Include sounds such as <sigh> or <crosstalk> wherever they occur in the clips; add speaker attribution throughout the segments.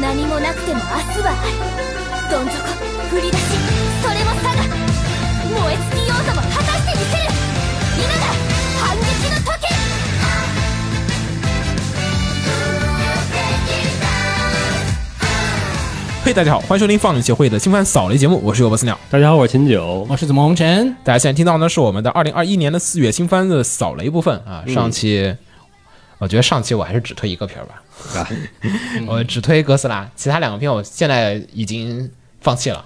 Speaker 1: 何もなくても明日はあるどん底振り出しそれも佐賀燃え尽きようとも果たしてみせる今が反撃の時
Speaker 2: 嘿、大家好，欢迎收听放映协会的新番扫雷节目，我是尤伯斯鸟。
Speaker 3: 大家好，我是秦九。
Speaker 4: 我是怎么红尘，
Speaker 2: 大家现在听到呢是我们的二零二一年的四月新番的扫雷部分啊。
Speaker 3: 嗯
Speaker 2: 上期、我觉得上期我还是只推一个片儿吧，
Speaker 3: 啊
Speaker 2: <laughs> 我只推哥斯拉，其他两个片我现在已经放弃
Speaker 3: <laughs>
Speaker 2: 了，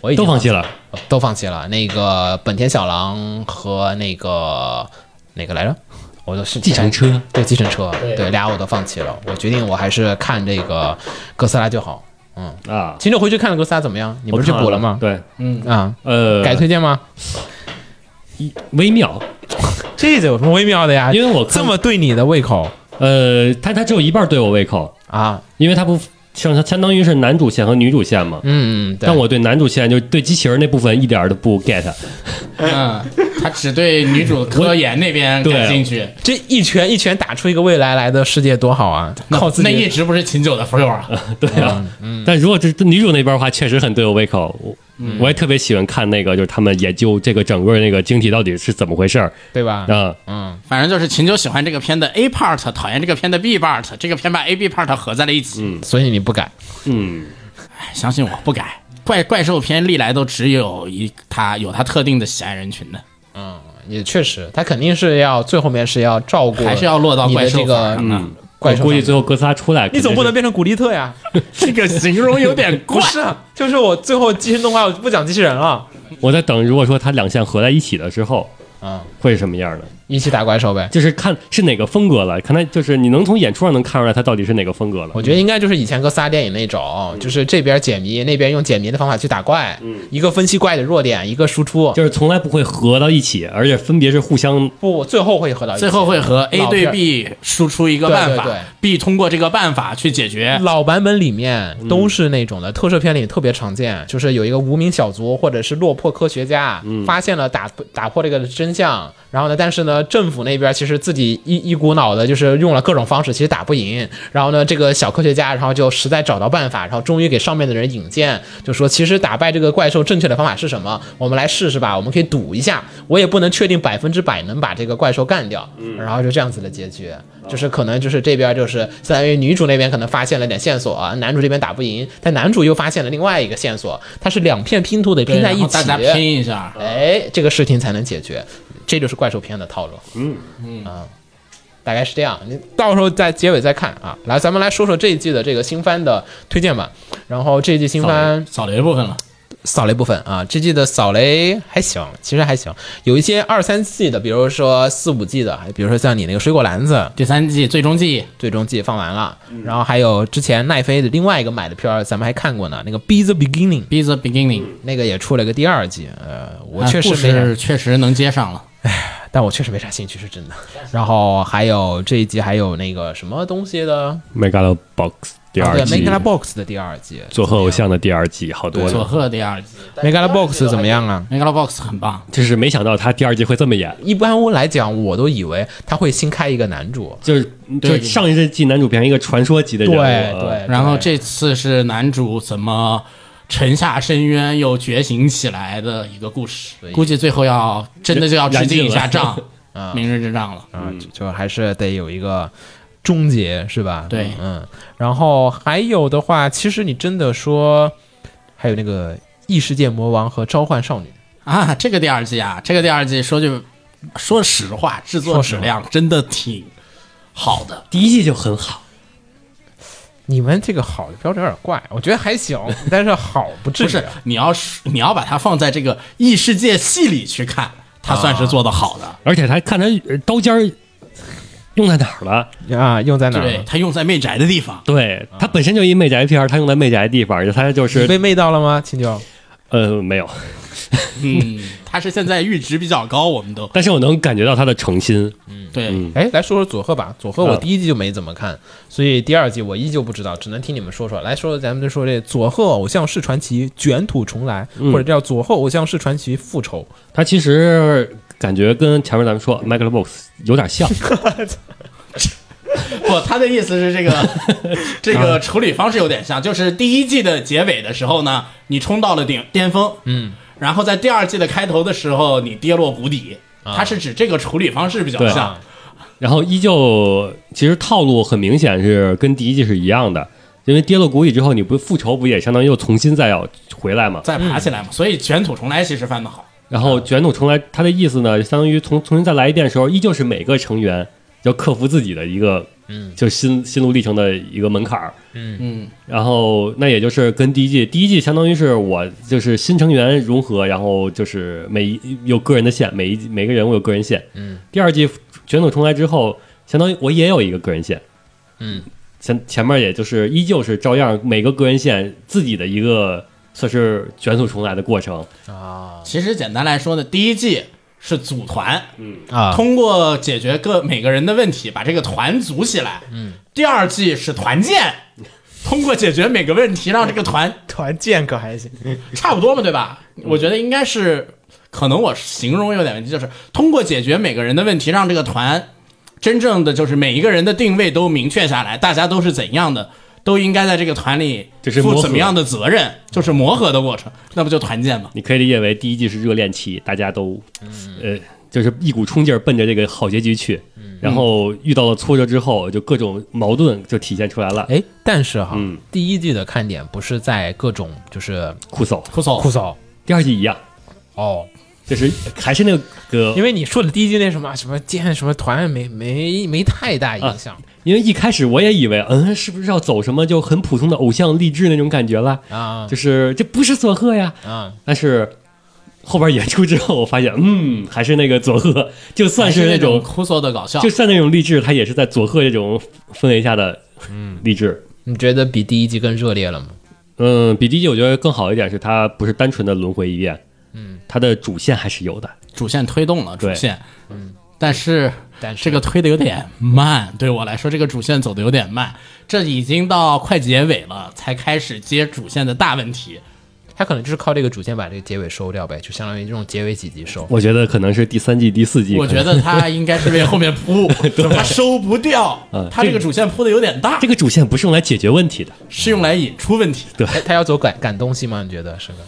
Speaker 2: 我已经
Speaker 3: 都放弃了，
Speaker 2: 都放弃了。那个本田小狼和那个哪个来着？我都是
Speaker 3: 计程车，
Speaker 2: 对计程车，对俩我都放弃了。我决定我还是看这个哥斯拉就好。嗯，
Speaker 3: 啊！
Speaker 2: 秦九回去看了哥斯拉怎么样？你不是去补了吗？
Speaker 3: 对，
Speaker 2: 啊，
Speaker 3: 呃，
Speaker 2: 改推荐吗？
Speaker 3: 微妙，
Speaker 2: 这有什么微妙的呀？
Speaker 3: 因为我看
Speaker 2: 哎这么对你的胃口
Speaker 3: 呃，他他只有一半对我胃口，
Speaker 2: 啊，
Speaker 3: 因为他不相相当于是男主线和女主线嘛。
Speaker 2: 嗯嗯，对
Speaker 3: 但我对男主线就对机器人那部分一点儿都不 get， <laughs>
Speaker 4: 嗯，他只对女主科研那边感兴趣，
Speaker 2: 这一拳一拳打出一个未来来的世界多好啊！
Speaker 4: 那
Speaker 2: 靠自己
Speaker 4: 那一直不是秦九的 feel 啊，
Speaker 3: 对啊。
Speaker 2: 嗯
Speaker 3: 但如果这这女主那边的话，确实很对我胃口。我我也特别喜欢看那个，就是他们研究这个整个那个晶体到底是怎么回事儿
Speaker 2: 对吧？
Speaker 3: 啊。
Speaker 2: 嗯，
Speaker 4: 反正就是秦九喜欢这个片的 A part，讨厌这个片的 B part，这个片把 A B part 合在了一起，哎
Speaker 2: 所以你不改，
Speaker 3: 嗯，
Speaker 4: 相信我不改。怪怪兽片历来都只有一他有他特定的喜爱人群的，
Speaker 2: 嗯也确实，他肯定是要最后面是要照顾，
Speaker 4: 还是要落到怪兽
Speaker 2: 这个嗯
Speaker 4: 份儿嗯上
Speaker 2: 怪兽
Speaker 3: 我估计最后哥斯拉出来，
Speaker 2: 你总不能变成古力特呀？
Speaker 4: 这个形容有点
Speaker 2: <laughs> 不
Speaker 4: 怪。
Speaker 2: 是啊，就是我最后机器人动画，我不讲机器人了，
Speaker 3: 我在等，如果说它两项合在一起的时候，
Speaker 2: 嗯，
Speaker 3: 会是什么样的？
Speaker 2: 一起打怪兽呗。
Speaker 3: 就是看是哪个风格了，看它就是你能从演出上能看出来它到底是哪个风格了。
Speaker 2: 我觉得应该就是以前哥斯拉电影那种，就是这边解谜，那边用解谜的方法去打怪，一个分析怪的弱点，一个输出，
Speaker 3: 就是从来不会合到一起，而且分别是互相
Speaker 2: 不，最后会合到一起
Speaker 4: 最后会和 A
Speaker 2: 老
Speaker 4: 对
Speaker 2: 片儿
Speaker 4: B 输出一个
Speaker 2: 对
Speaker 4: 办
Speaker 2: 对
Speaker 4: 法
Speaker 2: 对
Speaker 4: ，B 通过这个办法去解决。
Speaker 2: 老版本里面都是那种的，特摄片里特别常
Speaker 4: 嗯
Speaker 2: 见，就是有一个无名小卒或者是落魄科学家、发现了打打破这个真相，然后呢，但是呢，政府那边其实自己一一股脑的，就是用了各种方式，其实打不赢。然后呢，这个小科学家，然后就实在找到办法，然后终于给上面的人引荐，就说其实打败这个怪兽正确的方法是什么？我们来试试吧，我们可以赌一下。我也不能确定百分之百能把这个怪兽干掉，然后就这样子的结局，就是可能就是这边就是相当于女主那边可能发现了点线索啊，男主这边打不赢，但男主又发现了另外一个线索，它是两片拼图得
Speaker 4: 对，
Speaker 2: 拼在
Speaker 4: 然
Speaker 2: 一
Speaker 4: 后
Speaker 2: 起
Speaker 4: 大，家拼一下，
Speaker 2: 哎，这个事情才能解决，这就是怪兽片的套路。嗯嗯大概是这样。你到时候在结尾再看啊。来，咱们来说说这一季的这个新番的推荐吧。然后这一季新番
Speaker 4: 扫雷部分了。
Speaker 2: 扫雷部分啊，这季的扫雷还行，其实还行，有一些二三季的，比如说四五季的，比如说像你那个水果篮子
Speaker 4: 第三季最终季
Speaker 2: 最终季放完了，然后还有之前奈飞的另外一个买的片儿，咱们还看过呢，那个《Be the Beginning》
Speaker 4: 《Be the Beginning》，
Speaker 2: 那个也出了个第二季，呃，嗯我
Speaker 4: 啊
Speaker 2: 确实
Speaker 4: 故
Speaker 2: 没啥
Speaker 4: 事确实能接上了。
Speaker 2: 但我确实没啥兴趣，是真的。然后还有这一季还有那个什么东西的，
Speaker 3: Megalo Box 第
Speaker 2: 啊
Speaker 3: 二
Speaker 2: 对
Speaker 3: 季，
Speaker 2: ，Megala Box 的第二季，
Speaker 3: 佐贺偶像的第二季，好多
Speaker 4: 佐
Speaker 3: 了。
Speaker 4: 贺第二季
Speaker 2: Megala Box 怎么样啊？
Speaker 4: ，Megalo Box 很棒，
Speaker 3: 就是没想到他第二季会这么演，
Speaker 2: 一般我来讲，我都以为他会新开一个男主，
Speaker 3: 就是就
Speaker 4: 对
Speaker 3: 是上一季男主变成一个传说级的人物，
Speaker 2: 对
Speaker 3: 呃
Speaker 2: 对，
Speaker 4: 然后
Speaker 2: 对
Speaker 4: 这次是男主怎么沉下深渊又觉醒起来的一个故事，估计最后要真的就要致敬一下
Speaker 3: 燃尽
Speaker 4: 仗 <laughs>
Speaker 3: 了，
Speaker 2: 嗯
Speaker 4: 明日之仗了。
Speaker 2: 啊，
Speaker 3: 嗯
Speaker 2: 就就还是得有一个终结，是吧？
Speaker 4: 对
Speaker 2: 嗯，然后还有的话，其实你真的说，还有那个异世界魔王和召唤少女，
Speaker 4: 啊，这个第二季啊，这个第二季说句说实话，制作
Speaker 2: 说实
Speaker 4: 质
Speaker 2: 话
Speaker 4: 量真的挺好的。
Speaker 3: 第一季就很好，
Speaker 2: 你们这个好的标准有点怪，我觉得还行，但是好不至于
Speaker 4: 不
Speaker 2: 啊。
Speaker 4: 是你要是你要把它放在这个异世界系里去看，它算是做的好的。
Speaker 3: 而且他看他呃刀尖儿用在哪儿了？
Speaker 2: 啊，用在哪儿
Speaker 4: 对
Speaker 2: 了，？
Speaker 4: 它用在媚宅的地方。
Speaker 3: 对他本身就一媚宅片儿，他用在媚宅的地方，而且他就
Speaker 2: 啊你
Speaker 3: 是
Speaker 2: 被媚到了吗，秦九？
Speaker 3: 呃没有，
Speaker 4: 嗯，它是现在阈值比较高，我们都
Speaker 3: 但是我能感觉到他的诚心。
Speaker 4: 对。
Speaker 2: 哎，来说说佐贺吧。佐贺我第一季就没怎么看，所以第二季我依旧不知道，只能听你们说说。来说，咱们就说这佐贺偶像式传奇卷土重来，或者叫佐贺偶像式传奇复仇。
Speaker 3: 他其实感觉跟前面咱们说 Michael Box 有点像，
Speaker 4: 不，他的意思是这个这个处理方式有点像，就是第一季的结尾的时候呢，你冲到了顶巅峰，嗯，然后在第二季的开头的时候，你跌落谷底。他是指这个处理方式比较
Speaker 3: 对
Speaker 4: 像，
Speaker 3: 然后依旧，其实套路很明显是跟第一季是一样的，因为跌落谷底之后，你不复仇不也相当于又重新再要回来嘛？
Speaker 4: 再爬起来嘛。所以卷土重来其实翻得好，
Speaker 3: 然后卷土重来，它的意思呢，相当于重重新再来一遍的时候，依旧是每个成员要克服自己的一个，嗯，就心心路历程的一个门槛儿，嗯
Speaker 4: 嗯。
Speaker 3: 然后那也就是跟第一季，第一季相当于是我就是新成员融合，然后就是每一有个人的线，每一每个人物有个人线，嗯。第二季卷土重来之后，相当于我也有一个个人线，
Speaker 2: 嗯。
Speaker 3: 前前面也就是依旧是照样每个个人线自己的一个算是卷土重来的过程，
Speaker 2: 啊
Speaker 4: 其实简单来说呢，第一季是组团，
Speaker 2: 啊，
Speaker 4: 通过解决各每个人的问题，把这个团组起来。嗯，第二季是团建，通过解决每个问题，让这个团 <laughs>
Speaker 2: 团建可还行，
Speaker 4: 差不多嘛，对吧？
Speaker 3: 嗯
Speaker 4: 我觉得应该是，可能我形容有点问题，就是通过解决每个人的问题，让这个团真正的就是每一个人的定位都明确下来，大家都是怎样的，都应该在这个团里
Speaker 3: 这是磨
Speaker 4: 负
Speaker 3: 合
Speaker 4: 怎么样的责任，就是磨合的过程，那不就团建吗？
Speaker 3: 你可以理解为第一季是热恋期，大家都，呃，就是一股冲劲儿奔着这个好结局去。然后遇到了挫折之后，就各种矛盾就体现出来了。
Speaker 2: 哎，但是哈
Speaker 3: 嗯，
Speaker 2: 第一季的看点不是在各种就是
Speaker 3: 酷搜，
Speaker 4: 酷搜，
Speaker 2: 酷搜
Speaker 3: 第二季一样，
Speaker 2: 哦，
Speaker 3: 就是还是那个，
Speaker 2: 因为你说的第一季那什么什么建什么团没没没太大影响
Speaker 3: 因为一开始我也以为，嗯，是不是要走什么就很普通的偶像励志那种感觉了？
Speaker 2: 啊
Speaker 3: 就是这不是佐贺呀，
Speaker 2: 啊，
Speaker 3: 但是。后边演出之后，我发现，嗯，还是那个佐贺，就算
Speaker 4: 还
Speaker 3: 是
Speaker 4: 那
Speaker 3: 那种，
Speaker 4: 酷搜的搞笑
Speaker 3: 就。算那种励志，它也是在佐贺这种氛围下的励志。
Speaker 2: 你觉得比第一季更热烈了吗？
Speaker 3: 嗯，比第一季我觉得更好一点是它不是单纯的轮回一遍，嗯，它的主线还是有的。
Speaker 4: 主线推动了主
Speaker 3: 对
Speaker 4: 线，嗯，但是
Speaker 2: 但是
Speaker 4: 这个推的有点慢，对我来说这个主线走的有点慢，这已经到快结尾了才开始接主线的大问题，
Speaker 2: 他可能就是靠这个主线把这个结尾收掉呗，就相当于这种结尾几集收。
Speaker 3: 我觉得可能是第三季、第四季，
Speaker 4: 我觉
Speaker 3: 可能
Speaker 4: 得他应该是为后
Speaker 3: <laughs>
Speaker 4: 面铺，他收不掉
Speaker 3: 嗯，
Speaker 4: 他这
Speaker 3: 这
Speaker 4: 个
Speaker 3: 个
Speaker 4: 主线铺的有点大
Speaker 3: 这，个主线不是用来解决问题的。
Speaker 4: 是用来引出问题的。
Speaker 2: 哎，他要走感感动戏吗？你觉得是个？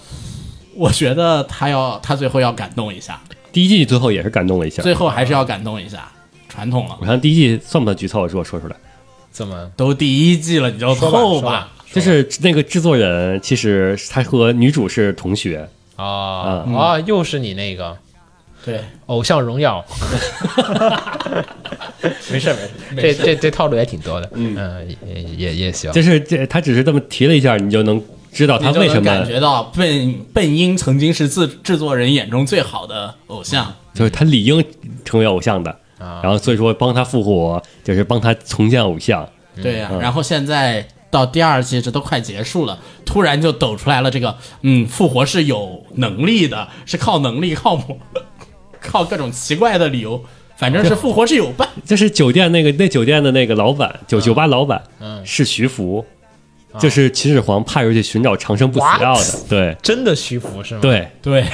Speaker 4: 我觉得他要他最后要感动一下，
Speaker 3: 第一季最后也是感动了一下。
Speaker 4: 最后还是要感动一下，传统了，
Speaker 3: 我看第一季算不算剧透？是我说出来，
Speaker 2: 怎么
Speaker 4: 都第一季了你就
Speaker 2: 说吧
Speaker 4: 透
Speaker 2: 说吧？
Speaker 3: 就是那个制作人，其实他和女主是同学，
Speaker 2: 啊啊，又是你那个
Speaker 4: 对，
Speaker 2: 偶像荣耀。 <laughs> 没事没事，这这这套路也挺多的，嗯，也也也行。
Speaker 3: 就是这他只是这么提了一下，你就能知道他
Speaker 4: 你就
Speaker 3: 为什
Speaker 4: 能
Speaker 3: 么
Speaker 4: 感，觉到笨笨英曾经是制制作人眼中最好的偶像。
Speaker 3: 就是他理应成为偶像的。
Speaker 2: 啊
Speaker 3: 然后所以说帮他复活，就是帮他重建偶像。
Speaker 2: 嗯
Speaker 4: 对呀、然后现在到第二季，这都快结束了，突然就抖出来了这个，嗯，复活是有能力的，是靠能力、靠某 <laughs> 靠各种奇怪的理由，反正是复活是有
Speaker 2: <laughs>
Speaker 4: 办。
Speaker 3: 就是酒店那个那酒店的那个老板，酒酒吧老板，嗯，是徐福，就是秦始皇派出去寻找长生不死药的，对
Speaker 2: 真的虚浮是吗？，
Speaker 3: 对，
Speaker 4: 对，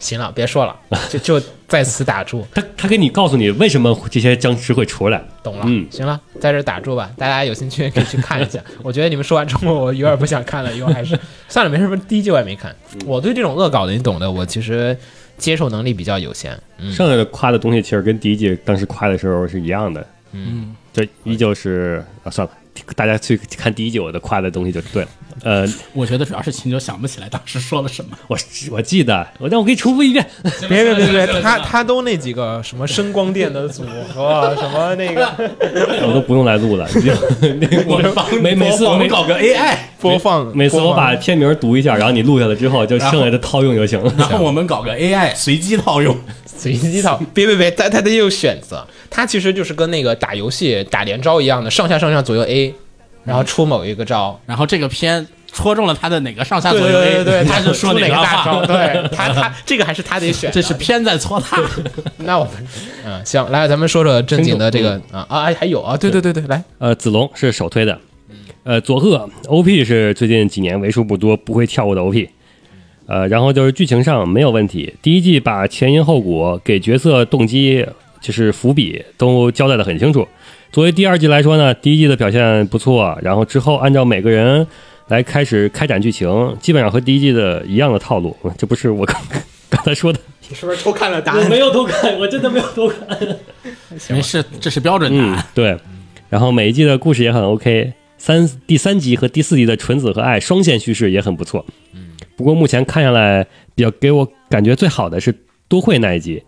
Speaker 2: 行了，别说了，就就在此打住，
Speaker 3: 他他给你告诉你为什么这些僵尸会出来，
Speaker 2: 懂了。
Speaker 3: 嗯
Speaker 2: 行了，在这打住吧，大家有兴趣可以去看 <laughs> 一下。我觉得你们说完之后，我有点不想看了，以后还是 <laughs> 算了，没事。不是第一季我也没看，我对这种恶搞的，你懂的，我其实接受能力比较有限。嗯，
Speaker 3: 剩下的夸的东西其实跟第一季当时夸的时候是一样的，嗯，就依旧是啊，算了。大家去看第一季，我的夸的东西就对了。呃，
Speaker 4: 我觉得主要是秦九想不起来当时说了什
Speaker 2: <laughs>
Speaker 4: 么。
Speaker 3: 我我记得，我让我给你重复一遍。
Speaker 2: 别别别别，他他都那几个什么声光电的组合，什么那个
Speaker 3: <laughs> 我都不用来录了。你就那个
Speaker 4: 我们帮
Speaker 3: 每每次
Speaker 4: 我
Speaker 3: 我
Speaker 4: 们
Speaker 3: 每
Speaker 4: 搞个
Speaker 2: <laughs>
Speaker 4: AI，
Speaker 2: <laughs> 播放，
Speaker 3: 每次我把片名读一下，然后你录下来之后，就剩下的套用就行了。
Speaker 2: 啊
Speaker 4: 然后我们搞个 AI 随机
Speaker 2: <laughs>
Speaker 4: 套用。
Speaker 2: 随机套， <laughs> 别别别，他他他有选择，他其实就是跟那个打游戏打连招一样的，上下上下左右 A，然后出某一个招。
Speaker 4: 然后这个片戳中了他的哪个上下左
Speaker 2: 对
Speaker 4: 右
Speaker 2: 对
Speaker 4: A，
Speaker 2: 对对对，
Speaker 4: 他就说
Speaker 2: 出哪
Speaker 4: 个
Speaker 2: 个大招，<laughs>
Speaker 4: 话。
Speaker 2: 对他他这个还是他得选。
Speaker 4: 这是偏在搓他，
Speaker 2: <laughs> 那我们嗯行，来咱们说说正经的这个啊啊还有啊，对对对对，来
Speaker 3: <laughs> 呃，子龙是首推的，呃，佐贺 OP 是最近几年为数不多不会跳过的 OP，呃，然后就是剧情上没有问题，第一季把前因后果给角色动机就是伏笔都交代的很清楚，作为第二季来说呢，第一季的表现不错，然后之后按照每个人来开始开展剧情，基本上和第一季的一样的套路。这不是我刚 <laughs> 刚才说的，
Speaker 2: 你是不是偷看了答
Speaker 3: 我没有偷看，我真的没有偷看。
Speaker 4: 没事，这是标准答
Speaker 3: 嗯
Speaker 4: 案。，
Speaker 3: 对。然后每一季的故事也很 OK，三第三集和第四集的纯子和爱双线叙事也很不错。嗯，不过目前看下来，比较给我感觉最好的是多惠那一集。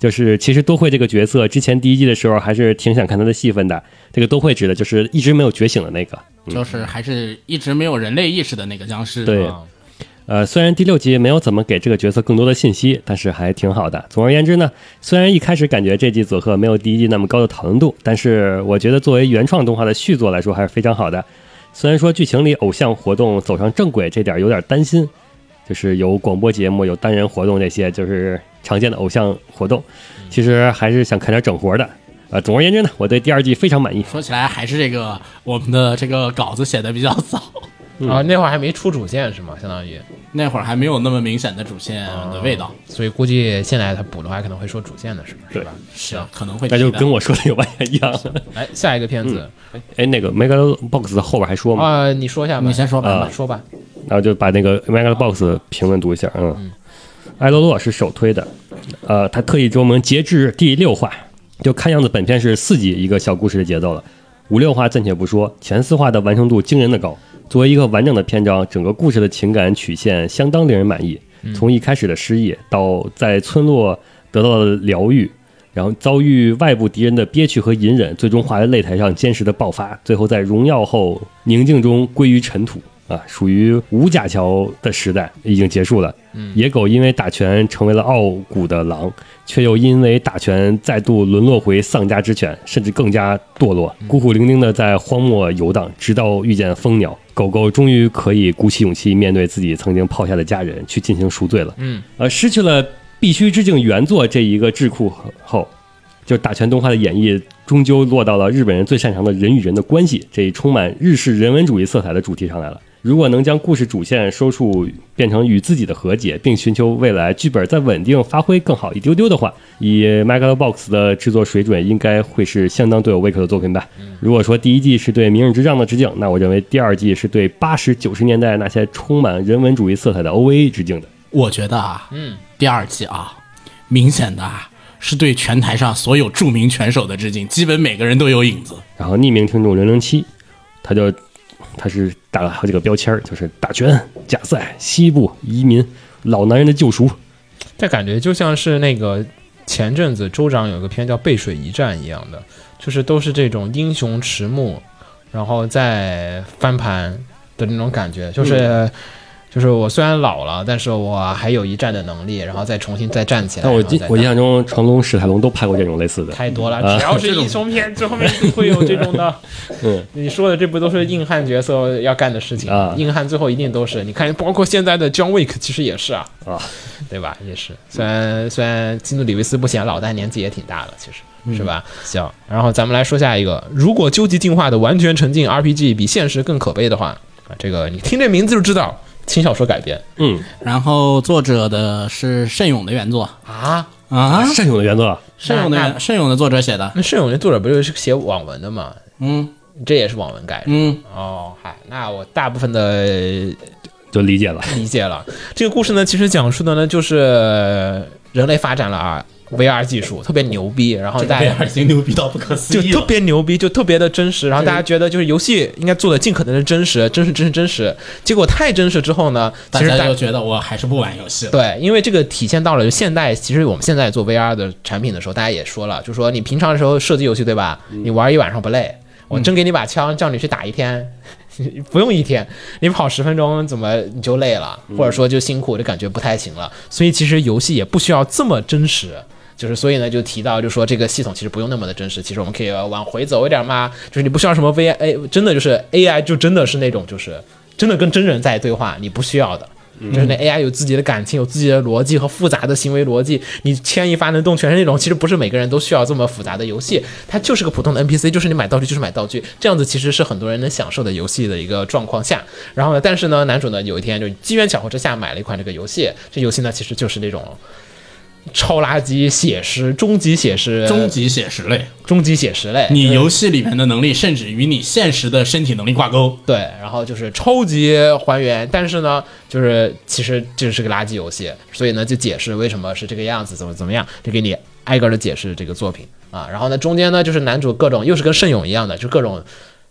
Speaker 3: 就是其实多惠这个角色，之前第一季的时候还是挺想看她的戏份的。这个多惠指的就是一直没有觉醒的那个。
Speaker 4: 就是还是一直没有人类意识的那个僵尸。
Speaker 3: 嗯对呃，虽然第六集没有怎么给这个角色更多的信息，但是还挺好的。总而言之呢，虽然一开始感觉这季佐贺没有第一季那么高的讨论度，但是我觉得作为原创动画的续作来说还是非常好的。虽然说剧情里偶像活动走上正轨这点儿有点担心，就是有广播节目、有单人活动这些，就是常见的偶像活动，其实还是想看点整活的。呃，总而言之呢，我对第二季非常满意。
Speaker 4: 说起来还是这个我们的这个稿子写的比较早， <laughs>
Speaker 2: 啊，那会儿还没出主线是吗？相当于，
Speaker 4: 那会儿还没有那么明显的主线的味道。
Speaker 2: 所以估计现在他补的话，可能会说主线的事，是吧？
Speaker 4: 行，可能会
Speaker 3: 那就
Speaker 4: 提的
Speaker 3: 跟我说的完全一样了。
Speaker 2: 来下一个片子
Speaker 3: 哎，那个 Mega Box 后边还说吗？
Speaker 2: 啊，你说一下吧，
Speaker 4: 嗯你先说吧
Speaker 2: 啊说吧。
Speaker 3: 然后就把那个 Megalobox 评论读一下，嗯，艾洛洛是首推的，呃，他特意给我们截至第六话，就看样子本片是四集一个小故事的节奏了。五六话暂且不说，前四话的完成度惊人的高。作为一个完整的篇章，整个故事的情感曲线相当令人满意。从一开始的失意，到在村落得到了疗愈，然后遭遇外部敌人的憋屈和隐忍，最终化为擂台上坚实的爆发，最后在荣耀后宁静中归于尘土啊，属于五甲桥的时代已经结束了。野狗因为打拳成为了傲骨的狼，却又因为打拳再度沦落回丧家之犬，甚至更加堕落，孤苦伶仃的在荒漠游荡，直到遇见蜂鸟。狗狗终于可以鼓起勇气面对自己曾经抛下的家人，去进行赎罪了。
Speaker 2: 嗯，
Speaker 3: 呃，失去了必须致敬原作这一个智库后，就是打拳动画的演绎终究落到了日本人最擅长的人与人的关系这一充满日式人文主义色彩的主题上来了。如果能将故事主线收束变成与自己的和解，并寻求未来剧本再稳定发挥更好一丢丢的话，以 Megalobox 的制作水准，应该会是相当对我胃口的作品吧。如果说第一季是对《明日之丈》的致敬，那我认为第二季是对八十九十年代那些充满人文主义色彩的 OVA 致敬的。
Speaker 4: 我觉得啊，嗯，第二季啊，明显的啊是对拳台上所有著名拳手的致敬，基本每个人都有影子。
Speaker 3: 然后匿名听众零零七，他就他是打了好几个标签儿，就是打拳、假赛、西部移民、老男人的救赎。
Speaker 2: 这感觉就像是那个前阵子州长有一个片叫《背水一战》一样的，就是都是这种英雄迟暮，然后再翻盘的那种感觉，就是。
Speaker 3: 嗯
Speaker 2: 就是我虽然老了，但是我还有一战的能力，然后再重新再站起来。
Speaker 3: 但我
Speaker 2: 然后
Speaker 3: 记
Speaker 2: 再
Speaker 3: 我印
Speaker 2: 打
Speaker 3: 象中，成龙、史泰龙都拍过这种类似的。
Speaker 2: 太多了，
Speaker 3: 啊
Speaker 2: 只要是英雄片，这后面就会有这种的。
Speaker 3: <laughs> 嗯，
Speaker 2: 你说的这不都是硬汉角色要干的事情？
Speaker 3: 啊
Speaker 2: 硬汉最后一定都是，你看，包括现在的 John Wick 其实也是啊，
Speaker 3: 啊，
Speaker 2: 对吧？也是，虽然虽然基努里维斯不显老，但年纪也挺大了，其实。是
Speaker 3: 嗯
Speaker 2: 吧？行，然后咱们来说下一个。如果究极进化的完全沉浸 RPG 比现实更可悲的话，啊，这个你听这名字就知道，轻小说改编
Speaker 3: 嗯
Speaker 4: 然后作者的是盛勇的原作
Speaker 2: 啊。
Speaker 4: 啊，
Speaker 3: 善勇的原则，
Speaker 4: 盛勇的
Speaker 2: 那
Speaker 4: 原盛勇的作者写的，
Speaker 2: 那《圣咏》那作者不就是写网文的吗？
Speaker 4: 嗯
Speaker 2: 这也是网文改的。
Speaker 4: 嗯，
Speaker 2: 哦，嗨，那我大部分的
Speaker 3: 就理解了。
Speaker 2: 理解了。这个故事呢，其实讲述的呢，就是呃人类发展了啊 VR 技术，特别牛逼，然后
Speaker 4: <laughs>
Speaker 2: 大家
Speaker 4: 已经牛逼到不可思
Speaker 2: 就特别牛逼，就特别的真实，然后大家觉得就是游戏应该做的尽可能的真实，真实，真实，真实。结果太真实之后呢，
Speaker 4: 大
Speaker 2: 其实
Speaker 4: 家
Speaker 2: 大
Speaker 4: 就觉得我还是不玩游戏了。
Speaker 2: 对，因为这个体现到了现代，其实我们现在做 VR 的产品的时候，大家也说了，就说你平常的时候射击游戏对吧？你玩一晚上不累，我真给你把枪叫你去打一天， <laughs> 不用一天，你跑十分钟怎么你就累了，或者说就辛苦，就感觉不太行了。所以其实游戏也不需要这么真实。就是，所以呢，就提到，就说这个系统其实不用那么的真实，其实我们可以往回走一点嘛。就是你不需要什么 V I，哎，真的就是 A I，就真的是那种，就是真的跟真人在对话，你不需要的。
Speaker 4: 嗯
Speaker 2: 就是那 AI 有自己的感情，有自己的逻辑和复杂的行为逻辑，你牵一发能动全身那种，其实不是每个人都需要这么复杂的游戏，它就是个普通的 NPC，就是你买道具就是买道具，这样子其实是很多人能享受的游戏的一个状况下。然后呢，但是呢，男主呢有一天就机缘巧合之下买了一款这个游戏，这游戏呢其实就是那种超垃圾写实、终极写实、
Speaker 4: 终极写实类，
Speaker 2: 终极写实类。
Speaker 4: 你游戏里面的能力甚至与你现实的身体能力挂钩。
Speaker 2: 对，然后就是超级还原，但是呢，就是其实这是个垃圾游戏，所以呢就解释为什么是这个样子，怎么怎么样，就给你挨个的解释这个作品啊。然后呢，中间呢就是男主各种又是跟圣勇一样的，就各种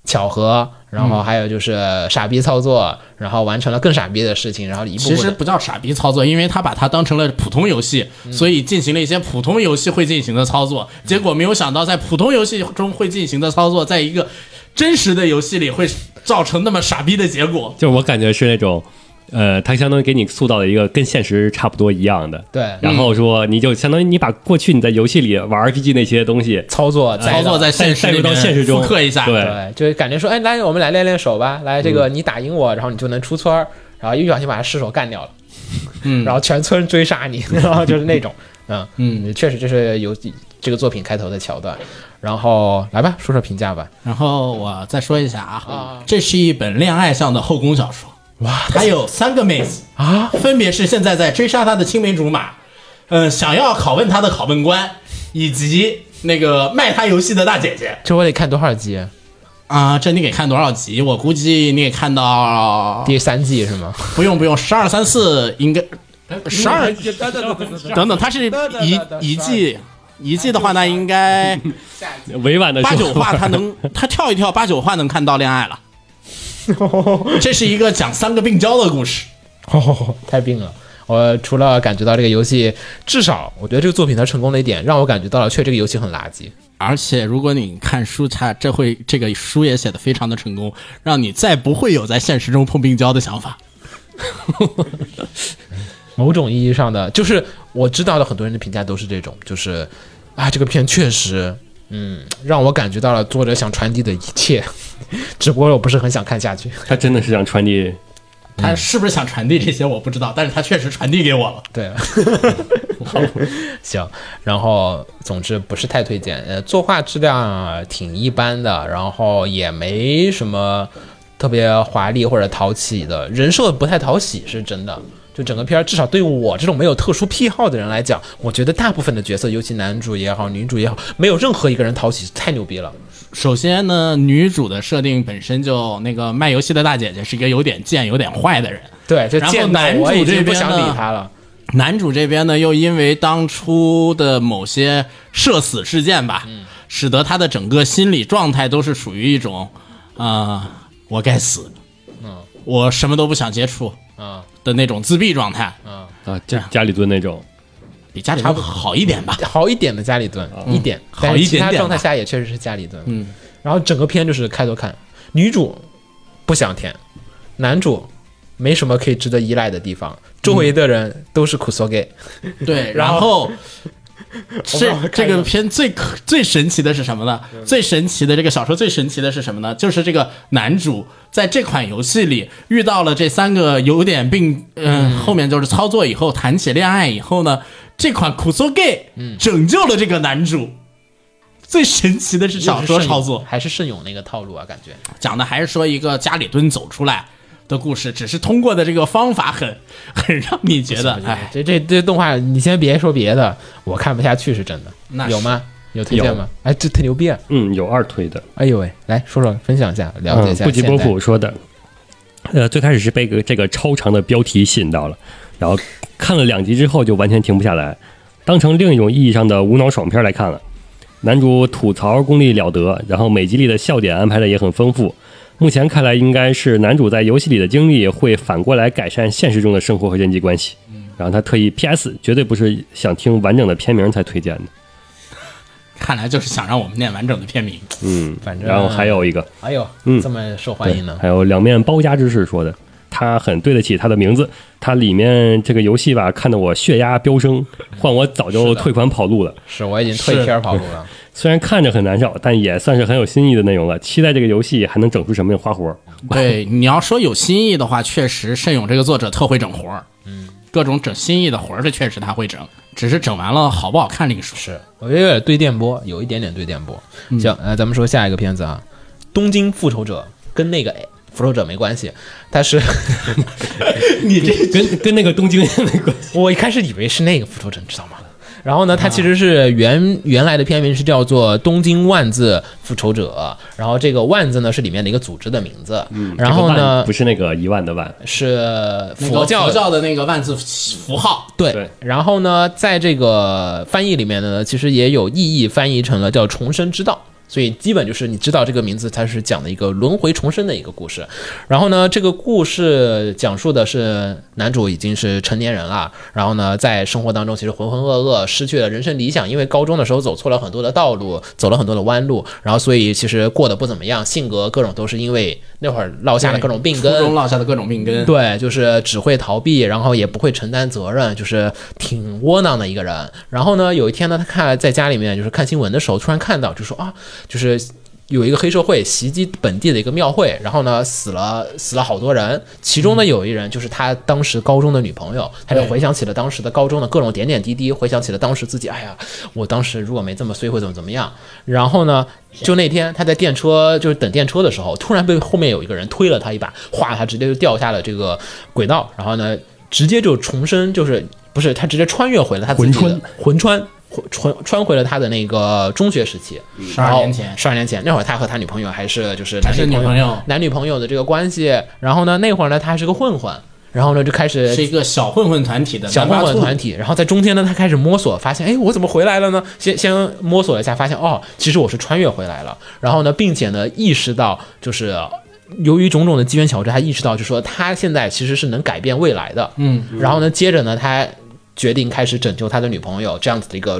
Speaker 2: 巧合，然
Speaker 4: 嗯
Speaker 2: 后还有就是傻逼操作，然后完成了更傻逼的事情，然后一步
Speaker 4: 其
Speaker 2: 步
Speaker 4: 实
Speaker 2: 的
Speaker 4: 不叫傻逼操作，因为他把它当成了普通游戏，所以进行了一些普通游戏会进行的操作。结果没有想到，在普通游戏中会进行的操作，在一个真实的游戏里会造成那么傻逼的结果。
Speaker 3: <laughs> 就是我感觉是那种，呃，他相当于给你塑造了一个跟现实差不多一样的，
Speaker 2: 对
Speaker 4: 嗯
Speaker 3: 然后说你就相当于你把过去你在游戏里玩 RPG 那些东西，
Speaker 2: 操作
Speaker 4: 操作在现实
Speaker 3: 带
Speaker 4: 里
Speaker 3: 入
Speaker 4: 面
Speaker 3: 到现实中
Speaker 4: 复刻一下，
Speaker 3: 对
Speaker 2: 对，就感觉说，哎，来，我们来练练手吧，来这
Speaker 4: 嗯
Speaker 2: 个你打赢我，然后你就能出村儿，然后一不小心把他失手干掉了，
Speaker 4: 嗯
Speaker 2: 然后全村追杀你， <laughs> 然后就是那种，嗯
Speaker 4: 嗯，
Speaker 2: 确实这是有这个作品开头的桥段。然后来吧，说说评价吧。
Speaker 4: 然后我再说一下啊，这是一本恋爱向的后宫小说。哇，它有三个妹子啊，分别是现在在追杀她的青梅竹马，嗯、想要拷问她的拷问官，以及那个卖她游戏的大姐姐
Speaker 2: 这我得看多少集？
Speaker 4: 啊。这你给看多少集？我估计你给看到
Speaker 2: 第三季是吗？
Speaker 4: 不用不用十二三四应该十二等等，它是一一季一季的话，那应该
Speaker 3: 委婉的
Speaker 4: 八九话他能他跳一跳八九话能看到恋爱了。这是一个讲三个病娇的故事。
Speaker 2: 哦，太病了。我除了感觉到这个游戏，至少我觉得这个作品它成功的一点，让我感觉到了，确实这个游戏很垃圾。
Speaker 4: 而且如果你看书，它这会这个书也写的非常的成功，让你再不会有在现实中碰病娇的想法。
Speaker 2: 某种意义上的，就是我知道的很多人的评价都是这种，就是啊，这个片确实，嗯，让我感觉到了作者想传递的一切， <laughs> 只不过我不是很想看下去。
Speaker 3: <laughs> 他真的是想传递，
Speaker 4: 他是不是想传递这些我不知道，但是他确实传递给我了。
Speaker 2: 对，行，然后总之不是太推荐，呃，作画质量挺一般的，然后也没什么特别华丽或者讨喜的，人设不太讨喜是真的。就整个片儿，至少对我这种没有特殊癖好的人来讲，我觉得大部分的角色，尤其男主也好，女主也好，没有任何一个人讨喜，太牛逼了。
Speaker 4: 首先呢，女主的设定本身就那个卖游戏的大姐姐是一个有点贱、有点坏的人。
Speaker 2: 对，就
Speaker 4: 然后
Speaker 2: 见到
Speaker 4: 男
Speaker 2: 我
Speaker 4: 主
Speaker 2: 已
Speaker 4: 这
Speaker 2: 经不
Speaker 4: 边
Speaker 2: 想理
Speaker 4: 呢
Speaker 2: 他了。
Speaker 4: 男主这边呢，又因为当初的某些社死事件吧，使得他的整个心理状态都是属于一种，呃，我该死，我什么都不想接触
Speaker 2: 啊
Speaker 4: 的那种自闭状态，
Speaker 2: 啊，
Speaker 3: 啊，这家里蹲那种，
Speaker 4: 比家里差不好一点吧。
Speaker 2: 好一点的家里蹲、一点，但
Speaker 4: 啊嗯好
Speaker 2: 是
Speaker 4: 一
Speaker 2: 其
Speaker 4: 点
Speaker 2: 他
Speaker 4: 点
Speaker 2: 状态
Speaker 4: 吧
Speaker 2: 下也确实是家里蹲。嗯，然后整个片就是开头看，女主不想舔，男主没什么可以值得依赖的地方，周围的人都是苦涩给。
Speaker 4: 对，
Speaker 2: 然
Speaker 4: 然 <laughs> 后这
Speaker 2: 我们
Speaker 4: 这个嗯片最可最神奇的是什么呢？最神奇的这个小说最神奇的是什么呢？就是这个男主在这款游戏里遇到了这三个有点病，嗯，后面就是操作以后谈起恋爱以后呢，这款苦涩 gay 拯救了这个男主。最神奇的是 <laughs> 小说操作，
Speaker 2: 还是盛勇那个套路啊，感觉
Speaker 4: 讲的还是说一个家里蹲走出来的故事，只是通过的这个方法很很让你觉得，哎，
Speaker 2: 这这这动画你先别说别的，我看不下去是真的。
Speaker 4: 那是
Speaker 2: 有吗？有推荐
Speaker 3: 有
Speaker 2: 吗？哎，这特牛逼啊！
Speaker 3: 嗯，有二推的，
Speaker 2: 哎呦喂，来说说分享一下，了解一
Speaker 4: 啊
Speaker 2: 下。
Speaker 3: 嗯、不及波普，说的，呃，最开始是被个这个超长的标题吸引到了，然后看了两集之后就完全停不下来，当成另一种意义上的无脑爽片来看了。男主吐槽功力了得，然后每集里的笑点安排的也很丰富。目前看来，应该是男主在游戏里的经历会反过来改善现实中的生活和人际关系。
Speaker 2: 嗯
Speaker 3: 然后他特意 P.S. 绝对不是想听完整的片名才推荐的。
Speaker 4: 看来就是想让我们念完整的
Speaker 2: <laughs>
Speaker 4: 片名。
Speaker 3: 嗯，
Speaker 2: 反正
Speaker 3: 然后还有一个，
Speaker 2: 哎呦，
Speaker 3: 嗯
Speaker 2: 这么受欢迎
Speaker 3: 对
Speaker 2: 呢。
Speaker 3: 还有两面包夹之士说的，他很对得起他的名字。他里面这个游戏吧，看得我血压飙升，换我早
Speaker 2: 是
Speaker 3: 就
Speaker 2: 的
Speaker 3: 退款跑路了。
Speaker 2: 是我已经退
Speaker 4: 是
Speaker 2: 片儿跑路了。
Speaker 3: 虽然看着很难受，但也算是很有新意的内容了。期待这个游戏还能整出什么花活儿。
Speaker 4: 对，你要说有新意的话，确实盛勇这个作者特会整活儿，嗯，各种整新意的活儿，这确实他会整，只是整完了好不好看另说。
Speaker 2: 是，我觉得有点对电波，有一点点对电波。行，呃，咱们说下一个片子啊，《东京复仇者》跟那个哎复仇者没关系，它 <laughs> 是
Speaker 3: 跟跟那个东京也没关
Speaker 2: <laughs>
Speaker 3: 系。
Speaker 2: 我一开始以为是那个复仇者，你知道吗？啊然后呢，它其实是原原来的片名是叫做《东京万字复仇者》，然后这个万字呢是里面的一个组织的名字，然后
Speaker 3: 这个万
Speaker 2: 呢
Speaker 3: 不是那个一万的万，
Speaker 2: 是
Speaker 4: 那个佛
Speaker 2: 佛教
Speaker 4: 教的那个万字符号，
Speaker 2: 对
Speaker 3: 对，
Speaker 2: 然后呢，在这个翻译里面呢，其实也有意译翻译成了叫“重生之道”，所以基本就是你知道这个名字，它是讲的一个轮回重生的一个故事。然后呢，这个故事讲述的是男主已经是成年人了，然后呢，在生活当中其实浑浑噩噩，失去了人生理想，因为高中的时候走错了很多的道路，走了很多的弯路，然后所以其实过得不怎么样，性格各种都是因为那会儿落下了各种病根，
Speaker 4: 初中落下的各种病根，
Speaker 2: 对，就是只会逃避，然后也不会承担责任，就是挺窝囊的一个人。然后呢，有一天呢，他看在家里面就是看新闻的时候，突然看到就说啊，就是。有一个黑社会袭击本地的一个庙会，然后呢死了死了好多人，其中呢有一人就是他当时高中的女朋友，他就
Speaker 4: 对
Speaker 2: 回想起了当时的高中的各种点点滴滴，回想起了当时自己，哎呀，我当时如果没这么衰会怎么怎么样。然后呢，就那天他在电车就是等电车的时候，突然被后面有一个人推了他一把，哗，他直接就掉下了这个轨道，然后呢，直接就重生，就是不是他直接穿越回了他自己的魂穿。魂穿穿回了他的那个中学时期，
Speaker 4: 嗯十二年前
Speaker 2: 十二年前那会儿，他和他女朋友还是就是
Speaker 4: 还是
Speaker 2: 男女
Speaker 4: 女朋友
Speaker 2: 男女朋友的这个关系。然后呢，那会儿呢，他还是个混混，然后呢就开始
Speaker 4: 是一个小混混团体的
Speaker 2: 小混混团
Speaker 4: 体，
Speaker 2: 体，然后在中间呢，他开始摸索，发现，哎，我怎么回来了呢？先先摸索了一下，发现，哦，其实我是穿越回来了。然后呢，并且呢，意识到就是由于种种的机缘巧合，他意识到就说他现在其实是能改变未来的。
Speaker 4: 嗯，
Speaker 2: 然后呢，接着呢，他决定开始拯救他的女朋友，这样子的一个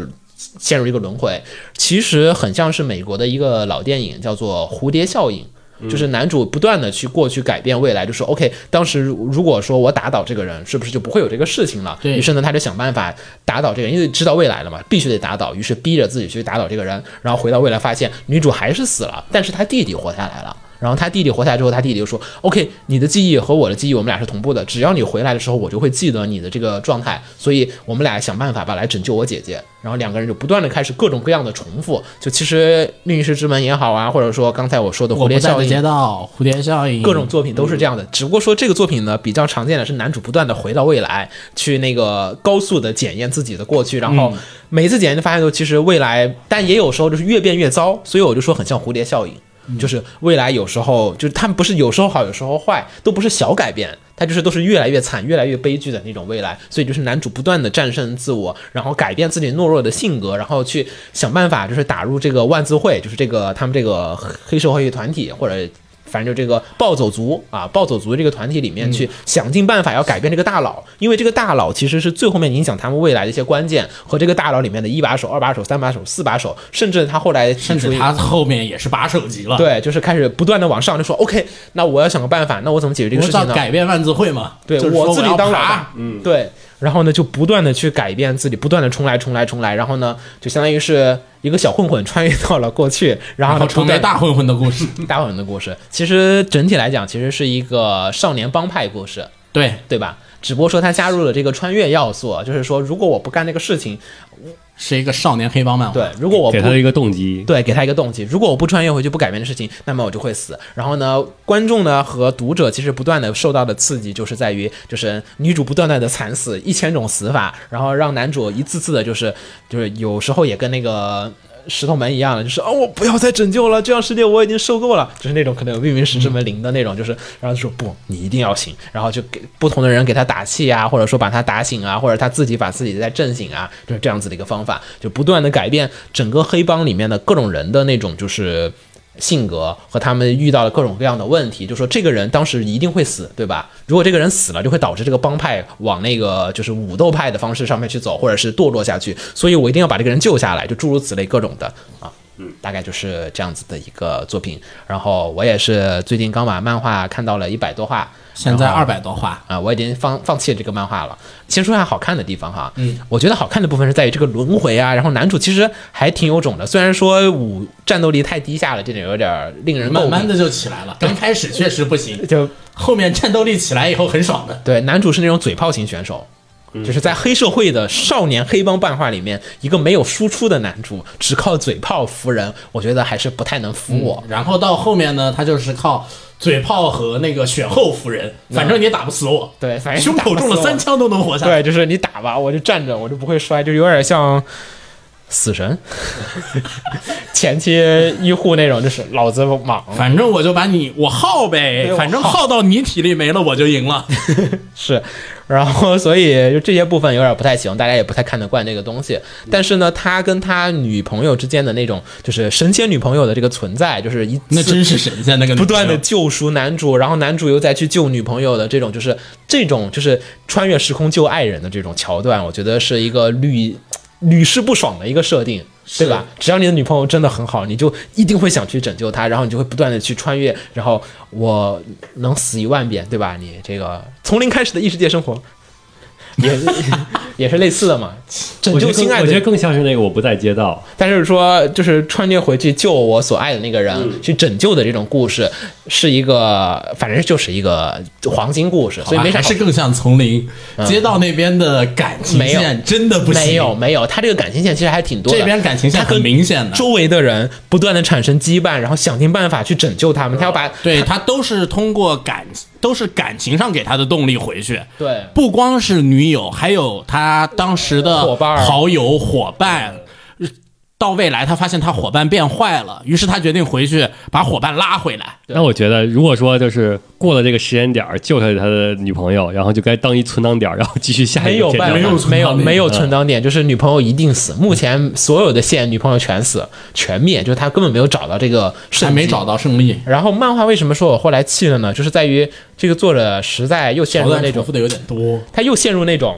Speaker 2: 陷入一个轮回，其实很像是美国的一个老电影，叫做《蝴蝶效应》。就是男主不断的去过去改变未来，就说 OK，当时如如果说我打倒这个人，是不是就不会有这个事情了？
Speaker 4: 对
Speaker 2: 于是呢，他就想办法打倒这个人，因为知道未来了嘛，必须得打倒，于是逼着自己去打倒这个人。然后回到未来，发现女主还是死了，但是他弟弟活下来了。然后他弟弟活下来之后，他弟弟就说：“OK，你的记忆和我的记忆，我们俩是同步的。只要你回来的时候，我就会记得你的这个状态，所以我们俩想办法吧，来拯救我姐姐。”然后两个人就不断的开始各种各样的重复，就其实《命运石之门》也好啊，或者说刚才我说的《
Speaker 4: 我
Speaker 2: 蝴
Speaker 4: 不
Speaker 2: 蝶
Speaker 4: 在
Speaker 2: 效
Speaker 4: 的
Speaker 2: 应
Speaker 4: 街》，道，蝴蝶效应，
Speaker 2: 各种作品都是这样的。只不过说这个作品呢，比较常见的是男主不断的回到未来，去那个高速的检验自己的过去，然后每次检验就发现说，其实未来，但也有时候就是越变越糟，所以我就说很像蝴蝶效应。就是未来有时候就是他们不是有时候好有时候坏，都不是小改变，它就是都是越来越惨、越来越悲剧的那种未来。所以就是男主不断的战胜自我，然后改变自己懦弱的性格，然后去想办法就是打入这个万字会，就是这个他们这个黑社会团体或者反正就这个暴走族啊，暴走族这个团体里面
Speaker 4: 嗯
Speaker 2: 去想尽办法要改变这个大佬，因为这个大佬其实是最后面影响他们未来的一些关键，和这个大佬里面的一把手、二把手、三把手、四把手，甚至他后来
Speaker 4: 甚至他后面也是把手级了，，
Speaker 2: 对，就是开始不断的往上，就说 OK，那我要想个办法，那我怎么解决这个
Speaker 4: 我
Speaker 2: 事
Speaker 4: 叫
Speaker 2: 情呢？
Speaker 4: 改变万字会嘛，
Speaker 2: 对
Speaker 4: 就是说
Speaker 2: 自己
Speaker 4: 要
Speaker 2: 当老
Speaker 4: 爬
Speaker 2: 大，嗯，对，然后呢就不断的去改变自己，不断的重来，重来，重来，然后呢就相当于是一个小混混穿越到了过去，然后
Speaker 4: 然后
Speaker 2: <laughs> 呢
Speaker 4: 成
Speaker 2: 不
Speaker 4: 为
Speaker 2: 断
Speaker 4: 大混混的
Speaker 2: <laughs>
Speaker 4: 故事，
Speaker 2: 大混混的故事。其实整体来讲，其实是一个少年帮派故事，
Speaker 4: 对，
Speaker 2: 对吧？只不过说它加入了这个穿越要素，啊就是说如果我不干这个事情，
Speaker 4: 是一个少年黑帮漫画，
Speaker 2: 对，如果哦我不
Speaker 3: 给他的一个动机。
Speaker 2: 对，给他一个动机。如果我不穿越回去不改变的事情，那么我就会死。然后呢，观众呢和读者其实不断的受到的刺激，就是在于就是女主不断的惨死一千种死法，然后让男主一次次的就是就是有时候也跟那个。石头门一样的，就是哦，我不要再拯救了，这样世界我已经受够了，就是那种可能有命运石之门零的那种，就是然后就说不，你一定要醒，然后就给不同的人给他打气啊，或者说把他打醒啊，或者他自己把自己再震醒啊，就是这样子的一个方法，就不断的改变整个黑帮里面的各种人的那种就是。性格和他们遇到了各种各样的问题，就说这个人当时一定会死，对吧？如果这个人死了，就会导致这个帮派往那个就是武斗派的方式上面去走，或者是堕落下去。所以我一定要把这个人救下来，就诸如此类各种的啊。大概就是这样子的一个作品。然后我也是最近刚把漫画看到了一百多话，
Speaker 4: 现在
Speaker 2: 然后
Speaker 4: 二百多话，
Speaker 2: 啊、我已经放放弃了这个漫画了。先说一下好看的地方哈，嗯，我觉得好看的部分是在于这个轮回啊，然后男主其实还挺有种的，虽然说武战斗力太低下了，这点有点儿令人
Speaker 4: 慢
Speaker 2: 诟
Speaker 4: 慢
Speaker 2: 病。
Speaker 4: 的就起来了，刚开始确实不行，
Speaker 2: 就
Speaker 4: 后面战斗力起来以后很爽的，
Speaker 2: 对，男主是那种嘴炮型选手，就是在黑社会的少年黑帮漫画里面，一个没有输出的男主，只靠嘴炮服人，我觉得还是不太能服我。
Speaker 4: 然后到后面呢，他就是靠嘴炮和那个血后服人，反正你也打不死我，
Speaker 2: 嗯对反正你
Speaker 4: 胸口中了三枪都能活下
Speaker 2: <laughs>
Speaker 4: 来。
Speaker 2: 对，就是你打吧，我就站着，我就不会摔，就有点像死神 <laughs> 前期医护那种，就是老子莽，
Speaker 4: 反正我就把你我耗呗，
Speaker 2: 对
Speaker 4: 反正
Speaker 2: 我耗
Speaker 4: 耗到你体力没了我就赢
Speaker 2: <laughs>
Speaker 4: 了。
Speaker 2: 是，然后所以就这些部分有点不太行，大家也不太看得惯这个东西。但是呢，他跟他女朋友之间的那种就是神仙女朋友的这个存在，就是一
Speaker 4: 那
Speaker 2: 次
Speaker 4: 真是神仙那个女
Speaker 2: 不断的
Speaker 4: 生
Speaker 2: 救赎男主，然后男主又再去救女朋友的这种，就是这种就是穿越时空救爱人的这种桥段，我觉得是一个屡屡试不爽的一个设定。对
Speaker 3: 嗯
Speaker 2: 吧？只要你的女朋友真的很好，你就一定会想去拯救她，然后你就会不断的去穿越，然后我能死一万遍，对吧？你这个从零开始的异世界生活，也 <laughs> 也是类似的嘛，拯
Speaker 3: 我觉
Speaker 2: 救
Speaker 3: 得更
Speaker 2: 心爱
Speaker 3: 我
Speaker 2: 的
Speaker 3: 觉得更像是那个我不在街道，
Speaker 2: 但是说就是穿越回去救我所爱的那个人，去拯救的这种故事，是一个反正就是一个黄金故事，所以没啥
Speaker 4: 还
Speaker 2: 好
Speaker 4: 是更像丛林、街道那边的感情
Speaker 2: 没有
Speaker 4: 线真的不行，
Speaker 2: 没有没有，他这个感情线其实还挺多的。
Speaker 4: 这边感情线
Speaker 2: 他跟
Speaker 4: 很明显的。
Speaker 2: 周围的人不断的产生羁绊，然后想尽办法去拯救他们，他要把
Speaker 4: 对他都是通过感，都是感情上给他的动力回去。
Speaker 2: 对
Speaker 4: 不光是女友，还有他当时的
Speaker 2: 伙伴儿
Speaker 4: 好友、伙伴。到未来，他发现他伙伴变坏了，于是他决定回去把伙伴拉回来。
Speaker 2: 对
Speaker 3: 那我觉得，如果说就是过了这个时间点儿救他他的女朋友，然后就该当一存档点儿，然后继续下一
Speaker 2: 没
Speaker 3: 个
Speaker 2: 有
Speaker 3: 阶段
Speaker 2: 办法，没
Speaker 4: 有存档
Speaker 2: 没有
Speaker 4: 点
Speaker 2: 没有存档点，就是女朋友一定死。目前所有的线，女朋友全死全灭，就是他根本没有找到这个
Speaker 4: 还
Speaker 2: 圣
Speaker 4: 没
Speaker 2: 迹。
Speaker 4: 找到胜利，
Speaker 2: 然后漫画为什么说我后来弃了呢？就是在于这个作者实在又陷入了那
Speaker 4: 重
Speaker 2: 种
Speaker 4: 复的有点多。
Speaker 2: 他又陷入那种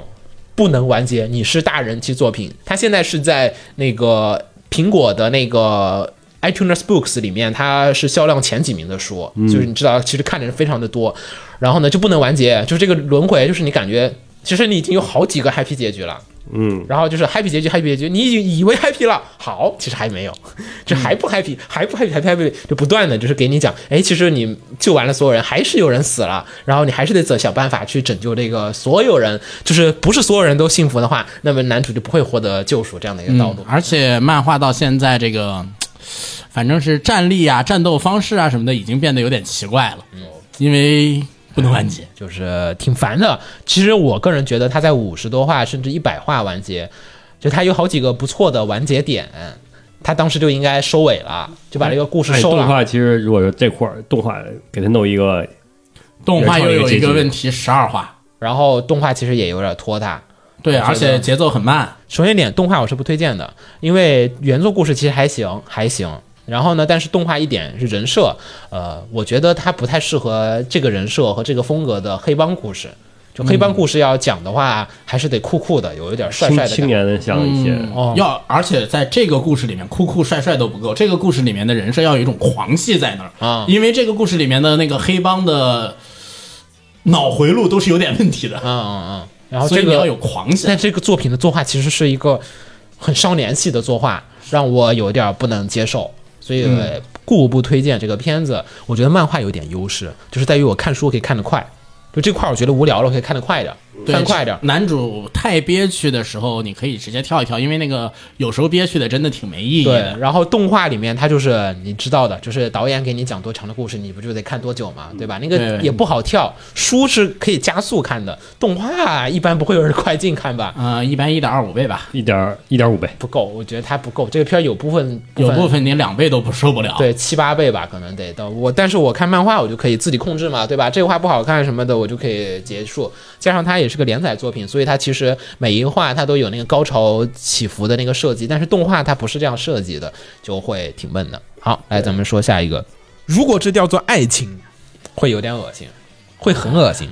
Speaker 2: 不能完结，你是大人气作品。他现在是在那个苹果的那个 iTunes Books 里面，它是销量前几名的书，
Speaker 4: 嗯
Speaker 2: 就是你知道，其实看的人非常的多。然后呢，就不能完结，就是这个轮回，就是你感觉其实你已经有好几个 happy 结局了。嗯，然后就是 happy 结局，happy 结局，你以以为 happy 了，好，其实还没有， <laughs> 就还不 happy，、还不 happy，还不 happy，就不断的就是给你讲，哎，其实你救完了所有人，还是有人死了，然后你还是得怎想办法去拯救这个所有人，就是不是所有人都幸福的话，那么男主就不会获得救赎这样的一个道
Speaker 3: 嗯
Speaker 2: 路。
Speaker 4: 而且漫画到现在这个，反正是战力啊、战斗方式啊什么的，已经变得有点奇怪了，
Speaker 2: 嗯
Speaker 4: 因为嗯不能完结。
Speaker 2: 就是挺烦的。其实我个人觉得他在五十多话甚至一百话完结，就他有好几个不错的完结点，他当时就应该收尾了，就把这个故事
Speaker 3: 哎
Speaker 2: 收
Speaker 3: 动
Speaker 2: 了。
Speaker 3: 画其实如果说这块儿动画给他弄一个，
Speaker 4: 动画又有一
Speaker 3: 原创有一个
Speaker 4: 个
Speaker 3: 结局
Speaker 4: 问题，十二话，
Speaker 2: 然后动画其实也有点拖沓。
Speaker 4: 对，
Speaker 2: 我觉得
Speaker 4: 而且节奏很慢。
Speaker 2: 首先一点，动画我是不推荐的，因为原作故事其实还行，还行。然后呢，但是动画一点是人设，呃，我觉得它不太适合这个人设和这个风格的黑帮故事。就黑帮故事要讲的话，还是得酷酷的，有一点帅
Speaker 3: 青
Speaker 2: 帅的
Speaker 3: 青
Speaker 2: 感觉。
Speaker 3: 年像一些，
Speaker 2: 哦
Speaker 4: 要，而且在这个故事里面，酷酷帅帅都不够。这个故事里面的人设要有一种狂气在那儿
Speaker 2: 啊
Speaker 4: 因为这个故事里面的那个黑帮的脑回路都是有点问题的，
Speaker 2: 嗯嗯嗯。然后
Speaker 4: 所
Speaker 2: 这
Speaker 4: 以你
Speaker 2: 个
Speaker 4: 要有狂气。
Speaker 2: 但这个作品的作画其实是一个很少年系的作画，让我有点不能接受，所以
Speaker 4: 嗯
Speaker 2: 故不推荐这个片子。我觉得漫画有点优势，就是在于我看书可以看得快，就这块儿我觉得无聊了，我可以看得快一点，
Speaker 4: 对
Speaker 2: 翻快一点。
Speaker 4: 男主太憋屈的时候，你可以直接跳一跳，因为那个有时候憋屈的真的挺没意义
Speaker 2: 对
Speaker 4: 的。，
Speaker 2: 然后动画里面它就是你知道的，就是导演给你讲多长的故事，你不就得看多久嘛，对吧？那个
Speaker 4: 对
Speaker 2: 也不好跳，书是可以加速看的，动画一般不会有人快进看吧？
Speaker 4: 呃，一般一点二五倍吧，
Speaker 3: 一点儿一点儿五倍。
Speaker 2: 不够，我觉得它不够。这个片儿有部分
Speaker 4: 有部分你两倍都不受不
Speaker 3: 啊
Speaker 4: 了。，
Speaker 2: 对，七八倍吧，可能得到我。但是我看漫画，我就可以自己控制嘛，对吧？这个画不好看什么的，我就可以结束。加上它也是个连载作品，所以它其实每一画它都有那个高潮起伏的那个设计，但是动画它不是这样设计的，就会挺闷的。好，来咱们说下一个，如果这叫做爱情，会有点恶心，会很恶心，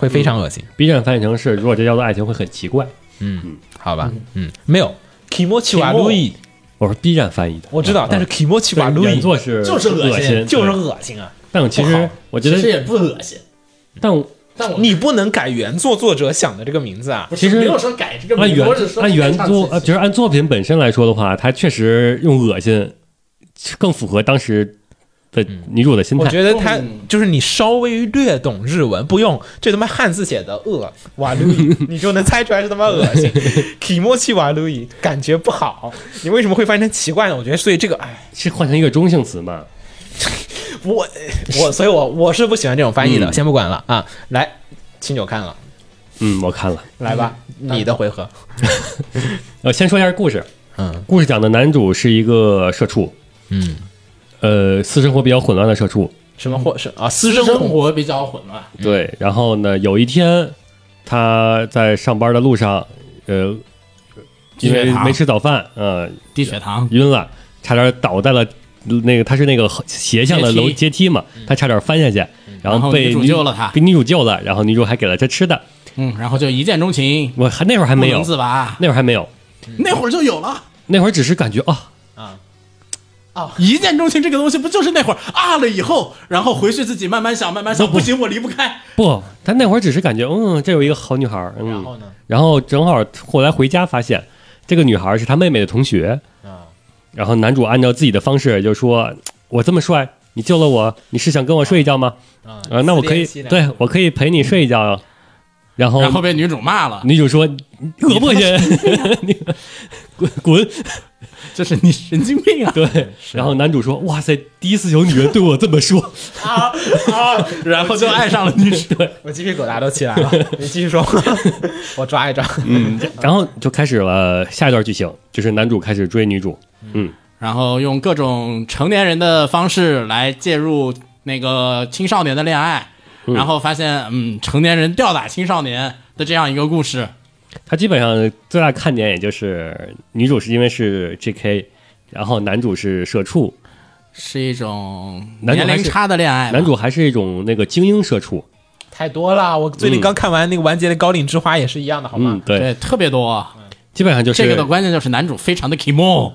Speaker 2: 会非常恶心，
Speaker 3: B 站翻译成是，如果这叫做爱情会很奇怪。
Speaker 2: 好吧？嗯，没有。Kimochi wa
Speaker 4: Kimo
Speaker 2: Lui，
Speaker 3: 我说 B 站翻译的，
Speaker 2: 我知道，但是 Kimochi wa
Speaker 3: 啊对原
Speaker 2: Lui
Speaker 3: 作是
Speaker 4: 就是恶心
Speaker 3: 恶
Speaker 2: 就是
Speaker 3: 对
Speaker 2: 恶心啊！
Speaker 3: 但其
Speaker 2: 不
Speaker 3: 实
Speaker 2: 好
Speaker 3: 我觉得，
Speaker 4: 也不恶心，
Speaker 3: 但我
Speaker 4: 但
Speaker 2: 你不能改原作作者想的这个名字啊！
Speaker 4: 不是
Speaker 3: 其实
Speaker 4: 说改这个
Speaker 3: 按
Speaker 4: 名字
Speaker 3: 原
Speaker 4: 我只是说
Speaker 3: 按原
Speaker 4: 改
Speaker 3: 作，
Speaker 4: 上
Speaker 3: 呃
Speaker 4: 去
Speaker 3: 就是按作品本身来说的话，它确实用恶心更符合当时的女主的心
Speaker 2: 嗯我
Speaker 3: 态。
Speaker 2: 觉得他
Speaker 4: 嗯
Speaker 2: 就是你稍微略懂日文，不用这他妈汉字写的恶瓦路易，你就能猜出来是他妈恶心。提莫奇瓦路易感觉不好，你为什么会翻成奇怪呢？我觉得所以这个哎，
Speaker 3: 是换成一个中性词嘛？
Speaker 2: 我我所以我我是不喜欢这种翻译的，
Speaker 3: 嗯
Speaker 2: 先不管了啊。来，清酒看了，
Speaker 3: 嗯，我看了。
Speaker 2: 来吧，你的回合。
Speaker 3: 呃，先说一下故事。
Speaker 2: 嗯
Speaker 3: 故事讲的男主是一个社畜，
Speaker 2: 嗯，
Speaker 3: 呃，私生活比较混乱的社畜。
Speaker 2: 什么或是啊私
Speaker 4: 私
Speaker 2: 生
Speaker 4: 生
Speaker 2: 活
Speaker 4: 活比较混乱，
Speaker 3: 对，然后呢，有一天他在上班的路上，呃，因为没吃早饭，呃，
Speaker 4: 低血糖，
Speaker 3: 晕了，差点倒在了那个，他是那个斜向的楼
Speaker 4: 阶梯嗯
Speaker 3: 阶梯嘛，他差点翻下去，然
Speaker 4: 然后
Speaker 3: 被
Speaker 4: 女主救了他
Speaker 3: 被女主救了，然后女主还给了他吃的，
Speaker 4: 嗯，然后就一见钟情，
Speaker 3: 我还那会儿还没
Speaker 4: 不
Speaker 3: 有嗯
Speaker 4: 能，自拔，
Speaker 3: 那会儿还没有，
Speaker 4: 那会儿就有了。
Speaker 3: 那会儿只是感觉啊，
Speaker 2: 啊，
Speaker 4: 一见钟情这个东西，不就是那会儿啊了以后，然后回去自己慢慢想，慢慢想，
Speaker 3: 不不
Speaker 4: 不行，我离不开。
Speaker 3: 不，他那会儿只是感觉嗯，这有一个好女孩儿，嗯，
Speaker 2: 然后呢？
Speaker 3: 然后正好后来回家发现，这个女孩是他妹妹的同学。
Speaker 2: 啊，
Speaker 3: 然后男主按照自己的方式就说：“我这么帅，你救了我，你是想跟我睡一觉吗？
Speaker 2: 啊
Speaker 3: 啊、那我可以，对我可以陪你睡一觉啊。”然后
Speaker 4: 然后被女主骂了，
Speaker 3: 女主说：“你恶不恶心？ <laughs> 你滚滚
Speaker 4: 就是你神经病啊！！”
Speaker 3: 对。然后男主说：“哇塞，第一次有女人对我这么说。 <laughs>
Speaker 2: 啊啊！
Speaker 4: 然后就爱上了女主，
Speaker 2: 我鸡皮疙瘩都起来了，你继续说， <laughs> 我抓一抓。”
Speaker 3: 嗯，然后就开始了下一段剧情，就是男主开始追女主。嗯，
Speaker 4: 然后用各种成年人的方式来介入那个青少年的恋爱，然后发现嗯，成年人吊打青少年的这样一个故事。
Speaker 3: 他基本上最大看点也就是女主是因为是 J.K.，然后男主是社畜，
Speaker 4: 是一种
Speaker 3: 男主
Speaker 4: 年
Speaker 3: 还是
Speaker 4: 龄差的恋爱吧，
Speaker 3: 男主还是一种那个精英社畜。
Speaker 2: 太多了，我最近刚看完那个完结的《高岭之花》也是一样的，好
Speaker 3: 嗯
Speaker 2: 吗，？
Speaker 3: 对，
Speaker 4: 对特别多。
Speaker 3: 基本上就是
Speaker 4: 这个的关键就是男主非常的 emo，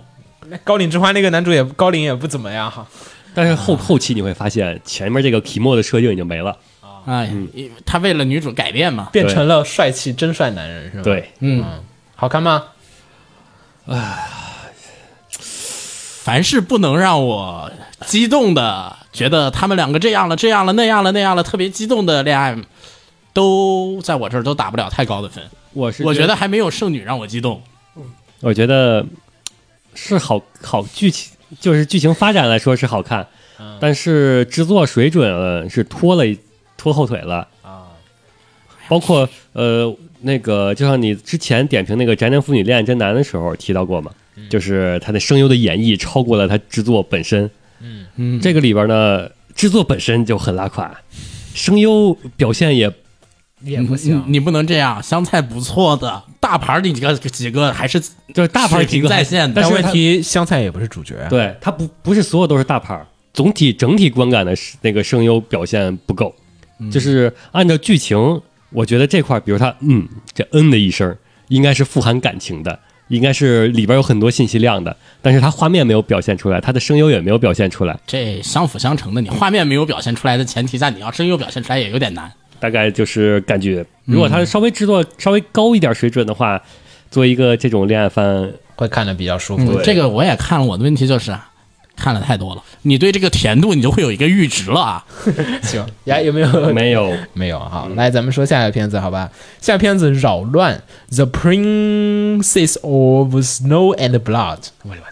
Speaker 2: 那《高岭之花》那个男主也高岭也不怎么样哈，
Speaker 3: 但是后后期你会发现，前面这个提莫的设定已经没了。
Speaker 4: 哎，
Speaker 3: 嗯
Speaker 4: 他为了女主改变嘛，
Speaker 2: 变成了帅气真帅男人是吧？，
Speaker 3: 对，
Speaker 4: 嗯，
Speaker 2: 好看吗？
Speaker 4: 凡是不能让我激动的，觉得他们两个这样了、这样了、那样了、那样了，特别激动的恋爱，都在我这儿都打不了太高的分。
Speaker 3: 我是
Speaker 4: 我觉得，还没有剩女让我激动。
Speaker 3: 我觉得是好好剧情，就是剧情发展来说是好看，
Speaker 4: 嗯
Speaker 3: 但是制作水准呃是拖了一拖后腿了。
Speaker 2: 啊，
Speaker 3: 包括呃，那个就像你之前点评那个《宅男腐女恋爱真男》的时候提到过嘛，
Speaker 4: 嗯
Speaker 3: 就是他的声优的演绎超过了他制作本身。
Speaker 2: 嗯
Speaker 4: 嗯
Speaker 3: 这个里边呢，制作本身就很拉垮，声优表现也
Speaker 2: 也不
Speaker 4: 你
Speaker 3: 嗯
Speaker 2: 行，
Speaker 4: 你不能这样，香菜不错的，大牌儿几个几个还是
Speaker 3: 就是大牌
Speaker 4: 水
Speaker 3: 几
Speaker 4: 平
Speaker 3: 个
Speaker 4: 在线的
Speaker 3: 但
Speaker 2: 但
Speaker 3: 是
Speaker 2: 问
Speaker 3: 他
Speaker 2: 题香菜也不是主角啊。
Speaker 3: 对他不不是所有都是大牌儿，总体整体观感的是那个声优表现不够，
Speaker 4: 嗯
Speaker 3: 就是按照剧情，我觉得这块儿，比如他嗯这嗯的一声儿，应该是富含感情的，应该是里边有很多信息量的，但是他画面没有表现出来，他的声优也没有表现出来，
Speaker 4: 这相辅相成的。你画面没有表现出来的前提下，你要真有表现出来也有点难。
Speaker 3: 大概就是感觉，如果
Speaker 4: 嗯
Speaker 3: 他稍微制作稍微高一点水准的话，做一个这种恋爱番，
Speaker 2: 会看的比较舒服
Speaker 4: 嗯，。这个我也看了，我的问题就是看了太多了，你对这个甜度你就会有一个阈值了啊。
Speaker 2: <laughs> 行，呀，有没
Speaker 4: 呃
Speaker 2: 有？
Speaker 3: <laughs> 没嗯
Speaker 4: <laughs>
Speaker 3: 有
Speaker 2: 没有哈。来，咱们说下一个片子，好吧？下一个片子《扰乱》（The Princess of Snow and Blood）。我的妈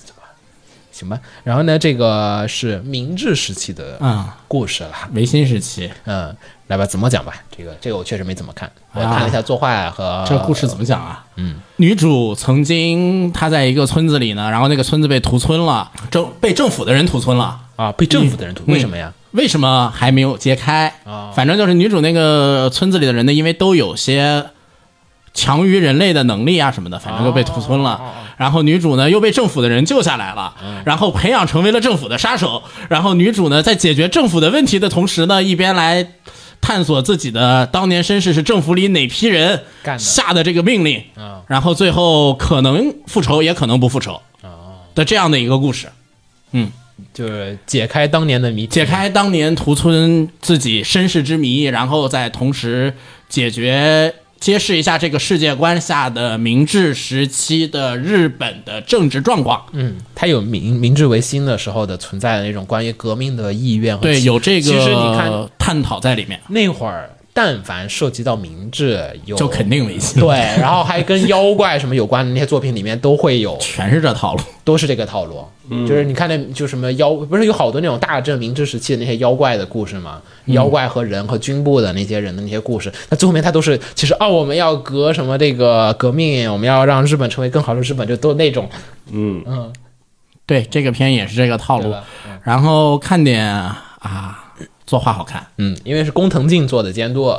Speaker 2: 行吧，然后呢，这个是明治时期的
Speaker 4: 啊
Speaker 2: 故事了，
Speaker 4: 维新时期，
Speaker 2: 嗯，来吧，怎么讲吧？这个这个我确实没怎么看，我看了一下作画和
Speaker 4: 啊这个故事怎么讲啊？嗯，女主曾经她在一个村子里呢，然后那个村子被屠村了，政被政府的人屠村了。
Speaker 2: 啊，被政府的人屠，
Speaker 4: 嗯
Speaker 2: 为什么呀？
Speaker 4: 为什么还没有揭开？
Speaker 2: 啊
Speaker 4: 反正就是女主那个村子里的人呢，因为都有些强于人类的能力啊什么的，反正就被屠村
Speaker 2: 哦
Speaker 4: 了。然后女主呢又被政府的人救下来了，
Speaker 2: 嗯
Speaker 4: 然后培养成为了政府的杀手。然后女主呢在解决政府的问题的同时呢，一边来探索自己的当年身世是政府里哪批人
Speaker 2: 干的
Speaker 4: 下的这个命令，
Speaker 2: 啊
Speaker 4: 然后最后可能复仇也可能不复仇
Speaker 2: 哦
Speaker 4: 的这样的一个故事。
Speaker 2: 就是解开当年的谜题，
Speaker 4: 解开当年屠村自己身世之谜，然后再同时解决揭示一下这个世界观下的明治时期的日本的政治状况。
Speaker 2: 嗯，它有明明治维新的时候的存在的那种关于革命的意愿和
Speaker 4: 对，
Speaker 2: 期
Speaker 4: 有这个
Speaker 2: 其实你看
Speaker 4: 探讨在里面，
Speaker 2: 那会儿，但凡涉及到明治，有
Speaker 4: 就肯定维新，
Speaker 2: 对，然后还跟妖怪什么有关的那些作品里面都会
Speaker 4: <laughs>
Speaker 2: 有，
Speaker 4: 全是这
Speaker 2: <laughs>
Speaker 4: 套路。
Speaker 2: 都是这个套路。就是你看那就什么妖，不是有好多那种大正明治时期的那些妖怪的故事吗？妖怪和人和军部的那些人的那些故事，那最后面他都是其实哦，我们要革什么这个革命，我们要让日本成为更好的日本，就都那种
Speaker 3: 嗯，
Speaker 2: 嗯，
Speaker 4: 对，这个片也是这个套
Speaker 2: 对
Speaker 4: 路
Speaker 2: 吧。？嗯
Speaker 4: 然后看点啊，作画好看，
Speaker 2: 嗯，因为是工藤静做的监督，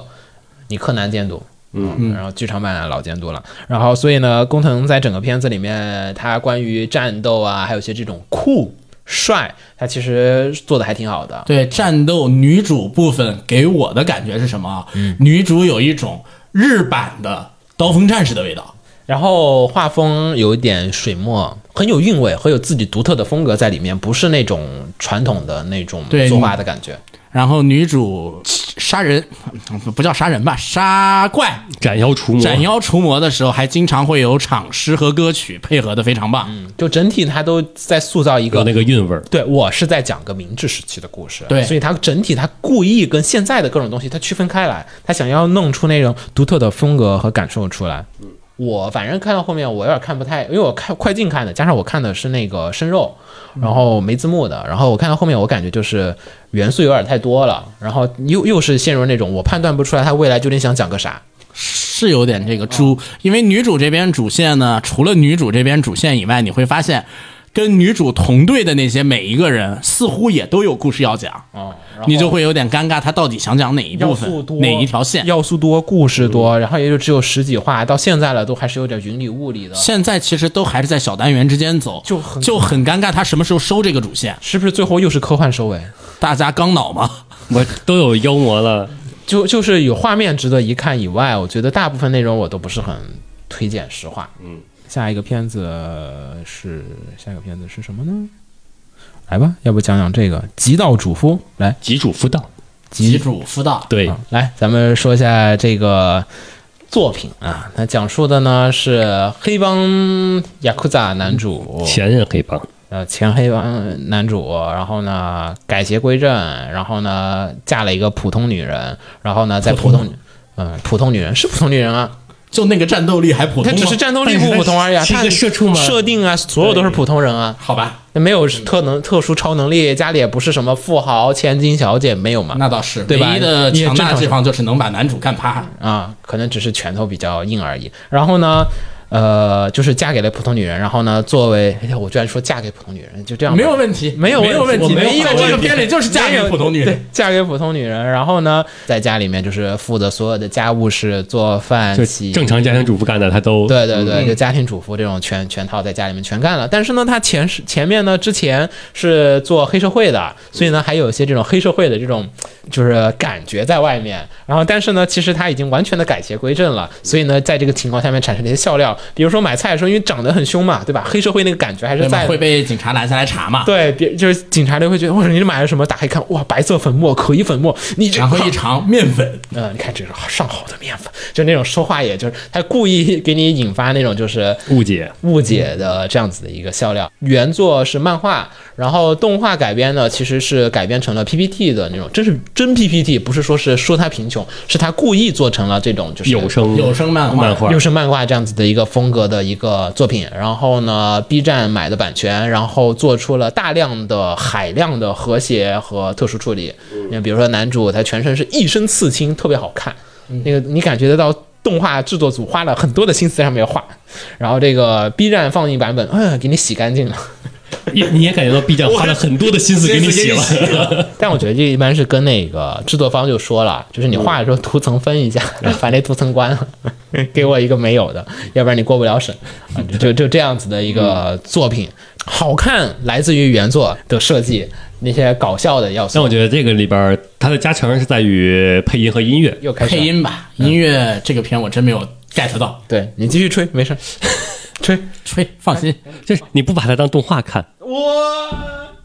Speaker 2: 你柯南监督。
Speaker 3: 嗯
Speaker 2: 然后剧场版老监督了，然后所以呢，工藤在整个片子里面，他关于战斗啊，还有一些这种酷帅，他其实做的还挺好的。
Speaker 4: 对战斗女主部分给我的感觉是什么啊？
Speaker 2: 嗯
Speaker 4: 女主有一种日版的刀锋战士的味道。
Speaker 2: 然后画风有一点水墨，很有韵味，很有自己独特的风格在里面，不是那种传统的那种
Speaker 4: 对
Speaker 2: 作画的感觉。
Speaker 4: 然后女主杀人，不叫杀人吧，杀怪、
Speaker 3: 斩妖除魔，
Speaker 4: 斩妖除魔的时候，还经常会有场诗和歌曲配合的非常棒。
Speaker 2: 嗯就整体他都在塑造一
Speaker 3: 有
Speaker 2: 个
Speaker 3: 那个韵
Speaker 4: <laughs>
Speaker 3: 味儿。
Speaker 2: 对我是在讲个明治时期的故事，啊
Speaker 4: 对
Speaker 2: 所以他整体他故意跟现在的各种东西他区分开来，他想要弄出那种独特的风格和感受出来。我反正看到后面我有点看不太，因为我看快进看的，加上我看的是那个生肉，然后没字幕的，然后我看到后面我感觉就是元素有点太多了，然后又又是陷入那种我判断不出来他未来究竟想讲个啥。
Speaker 4: 是有点这个猪，因为女主这边主线呢，除了女主这边主线以外，你会发现，跟女主同队的那些每一个人，似乎也都有故事要讲，
Speaker 2: 哦，
Speaker 4: 你就会有点尴尬，他到底想讲哪一部
Speaker 2: 要素
Speaker 4: 分
Speaker 2: 多，，
Speaker 4: 哪一条线？
Speaker 2: 要素多，故事多，然后也就只有十几话，到现在了都还是有点云里雾里的。
Speaker 4: 现在其实都还是在小单元之间走，
Speaker 2: 就很
Speaker 4: 就很尴尬，他什么时候收这个主线？
Speaker 2: 是不是最后又是科幻收尾？
Speaker 4: 大家刚脑吗？
Speaker 3: 我都有妖魔了，
Speaker 2: 就就是有画面值得一看以外，我觉得大部分内容我都不是很推荐实话。嗯，下一个片子是下一个片子是什么呢？来吧，要不讲讲这个《极道主夫》来，
Speaker 3: 极主夫道。
Speaker 4: 吉主夫道，
Speaker 3: 对，
Speaker 2: 啊来，咱们说一下这个作品啊，它讲述的呢是黑帮雅库扎男主
Speaker 3: 前任黑帮，
Speaker 2: 呃，前黑帮男主，然后呢改邪归正，然后呢嫁了一个普通女人，然后呢在普通女，嗯，普通女人是普通女人啊，
Speaker 4: 就那个战斗力还普
Speaker 2: 她
Speaker 4: 通吗，
Speaker 2: 只是战斗力不普通而已啊，
Speaker 3: 但是
Speaker 2: 她
Speaker 3: 她是一个社畜吗
Speaker 2: 设定啊，所有都是普通人啊，
Speaker 4: 好吧？
Speaker 2: 那没有特能特殊超能力，家里也不是什么富豪千金小姐，没有嘛，
Speaker 4: 那倒是，
Speaker 2: 啊对吧
Speaker 4: 唯一的
Speaker 2: 你也
Speaker 4: 强
Speaker 2: 正
Speaker 4: 大
Speaker 2: 常
Speaker 4: 地方就是能把男主干趴。
Speaker 2: 啊，可能只是拳头比较硬而已。然后呢，呃，就是嫁给了普通女人，然后呢，作为，哎呀，我居然说嫁给普通女人，就这样吧，
Speaker 4: 没有问题，
Speaker 2: 没有
Speaker 4: 没有
Speaker 2: 问
Speaker 4: 问
Speaker 2: 题
Speaker 4: 题，
Speaker 2: 没有
Speaker 4: 在
Speaker 2: 问
Speaker 4: 这个
Speaker 2: 题
Speaker 4: 片里就是嫁给普通女
Speaker 2: 对
Speaker 4: 人，，
Speaker 2: 嫁给普通女人，然后呢，在家里面就是负责所有的家务事，做饭、
Speaker 3: 就
Speaker 2: 洗，
Speaker 3: 正常家庭主妇干的，他都
Speaker 2: 对对对，
Speaker 4: 嗯
Speaker 2: 就家庭主妇这种全全套在家里面全干了。但是呢，她前是前面呢之前是做黑社会的，所以呢还有一些这种黑社会的这种就是感觉在外面。然后但是呢，其实她已经完全的改邪归正了，所以呢，在这个情况下面产生了一些笑料，比如说买菜的时候，因为长得很凶嘛，对吧？黑社会那个感觉还是
Speaker 4: 对
Speaker 2: 在
Speaker 4: 吗？
Speaker 2: 的
Speaker 4: 会被警察拦下来查嘛？
Speaker 2: <laughs> 对，别就是警察就会觉得，哇，你买了什么？打开一看，哇，白色粉末、可疑粉末，你这
Speaker 4: 然后一尝面粉，
Speaker 2: 嗯，你看这是上好的面粉，就那种说话也就是他故意给你引发那种就是
Speaker 3: 误解。
Speaker 2: 误解的这样子的一个笑料。原作是漫画，然后动画改编呢其实是改编成了 PPT 的那种，真是真 PPT，不是说是说他贫穷，是他故意做成了这种就是
Speaker 3: 有声
Speaker 4: 有声漫画
Speaker 3: 漫画
Speaker 2: 又，是漫画这样子的一个风格的一个作品，然后呢，B 站买的版权，然后做出了大量的海量的和谐和特殊处理。你看比如说男主他全身是一身刺青，特别好看，那个你感觉得到。动画制作组花了很多的心思在上面画，然后这个 B 站放映版本，嗯，给你洗干净了。
Speaker 3: 也你也感觉到 B 站花了很多的心思给你写
Speaker 4: 心思给
Speaker 3: 了，
Speaker 2: 但我觉得这一般是跟那个制作方就说了，就是你画的时候图层分
Speaker 4: <laughs>
Speaker 2: 一下，把那图层关了，给我一个没有的，要不然你过不了审。啊
Speaker 4: 嗯
Speaker 2: 就就这样子的一个作品，好看来自于原作的设计，那些搞笑的要
Speaker 3: <laughs> 但
Speaker 2: 素
Speaker 3: 我觉得这个里边儿它的加成是在于配音和音乐。
Speaker 2: 又开始
Speaker 4: 配
Speaker 2: 了。
Speaker 4: 音吧，音乐这个片我真没有 get 到，
Speaker 2: 对你继续吹，
Speaker 4: <laughs>
Speaker 2: 没事，吹。
Speaker 4: 吹放心，
Speaker 3: 就是你不把它当动画看，
Speaker 4: 我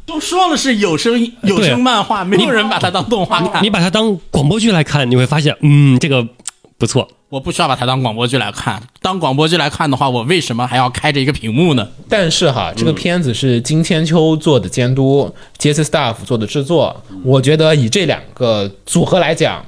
Speaker 4: 都说了是有声有
Speaker 3: 对
Speaker 4: 声漫画，没有人把它当动画看
Speaker 3: 你。把它当广播剧来看，你会发现，嗯，这个不错，
Speaker 4: 我不需要把它当广播剧来看。当广播剧来看的话，我为什么还要开着一个屏幕呢？
Speaker 2: 但是哈，这个片子是金千秋做的监督，杰斯 staff 做的制作，我觉得以这两个组合来讲，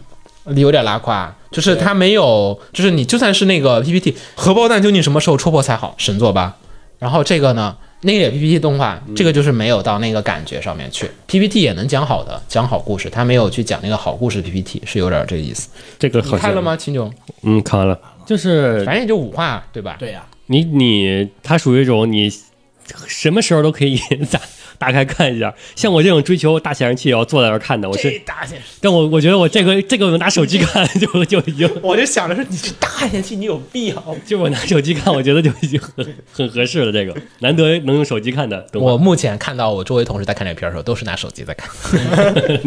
Speaker 2: 有点拉胯。就是他没有，就是你就算是那个 PPT 荷包蛋究竟什么时候戳破才好，神作吧。然后这个呢，那个也 PPT 动画，这个就是没有到那个感觉上面去。PPT 也能讲好的，讲好故事，他没有去讲那个好故事 PPT，是有点这个意思。
Speaker 3: 这个
Speaker 2: 你
Speaker 3: 好像
Speaker 2: 看了？吗，秦总？
Speaker 3: 嗯，看完了。就是
Speaker 2: 反正也就五话，对吧？
Speaker 4: 对呀、
Speaker 3: 你你它属于一种你什么时候都可以 <laughs> 打打开看一下。像我这种追求大显示器，我坐在那儿看的，我是
Speaker 2: 大显示，
Speaker 3: 但我我觉得我这个这个我拿手机看 <laughs> 就就已经，
Speaker 2: 我就想着说，你这大显示你有必要
Speaker 3: 就我拿手机看，我觉得就已经很很合适了。这个难得能用手机看的动画，
Speaker 2: 我目前看到我周围同事在看这片儿的时候，都是拿手机在看。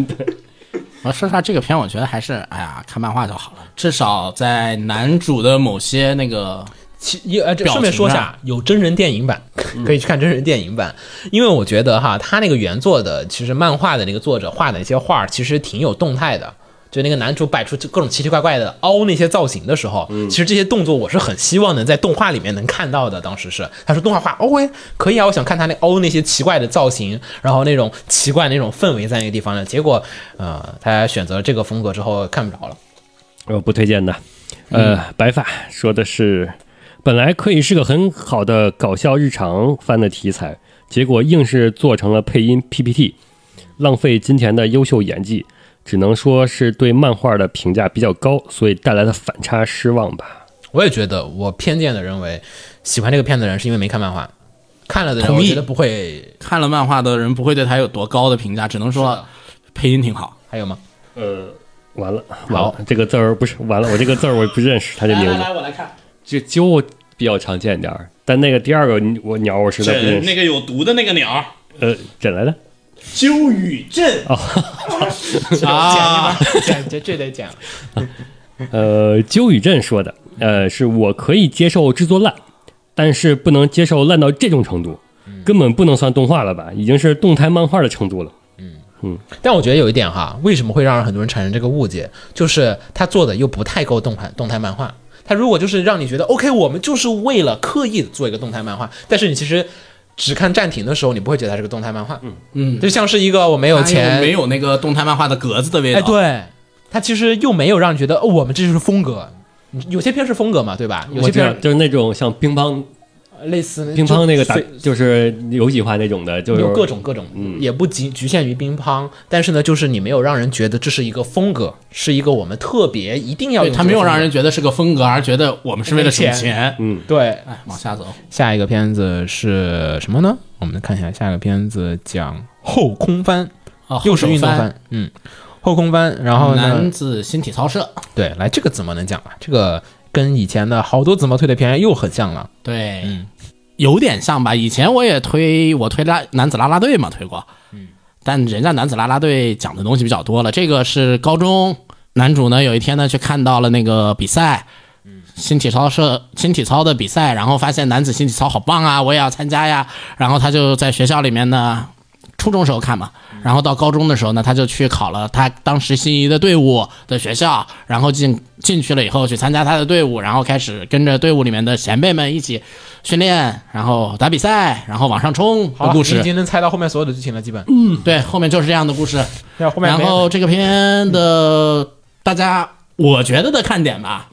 Speaker 4: 我说实话，这个片我觉得还是，哎呀，看漫画就好了。至少在男主的某些那个，
Speaker 2: <laughs> 其也呃，这
Speaker 4: 表
Speaker 2: 顺
Speaker 4: 情啊嗯
Speaker 2: 便说一
Speaker 4: 上
Speaker 2: 下，有真人电影版，可以去看真人电影版。因为我觉得哈，他那个原作的其实漫画的那个作者画的那些画儿，其实挺有动态的。就那个男主摆出各种奇奇怪怪的凹那些造型的时候，
Speaker 4: 嗯
Speaker 2: 其实这些动作我是很希望能在动画里面能看到的。当时是他说动画画哦喂，可以啊，我想看他那凹那些奇怪的造型，然后那种奇怪那种氛围在那个地方呢。结果呃，他选择这个风格之后看不着了。
Speaker 3: 我哦不推荐的。呃，白发说的是，本来可以是个很好的搞笑日常番的题材，结果硬是做成了配音 PPT，浪费金田的优秀演技，只能说是对漫画的评价比较高，所以带来的反差失望吧。
Speaker 2: 我也觉得，我偏见的认为，喜欢这个片子的人是因为没看漫画，看了的人
Speaker 4: 同
Speaker 2: 我
Speaker 4: 意
Speaker 2: 觉得不会。
Speaker 4: 看了漫画的人不会对他有多高的评价，只能说配音挺好。
Speaker 2: 还有吗？
Speaker 3: 呃，完了，完了，这个字儿不是完了，我这个字儿我不认识他这
Speaker 4: 来
Speaker 3: 名
Speaker 4: 来
Speaker 3: 字，
Speaker 4: 来，我来看，
Speaker 3: 这鸠比较常见点儿，但那个第二个我鸟我实在不认识，
Speaker 4: 个有毒的那个鸟，
Speaker 3: 呃，怎来的？
Speaker 4: 鸠羽镇啊，
Speaker 2: 剪这这得剪了。
Speaker 3: 呃，鸠宇镇说的，呃，是我可以接受制作烂，但是不能接受烂到这种程度，
Speaker 4: 嗯
Speaker 3: 根本不能算动画了吧，已经是动态漫画的程度了。
Speaker 2: 但我觉得有一点哈，为什么会让很多人产生这个误解，就是他做的又不太够动态动态漫画。他如果就是让你觉得 OK，我们就是为了刻意做一个动态漫画，但是你其实只看暂停的时候，你不会觉得它是个动态漫画。嗯嗯，就像是一个我没有
Speaker 4: 它
Speaker 2: 钱
Speaker 4: 又没有那个动态漫画的格子的味道。
Speaker 2: 哎，对，它其实又没有让你觉得哦，我们这就是风格。有些片是风格嘛，对吧？有
Speaker 3: 我
Speaker 2: 些
Speaker 3: 知道，
Speaker 2: 片
Speaker 3: 就是那种像乒乓
Speaker 2: 类似那
Speaker 3: 乒
Speaker 2: 就
Speaker 3: 乓那个打
Speaker 2: 随，
Speaker 3: 就是游戏化那种的，就是
Speaker 2: 有各种各种，也不局局限于乒乓，但是呢，就是你没有让人觉得这是一个风格，是一个我们特别一定要
Speaker 4: 对
Speaker 2: 用这
Speaker 4: 他
Speaker 2: 个风格。
Speaker 4: 没有让人觉得是个风格，而觉得我们是为了省
Speaker 2: 没
Speaker 4: 钱。
Speaker 2: 对。
Speaker 4: 哎，往下走，
Speaker 2: 下一个片子是什么呢？我们看一下，下一个片子讲后空翻，
Speaker 4: 啊，
Speaker 2: 又是运动
Speaker 4: 后手翻，
Speaker 2: 翻，嗯，后空翻，然后呢
Speaker 4: 男，子新体操社，
Speaker 2: 对，来这个怎么能讲啊？这个跟以前的好多怎么推的片又很像了。
Speaker 4: 对，
Speaker 2: 嗯
Speaker 4: 有点像吧。以前我也推我推拉男子啦啦队嘛，推过，但人家男子啦啦队讲的东西比较多了。这个是高中男主呢，有一天呢去看到了那个比赛，新体操社新体操的比赛，然后发现男子新体操好棒啊，我也要参加呀。然后他就在学校里面呢，初中时候看嘛，然后到高中的时候呢，他就去考了他当时心仪的队伍的学校，然后进进去了以后去参加他的队伍，然后开始跟着队伍里面的前辈们一起训练，然后打比赛，然后往上冲
Speaker 2: 好了，
Speaker 4: 的故
Speaker 2: 你已
Speaker 4: 事。
Speaker 2: 经能猜到后面所有的剧情了，基本。
Speaker 4: 对，后面就是这样的故事。
Speaker 2: 那嗯后面
Speaker 4: 然
Speaker 2: 没有
Speaker 4: 后这个片的大家，我觉得的看点吧，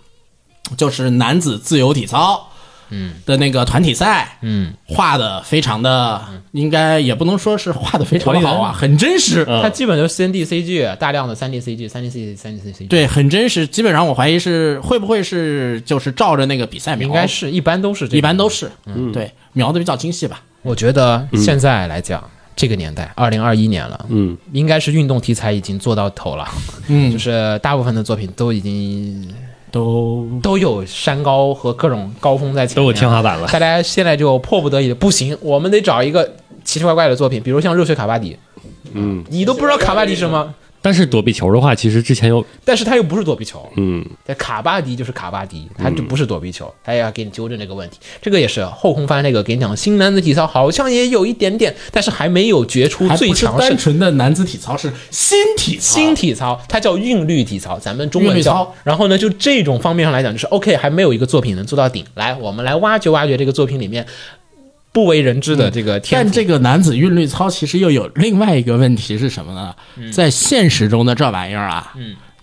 Speaker 4: 就是男子自由体操，嗯，的那个团体赛，
Speaker 2: 嗯，
Speaker 4: 画的非常的，应该也不能说是画的非常的好啊，很真实，
Speaker 2: 它基本就是 3D CG，大量的 3D CG、3D CG、3D CG。，
Speaker 4: 对，很真实。基本上我怀疑是会不会是就是照着那个比赛描，
Speaker 2: 应该是一般都是这样
Speaker 4: 一般都。是，嗯，对，描的比较精细吧。
Speaker 2: 我觉得现在来讲，这个年代，二零二一年了，嗯，应该是运动题材已经做到头了，
Speaker 4: 嗯
Speaker 2: 就是大部分的作品都已经
Speaker 4: 都
Speaker 2: 都有山高和各种高峰在前
Speaker 3: 都
Speaker 2: 面
Speaker 3: 有天花板了。
Speaker 2: 大家现在就迫不得已的，不行，我们得找一个奇奇怪怪的作品，比如像热血卡巴迪，嗯，你都不知道卡巴迪什么，
Speaker 3: 但是躲避球的话，其实之前有，
Speaker 2: 但是他又不是躲避球，
Speaker 3: 嗯，
Speaker 2: 在卡巴迪就是卡巴迪，他
Speaker 4: 嗯
Speaker 2: 就不是躲避球，他也要给你纠正这个问题。这个也是后空翻那个给你讲，新男子体操好像也有一点点，但是还没有决出
Speaker 4: 还
Speaker 2: 最
Speaker 4: 不是
Speaker 2: 强
Speaker 4: 单
Speaker 2: 胜。
Speaker 4: 纯的男子体操，是新体操。
Speaker 2: 新体操它叫韵律体操，咱们中
Speaker 4: 韵
Speaker 2: 文
Speaker 4: 律
Speaker 2: 叫
Speaker 4: 操。
Speaker 2: 然后呢，就这种方面上来讲，就是 OK，还没有一个作品能做到顶。来，我们来挖掘挖掘这个作品里面不为人知的这个天赋。
Speaker 4: 嗯但这个男子韵律操其实又有另外一个问题是什么呢？
Speaker 2: 嗯
Speaker 4: 在现实中的这玩意儿啊，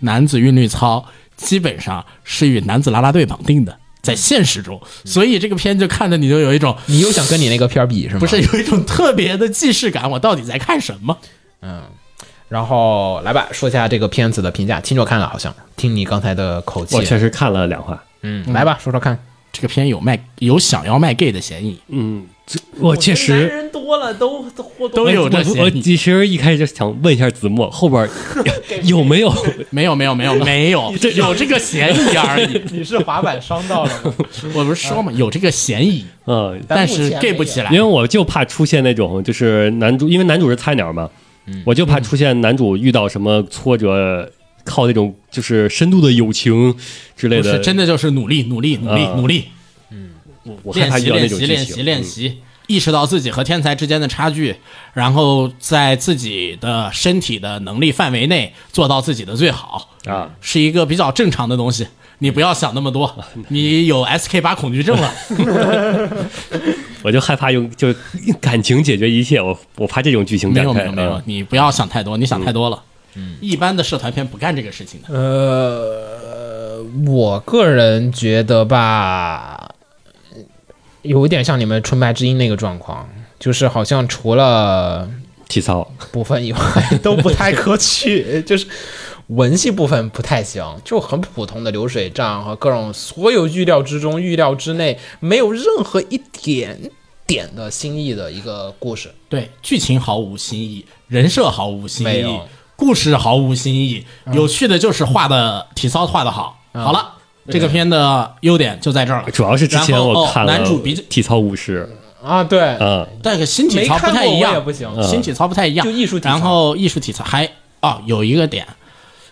Speaker 4: 男子韵律操基本上是与男子啦啦队绑定的，
Speaker 2: 嗯
Speaker 4: 在现实中，所以这个片就看着你就有一种
Speaker 2: 你又想跟你那个片儿比是吗？
Speaker 4: 不是有一种特别的既视感，我到底在看什么？
Speaker 2: 然后来吧，说一下这个片子的评价。听众看了好像，听你刚才的口气
Speaker 3: 我，确实看了两话，
Speaker 2: 嗯，来吧，说说看。
Speaker 4: 这个片有卖有想要卖 gay 的嫌疑，
Speaker 3: 嗯，这我确
Speaker 2: 男
Speaker 3: 实。
Speaker 2: 人多了都都
Speaker 4: 都有这
Speaker 3: 我我
Speaker 4: 嫌疑。
Speaker 3: 其实一开始就想问一下子墨后边儿有没有
Speaker 4: 没有没有没
Speaker 2: <laughs>
Speaker 4: 有没有，
Speaker 3: 这
Speaker 4: 有这个嫌疑而已。
Speaker 2: 你是滑板伤到了吗？
Speaker 4: 我不是说嘛，有这个嫌疑，
Speaker 3: <laughs> 嗯，
Speaker 4: 但
Speaker 2: 目
Speaker 4: 是
Speaker 2: 前
Speaker 4: gay
Speaker 2: 没
Speaker 4: 不
Speaker 2: 有
Speaker 4: 起来
Speaker 3: 因为。我就怕出现那种就是男主，因为男主是菜鸟嘛，
Speaker 4: 嗯
Speaker 3: 我就怕出现男主遇到什么挫折，靠那种就是深度的友情之类
Speaker 4: 不是
Speaker 3: 的，
Speaker 4: 真的就是努力努力努力
Speaker 3: 啊
Speaker 4: 努力
Speaker 3: 我我害
Speaker 4: 练
Speaker 3: 怕遇
Speaker 4: 习
Speaker 3: 到那
Speaker 4: 练
Speaker 3: 种剧
Speaker 4: 习练习
Speaker 3: 情。嗯
Speaker 4: 练习，意识到自己和天才之间的差距，然后在自己的身体的能力范围内做到自己的最好
Speaker 3: 啊，
Speaker 4: 是一个比较正常的东西。你不要想那么多， <laughs> 你有 SK 八恐惧症
Speaker 3: <laughs>
Speaker 4: 了。
Speaker 3: 我就害怕用就感情解决一切，我我怕这种剧情
Speaker 4: 没
Speaker 3: 展
Speaker 4: 有没
Speaker 3: 开。
Speaker 4: 有没有
Speaker 3: 嗯，
Speaker 4: 你不要想太多，你想太多了。一般的社团片不干这个事情的。
Speaker 2: 呃，我个人觉得吧，有一点像你们《纯白之音》那个状况，就是好像除了
Speaker 3: 体操，
Speaker 2: 部分以外 <laughs> 都不太可取，就是文戏部分不太行，就很普通的流水账和各种所有预料之中、预料之内，没有任何一点点的新意的一个故事。
Speaker 4: 对，剧情毫无新意，人设毫无新
Speaker 2: 没
Speaker 4: 意
Speaker 2: 有，嗯
Speaker 4: 故事毫无新意，有趣的就是画的体操画的好。好了，这个片的优点就在这儿了。
Speaker 3: 主要是之前
Speaker 4: 然后
Speaker 3: 我
Speaker 4: 哦
Speaker 3: 看了
Speaker 4: 男主比较，
Speaker 3: 体操舞狮，
Speaker 2: 啊，对，
Speaker 3: 嗯，
Speaker 4: 但是新体
Speaker 2: 没
Speaker 4: 操
Speaker 2: 看
Speaker 4: 不太
Speaker 2: 过
Speaker 4: 一
Speaker 2: 我也
Speaker 4: 样，嗯
Speaker 2: 不行。
Speaker 4: 新体操不太一样，
Speaker 2: 就艺术体操
Speaker 4: 然后艺术体操还哦，有一个点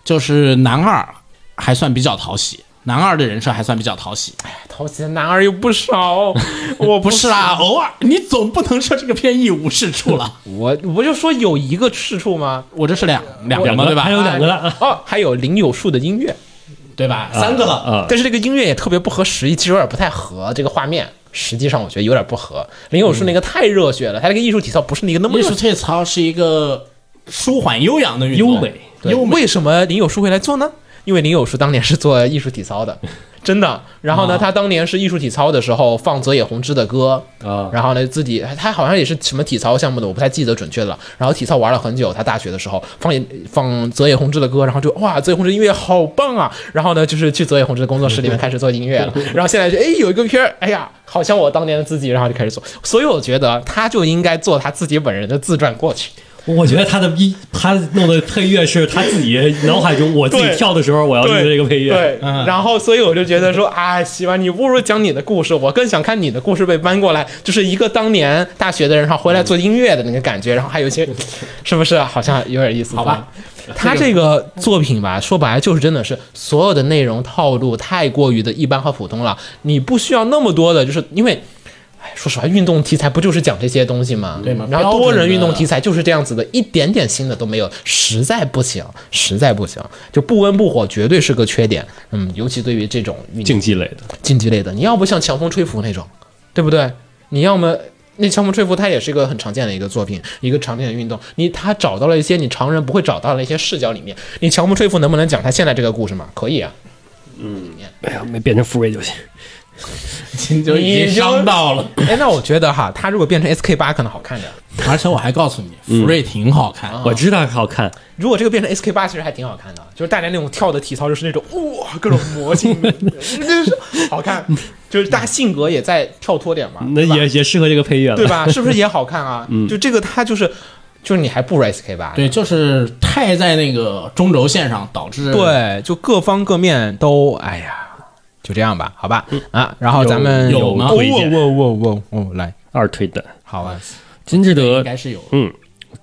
Speaker 4: 就是男二还算比较讨喜，男二的人设还算比较讨喜。
Speaker 2: 讨喜的男儿又不少，我
Speaker 4: 不是啦，偶尔你总不能说这个片一无是处了。
Speaker 2: 啊我我就说有一个是处吗？
Speaker 4: 我这是两两
Speaker 3: 两
Speaker 4: 个
Speaker 3: 个
Speaker 4: 对吧？
Speaker 3: 还有两个了，啊
Speaker 2: 哦，还有林有树的音乐，
Speaker 4: 对吧？三个了。
Speaker 3: 啊，
Speaker 2: 但是这个音乐也特别不合时宜，其实有点不太合这个画面。实际上我觉得有点不合，林有树那个太热血了，他那个艺术体操不是那个那么
Speaker 4: 艺
Speaker 2: 热
Speaker 4: 术
Speaker 2: 血
Speaker 4: 体操是一个舒缓悠扬的运动，
Speaker 3: 优美
Speaker 2: 对
Speaker 4: 优美。
Speaker 2: 为什么林有树会来做呢？因为林有树当年是做艺术体操
Speaker 4: <laughs>
Speaker 2: 的，真的。然
Speaker 4: 啊
Speaker 2: 后呢，他当年是艺术体操的时候放泽野弘之的歌，
Speaker 3: 啊，
Speaker 2: 然后呢，自己他好像也是什么体操项目的，我不太记得准确了。然后体操玩了很久，他大学的时候放野放泽野弘之的歌，然后就哇，泽野弘之音乐好棒啊！然后呢，就是去泽野弘之的工作室里
Speaker 4: <laughs>
Speaker 2: 面开始做音乐了。然后现在就哎有一个片儿，哎呀，好像我当年的自己，然后就开始做。所以我觉得他就应该做他自己本人的自传过去。
Speaker 3: 我觉得他的一他弄的配乐是他自己脑海中，我自己
Speaker 2: 对
Speaker 3: 跳的时候我要用
Speaker 2: 对
Speaker 3: 这个配乐，
Speaker 2: 对，
Speaker 4: 嗯
Speaker 2: 然后所以我就觉得说啊，希望你不如讲你的故事，我更想看你的故事被搬过来，就是一个当年大学的人，然后回来做音乐的那个感觉，然后还有一些， <laughs> 是不是好像有点意思？
Speaker 4: 好吧，
Speaker 2: 他这个作品吧，说白了就是真的是所有的内容套路太过于的一般和普通了，你不需要那么多的，就是因为。哎说实话，运动题材不就是讲这些东西吗？
Speaker 4: 对嘛
Speaker 2: 然后
Speaker 4: 标
Speaker 2: 多
Speaker 4: 准
Speaker 2: 人运
Speaker 4: 的
Speaker 2: 动题材就是这样子的，一点点新的都没有，实在不行，实在不行，就不温不火，绝对是个缺点。嗯，尤其对于这种运
Speaker 3: 竞技类的，
Speaker 2: 竞技类的，你要不像强风吹拂那种，对不对？你要么那强风吹拂，它也是一个很常见的一个作品，一个常见的运动。你他找到了一些你常人不会找到的一些视角里面。你强风吹拂能不能讲他现在这个故事吗？可以啊，
Speaker 3: 哎呀，没变成福瑞就行。
Speaker 4: 你就已经伤到了。
Speaker 2: 哎，那我觉得哈，他如果变成 SK 八可能好看点。
Speaker 4: <laughs> 而且我还告诉你，福瑞挺好看，
Speaker 3: 我知道好看，
Speaker 2: 如果这个变成 SK 八，其实还挺好看的，就是大家那种跳的体操，就是那种哇，各种魔
Speaker 4: <laughs>
Speaker 2: 镜，真是好看。就是大家性格也在跳脱点嘛，
Speaker 3: 那
Speaker 2: 对吧
Speaker 3: 也也适合这个配乐了，
Speaker 2: 对？吧？是不是也好看
Speaker 4: <laughs>
Speaker 2: 啊？就这个它就是，就是你还不如 SK 八，
Speaker 4: 嗯对，就是太在那个中轴线上，导致，
Speaker 2: 对，就各方各面都，哎呀，就这样吧，好吧，啊，然后咱们
Speaker 4: 嗯有有吗
Speaker 2: 哦哦哦哦哦，来，
Speaker 3: 二推的
Speaker 2: 好吧，啊
Speaker 3: 金志德
Speaker 4: 应该是有
Speaker 3: 嗯，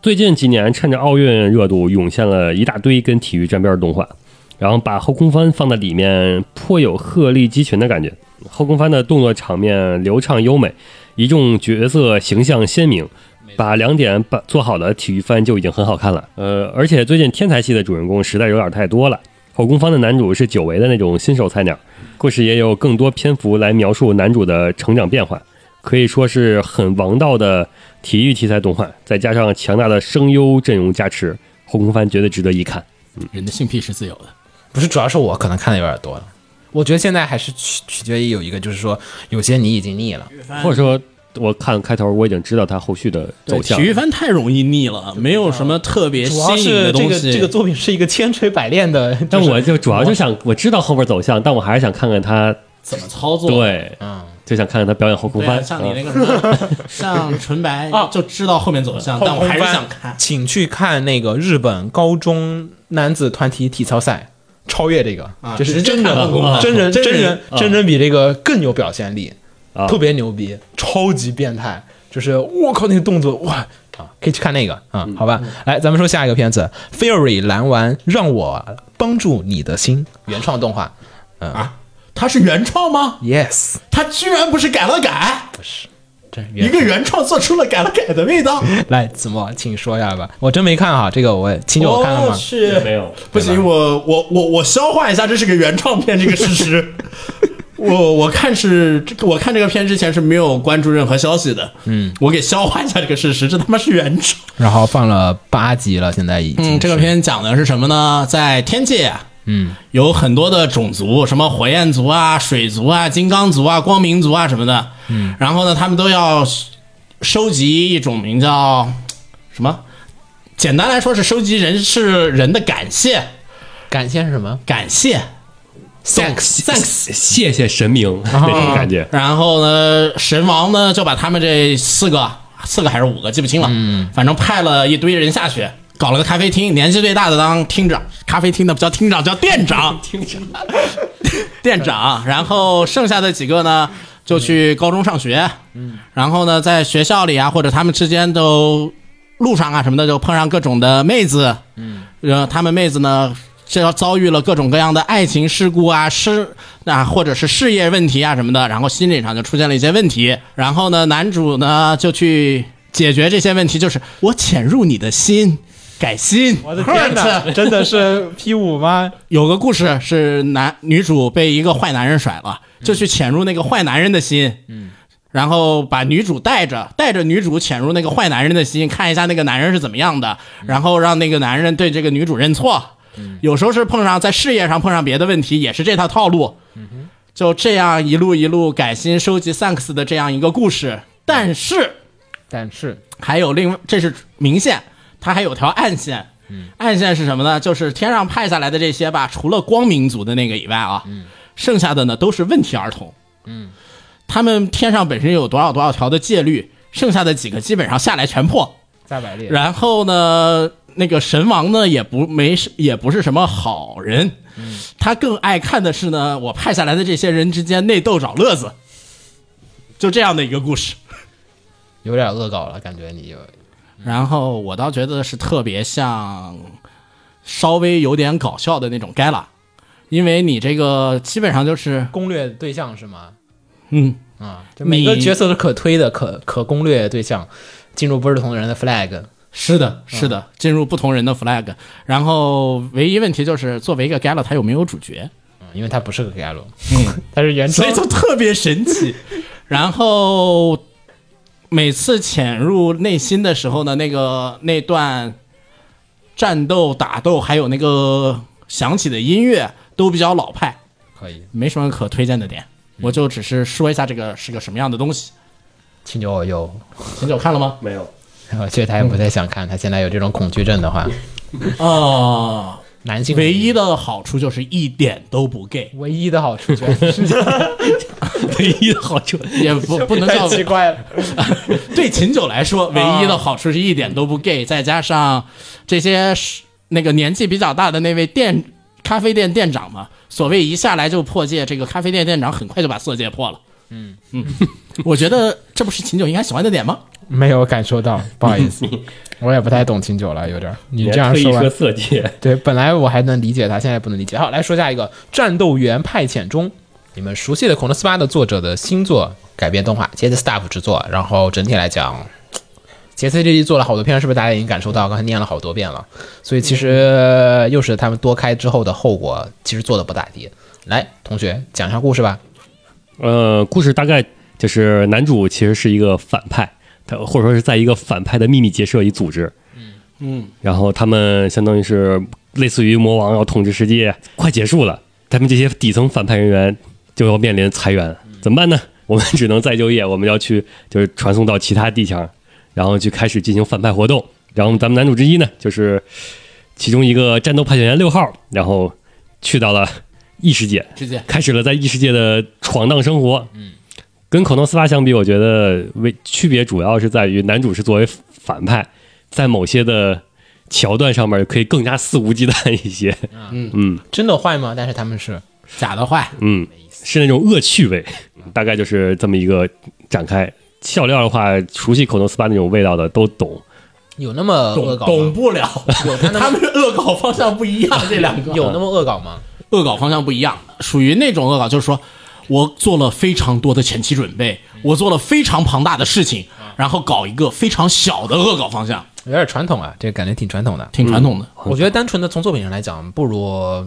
Speaker 3: 最近几年趁着奥运热度，涌现了一大堆跟体育沾边的动画，然后把后空翻放在里面，颇有鹤立鸡群的感觉。后空翻的动作场面流畅优美，一众角色形象鲜明，把两点把做好的体育番就已经很好看了。呃，而且最近天才系的主人公实在有点太多了。后宫方的男主是久违的那种新手菜鸟，故事也有更多篇幅来描述男主的成长变化，可以说是很王道的体育题材动画，再加上强大的声优阵容加持，后宫番绝对值得一看。
Speaker 4: 人的性癖是自由的。
Speaker 2: 不是，主要是我可能看的有点多了。我觉得现在还是取取决于有一个，就是说有些你已经腻了，
Speaker 4: 嗯
Speaker 3: 或者说，我看开头我已经知道它后续的
Speaker 4: 对，
Speaker 3: 走向
Speaker 4: 体。育番太容易腻了，没有什么特别
Speaker 2: 主
Speaker 4: 新
Speaker 2: 要
Speaker 4: 颖
Speaker 2: 是
Speaker 4: 的
Speaker 2: 这
Speaker 4: 东
Speaker 2: 个
Speaker 4: 西。
Speaker 2: 这个作品是一个千锤百炼的。
Speaker 3: 但
Speaker 2: 是
Speaker 3: 我就主要就想，我知道后边走向，但我还是想看看他，
Speaker 4: 怎么操作？
Speaker 3: 对，
Speaker 2: 嗯，
Speaker 3: 就想看看他表演后空
Speaker 4: 对啊，
Speaker 3: 翻。
Speaker 4: 像
Speaker 3: 嗯
Speaker 4: 你那个什么， <laughs> 像纯白
Speaker 2: 啊
Speaker 4: 就知道后面走向，但我还是想看。
Speaker 2: 请去看那个日本高中男子团体体操赛，超越这个，
Speaker 4: 啊
Speaker 2: 这是
Speaker 4: 直接
Speaker 2: 真人
Speaker 4: 看后宫翻
Speaker 2: 真人
Speaker 4: 真人
Speaker 2: 人
Speaker 3: 啊
Speaker 2: 真人比这个更有表现力，
Speaker 3: 啊
Speaker 2: 特别牛逼，超级变态，就是我靠那个动作哇。啊，可以去看那个啊、好吧。来，咱们说下一个片子《Fury 蓝丸》，让我帮助你的心，原创动画。
Speaker 4: 它是原创吗？
Speaker 2: Yes，
Speaker 4: 它居然不是改了改，
Speaker 2: 这原
Speaker 4: 一个原创做出了改了改的味道。
Speaker 2: 来子墨，请说一下吧。我真没看啊，这个我秦九我看了
Speaker 4: 我
Speaker 2: 吗？
Speaker 4: 去，
Speaker 3: 啊没有，
Speaker 4: 哦不行，我我我我消化一下，这是个原创片这个事 <laughs> 实。我我看是这个，我看这个片之前是没有关注任何消息的。嗯，我给消化一下这个事实，这他妈是原创。
Speaker 2: 然后放了八集了，现在已经是、
Speaker 4: 嗯，这个片讲的是什么呢？在天界啊，嗯，有很多的种族，什么火焰族啊、水族啊、金刚族啊、光明族啊什么的。嗯，然后呢，他们都要收集一种名叫什么？简单来说是收集人是人的感谢，
Speaker 2: 感谢是什么
Speaker 4: 感谢
Speaker 2: ？Thanks，
Speaker 4: thanks。啊
Speaker 3: 谢谢神明那种感
Speaker 4: <laughs>
Speaker 3: 觉。
Speaker 4: 然后呢，神王呢就把他们这四个、四个还是五个，记不清了，嗯，反正派了一堆人下去，搞了个咖啡厅，年纪最大的当厅长，咖啡厅的不叫厅长，叫店 <laughs> 长，厅长，店长。然后剩下的几个呢，就去高中上学，嗯，然后呢，在学校里啊，或者他们之间都路上啊什么的，就碰上各种的妹子，嗯，呃，他们妹子呢。这要遭遇了各种各样的爱情事故啊，事啊，或者是事业问题啊什么的，然后心理上就出现了一些问题。然后呢，男主呢就去解决这些问题，就是我潜入你的心，改心。
Speaker 2: 我的天哪，真的是 P 五吗？
Speaker 4: 有个故事是男女主被一个坏男人甩了，就去潜入那个坏男人的心，嗯，然后把女主带着，带着女主潜入那个坏男人的心，看一下那个男人是怎么样的，然后让那个男人对这个女主认错。有时候是碰上在事业上碰上别的问题，也是这套套路。就这样一路一路改心收集 thanks 的这样一个故事，但是
Speaker 2: 但是
Speaker 4: 还有另外，这是明线，它还有条暗线。暗线是什么呢？就是天上派下来的这些吧，除了光明族的那个以外啊，剩下的呢都是问题儿童。嗯，他们天上本身有多少多少条的戒律，剩下的几个基本上下来全破。
Speaker 2: 加百列
Speaker 4: 然后呢，那个神王呢也不没是也不是什么好人，他更爱看的是呢，我派下来的这些人之间内斗找乐子，就这样的一个故事。
Speaker 2: 有点恶搞了，感觉你有
Speaker 4: 然后我倒觉得是特别像，稍微有点搞笑的那种 gala，因为你这个基本上就是，
Speaker 2: 攻略对象是吗？
Speaker 4: 嗯，
Speaker 2: 啊，就每个
Speaker 4: 你
Speaker 2: 角色都可推的、可可攻略对象，进入不是同人的 flag。
Speaker 4: 是的，是的，进入不同人的 flag。然后唯一问题就是，作为一个 gala，它有没有主角？
Speaker 2: 嗯因为它不是个 galo，嗯， <laughs> 它是原
Speaker 4: 所
Speaker 2: 创
Speaker 4: 以，就特别神奇。然后每次潜入内心的时候呢，那个那段战斗、打斗，还有那个响起的音乐都比较老派。
Speaker 2: 可以。
Speaker 4: 没什么可推荐的点，我就只是说一下这个是个什么样的东西。
Speaker 2: 秦九有， <laughs>
Speaker 4: 秦九看了吗？
Speaker 3: 没有，
Speaker 2: 我觉得他也不太想看，他现在有这种恐惧症的话，
Speaker 4: 啊，
Speaker 2: 男性
Speaker 4: 唯一的好处就是一点都不 gay，
Speaker 2: 唯一的好处 <laughs> 居然是
Speaker 3: 唯一的好处
Speaker 4: 也不不能叫
Speaker 2: 太奇怪了。
Speaker 4: <laughs> 对秦九来说，唯一的好处是一点都不 gay，再加上这些是那个年纪比较大的那位店咖啡店店长嘛，所谓一下来就破戒，这个咖啡店店长很快就把色戒破了。嗯我觉得这不是秦九应该喜欢的点吗？
Speaker 2: 没有感受到，不好意思，我也不太懂秦九了，有点儿。你这样
Speaker 3: 特意
Speaker 2: 说完
Speaker 3: 说，色戒，
Speaker 2: 对，本来我还能理解他，现在不能理解。好，来说下一个《战斗员派遣中》，你们熟悉的《恐龙斯巴》的作者的新作改编动画，杰 s staff 制作。然后整体来讲，杰森 JG 做了好多篇，是不是大家已经感受到？刚才念了好多遍了，所以其实呃又是他们多开之后的后果，其实做的不咋地。来，同学讲一下故事吧。
Speaker 3: 呃，故事大概就是男主其实是一个反派，他或者说是在一个反派的秘密结社一组织，嗯嗯，然后他们相当于是类似于魔王要统治世界，快结束了，他们这些底层反派人员就要面临裁员，怎么办呢？我们只能再就业，我们要去就是传送到其他地方，然后去开始进行反派活动。然后咱们男主之一呢，就是其中一个战斗派遣员六号，然后去到了异世界，
Speaker 4: 直接
Speaker 3: 开始了在异世界的闯荡生活。嗯，跟《恐龙斯巴》相比，我觉得为区别主要是在于男主是作为反派，在某些的桥段上面可以更加肆无忌惮一些。
Speaker 2: 真的坏吗？但是他们是
Speaker 4: 假的坏，
Speaker 3: 嗯，是那种恶趣味，大概就是这么一个展开。笑料的话，熟悉《恐龙斯巴》那种味道的都懂。
Speaker 2: 有那么恶
Speaker 4: 懂
Speaker 2: 搞吗
Speaker 4: 懂？不了，
Speaker 2: 有他那
Speaker 4: <laughs> 他
Speaker 2: 么
Speaker 4: 们恶搞方向不一样，这两个
Speaker 2: 有那么恶搞吗？
Speaker 4: <laughs> 恶搞方向不一样，属于那种恶搞，就是说我做了非常多的前期准备，我做了非常庞大的事情，然后搞一个非常小的恶搞方向，
Speaker 2: 有点传统啊，这感觉挺传统的。
Speaker 4: 挺传统的，
Speaker 2: 我觉得单纯的从作品上来讲，不如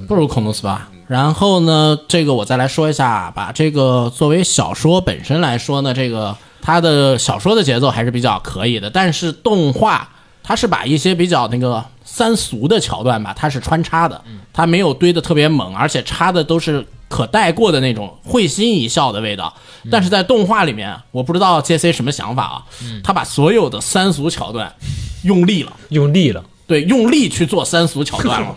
Speaker 4: 不如恐龙 SPA。然后呢，这个我再来说一下，把这个作为小说本身来说呢，这个它的小说的节奏还是比较可以的，但是动画它是把一些比较那个三俗的桥段吧，它是穿插的，它没有堆的特别猛，而且插的都是可带过的那种会心一笑的味道。但是在动画里面，我不知道 J C 什么想法啊，他把所有的三俗桥段用力了。
Speaker 2: 用力了。
Speaker 4: 对，用力去做三俗桥
Speaker 3: <laughs>
Speaker 4: 段了。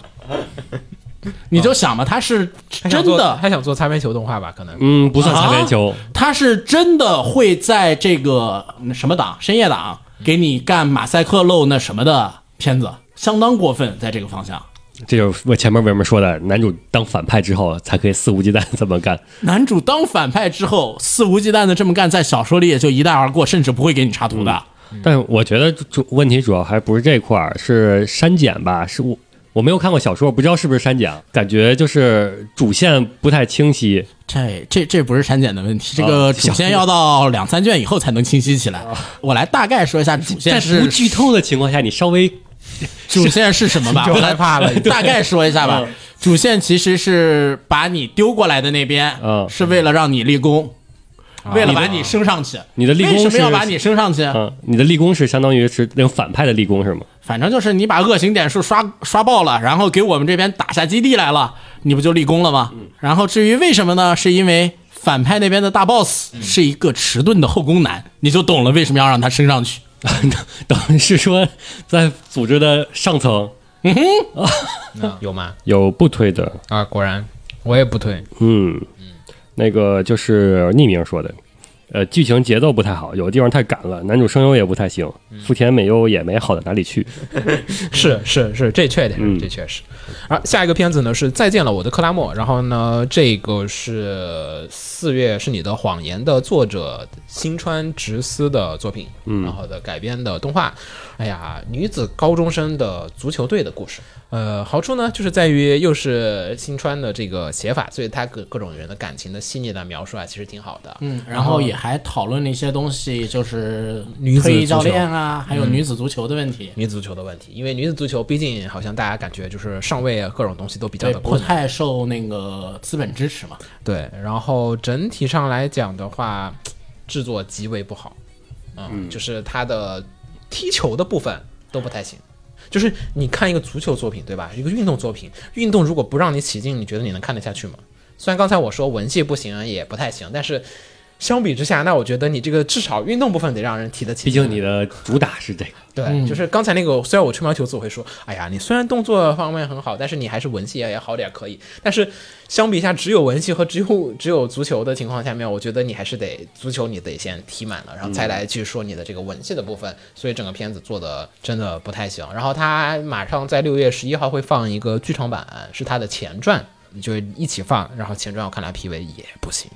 Speaker 4: 你就想吧，他是
Speaker 2: 他想
Speaker 4: 真
Speaker 2: 做
Speaker 4: 的，
Speaker 2: 他想做擦边球动画吧？可能
Speaker 3: 嗯，不算擦边球，
Speaker 4: 啊他是真的会在这个嗯什么党深夜党给你干马赛克漏那什么的片子，相当过分，在这个方向。
Speaker 3: 这就是我前面为什么说的，男主当反派之后才可以肆无忌惮地这么干。
Speaker 4: 男主当反派之后，肆无忌惮的这么干，在小说里也就一带而过，甚至不会给你插图的。
Speaker 3: 但我觉得主问题主要还不是这块儿，是删减吧？是我我没有看过小说，我不知道是不是删减，感觉就是主线不太清晰。
Speaker 4: 这这这不是删减的问题，这
Speaker 3: 啊
Speaker 4: 个
Speaker 3: 小
Speaker 4: 主线要到两三卷以后才能清晰起来。我来大概说一下主线
Speaker 3: 在
Speaker 4: 是
Speaker 3: 不剧透的情况下，你稍微
Speaker 4: 主线是什么吧？
Speaker 2: 就
Speaker 4: 我来
Speaker 2: 害怕
Speaker 3: <laughs>
Speaker 2: 了
Speaker 4: 大概说一下
Speaker 3: 嗯
Speaker 4: 吧。主线其实是把你丢过来的那边，
Speaker 3: 嗯啊
Speaker 4: 是为了让你立功，为了把你升上去。哎
Speaker 3: 你的立功
Speaker 4: 为什么要
Speaker 3: 是
Speaker 4: 把你升上去？
Speaker 3: 嗯，你的立功是相当于是那种反派的立功是吗？ <laughs>
Speaker 4: 反正就是你把恶行点数刷刷爆了，然后给我们这边打下基地来了，你不就立功了吗？
Speaker 3: 嗯
Speaker 4: 然后至于为什么呢？是因为反派那边的大 boss
Speaker 3: 嗯
Speaker 4: 是一个迟钝的后宫男，你就懂了为什么要让他升
Speaker 3: <laughs>
Speaker 4: 上去。
Speaker 3: 等于是说，在组织的上层
Speaker 2: 嗯有吗？
Speaker 3: 有不推的，
Speaker 2: 啊，果然我也不推。
Speaker 3: 嗯，那个就是匿名说的，呃，剧情节奏不太好，有的地方太赶了，男主声优也不太行，福田美优也没好到哪里去。
Speaker 2: 是是是，这确点，
Speaker 4: 嗯
Speaker 2: 这确实。啊，下一个片子呢是《再见了我的克拉莫》，然后呢，这个是四月是你的谎言的作者新川直司的作品，
Speaker 4: 嗯
Speaker 2: 然后的改编的动画。哎呀，女子高中生的足球队的故事。呃，好处呢就是在于又是新川的这个写法，所以他各各种人的感情的细腻的描述啊，其实挺好的。
Speaker 4: 嗯，然后也还讨论了一些东西，就是
Speaker 2: 女子
Speaker 4: 退役
Speaker 2: 足球
Speaker 4: 教练啊，还有女子足球的问题，
Speaker 2: 女子足球的问题，因为女子足球毕竟好像大家感觉就是上位啊，各种东西都比较
Speaker 4: 对，
Speaker 2: 的
Speaker 4: 不
Speaker 2: 困难。
Speaker 4: 太受那个资本支持嘛。
Speaker 2: 对，然后整体上来讲的话，制作极为不好，嗯，就是它的踢球的部分都不太行。就是你看一个足球作品，对吧？一个运动作品，运动如果不让你起劲，你觉得你能看得下去吗？虽然刚才我说文戏不行也不太行，但是相比之下，那我觉得你这个至少运动部分得让人提得起
Speaker 3: 毕
Speaker 2: 劲。啊
Speaker 3: 竟你的主打是这个，
Speaker 2: 对，就是刚才那个，虽然我吹毛求疵，我会说，哎呀，你虽然动作方面很好，但是你还是文戏也好点儿可以。但是相比下，只有文戏和只有只有足球的情况下面，我觉得你还是得足球你得先踢满了，然后再来去说你的这个文戏的部分。所以整个片子做的真的不太行。然后它马上在六月十一号会放一个剧场版，是它的前传，就一起放。然后前传我看了 PV 也不行。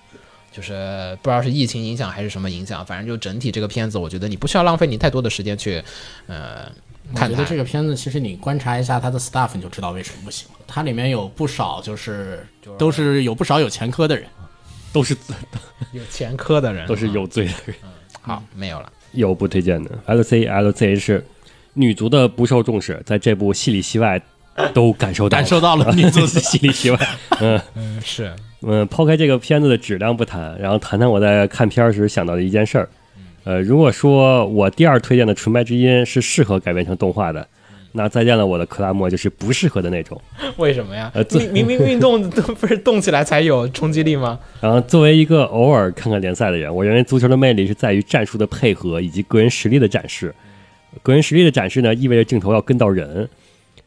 Speaker 2: 就是不知道是疫情影响还是什么影响，反正就整体这个片子，我觉得你不需要浪费你太多的时间去，呃，
Speaker 4: 我
Speaker 2: 看
Speaker 4: 觉
Speaker 2: 它
Speaker 4: 得。这个片子，其实你观察一下它的 staff，你就知道为什么不行了。它里面有不少就是都是有不少有前科的人。
Speaker 3: 都是
Speaker 2: 有前科的人
Speaker 3: 都是有罪的 <laughs> 人。
Speaker 2: 好嗯没有了。
Speaker 3: 有不推荐的，LC LCH 女足的不受重视，在这部戏里戏外都感受到
Speaker 4: 感受到
Speaker 3: <laughs>
Speaker 4: 了女足
Speaker 3: 戏里戏外。嗯
Speaker 2: 嗯，是
Speaker 3: 嗯，抛开这个片子的质量不谈，然后谈谈我在看片儿时想到的一件事儿。
Speaker 4: 嗯
Speaker 3: 呃，如果说我第二推荐的《纯白之音》是适合改编成动画的，
Speaker 4: 嗯
Speaker 3: 那再见了我的克拉莫就是不适合的那种。
Speaker 2: 为什么呀
Speaker 3: 呃？这
Speaker 2: 明明明运动 <laughs> 都不是动起来才有冲击力吗？
Speaker 3: 然后，作为一个偶尔看看联赛的人，我认为足球的魅力是在于战术的配合以及个人实力的展示。个人实力的展示呢，意味着镜头要跟到人。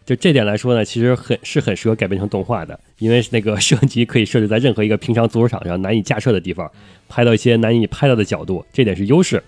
Speaker 3: 就这点来说呢，其实很是很适合改编成动画的，因为那个摄像机可以设置在任何一个平常足球场上难以架设的地方，拍到一些难以拍到的角度，这点是优势。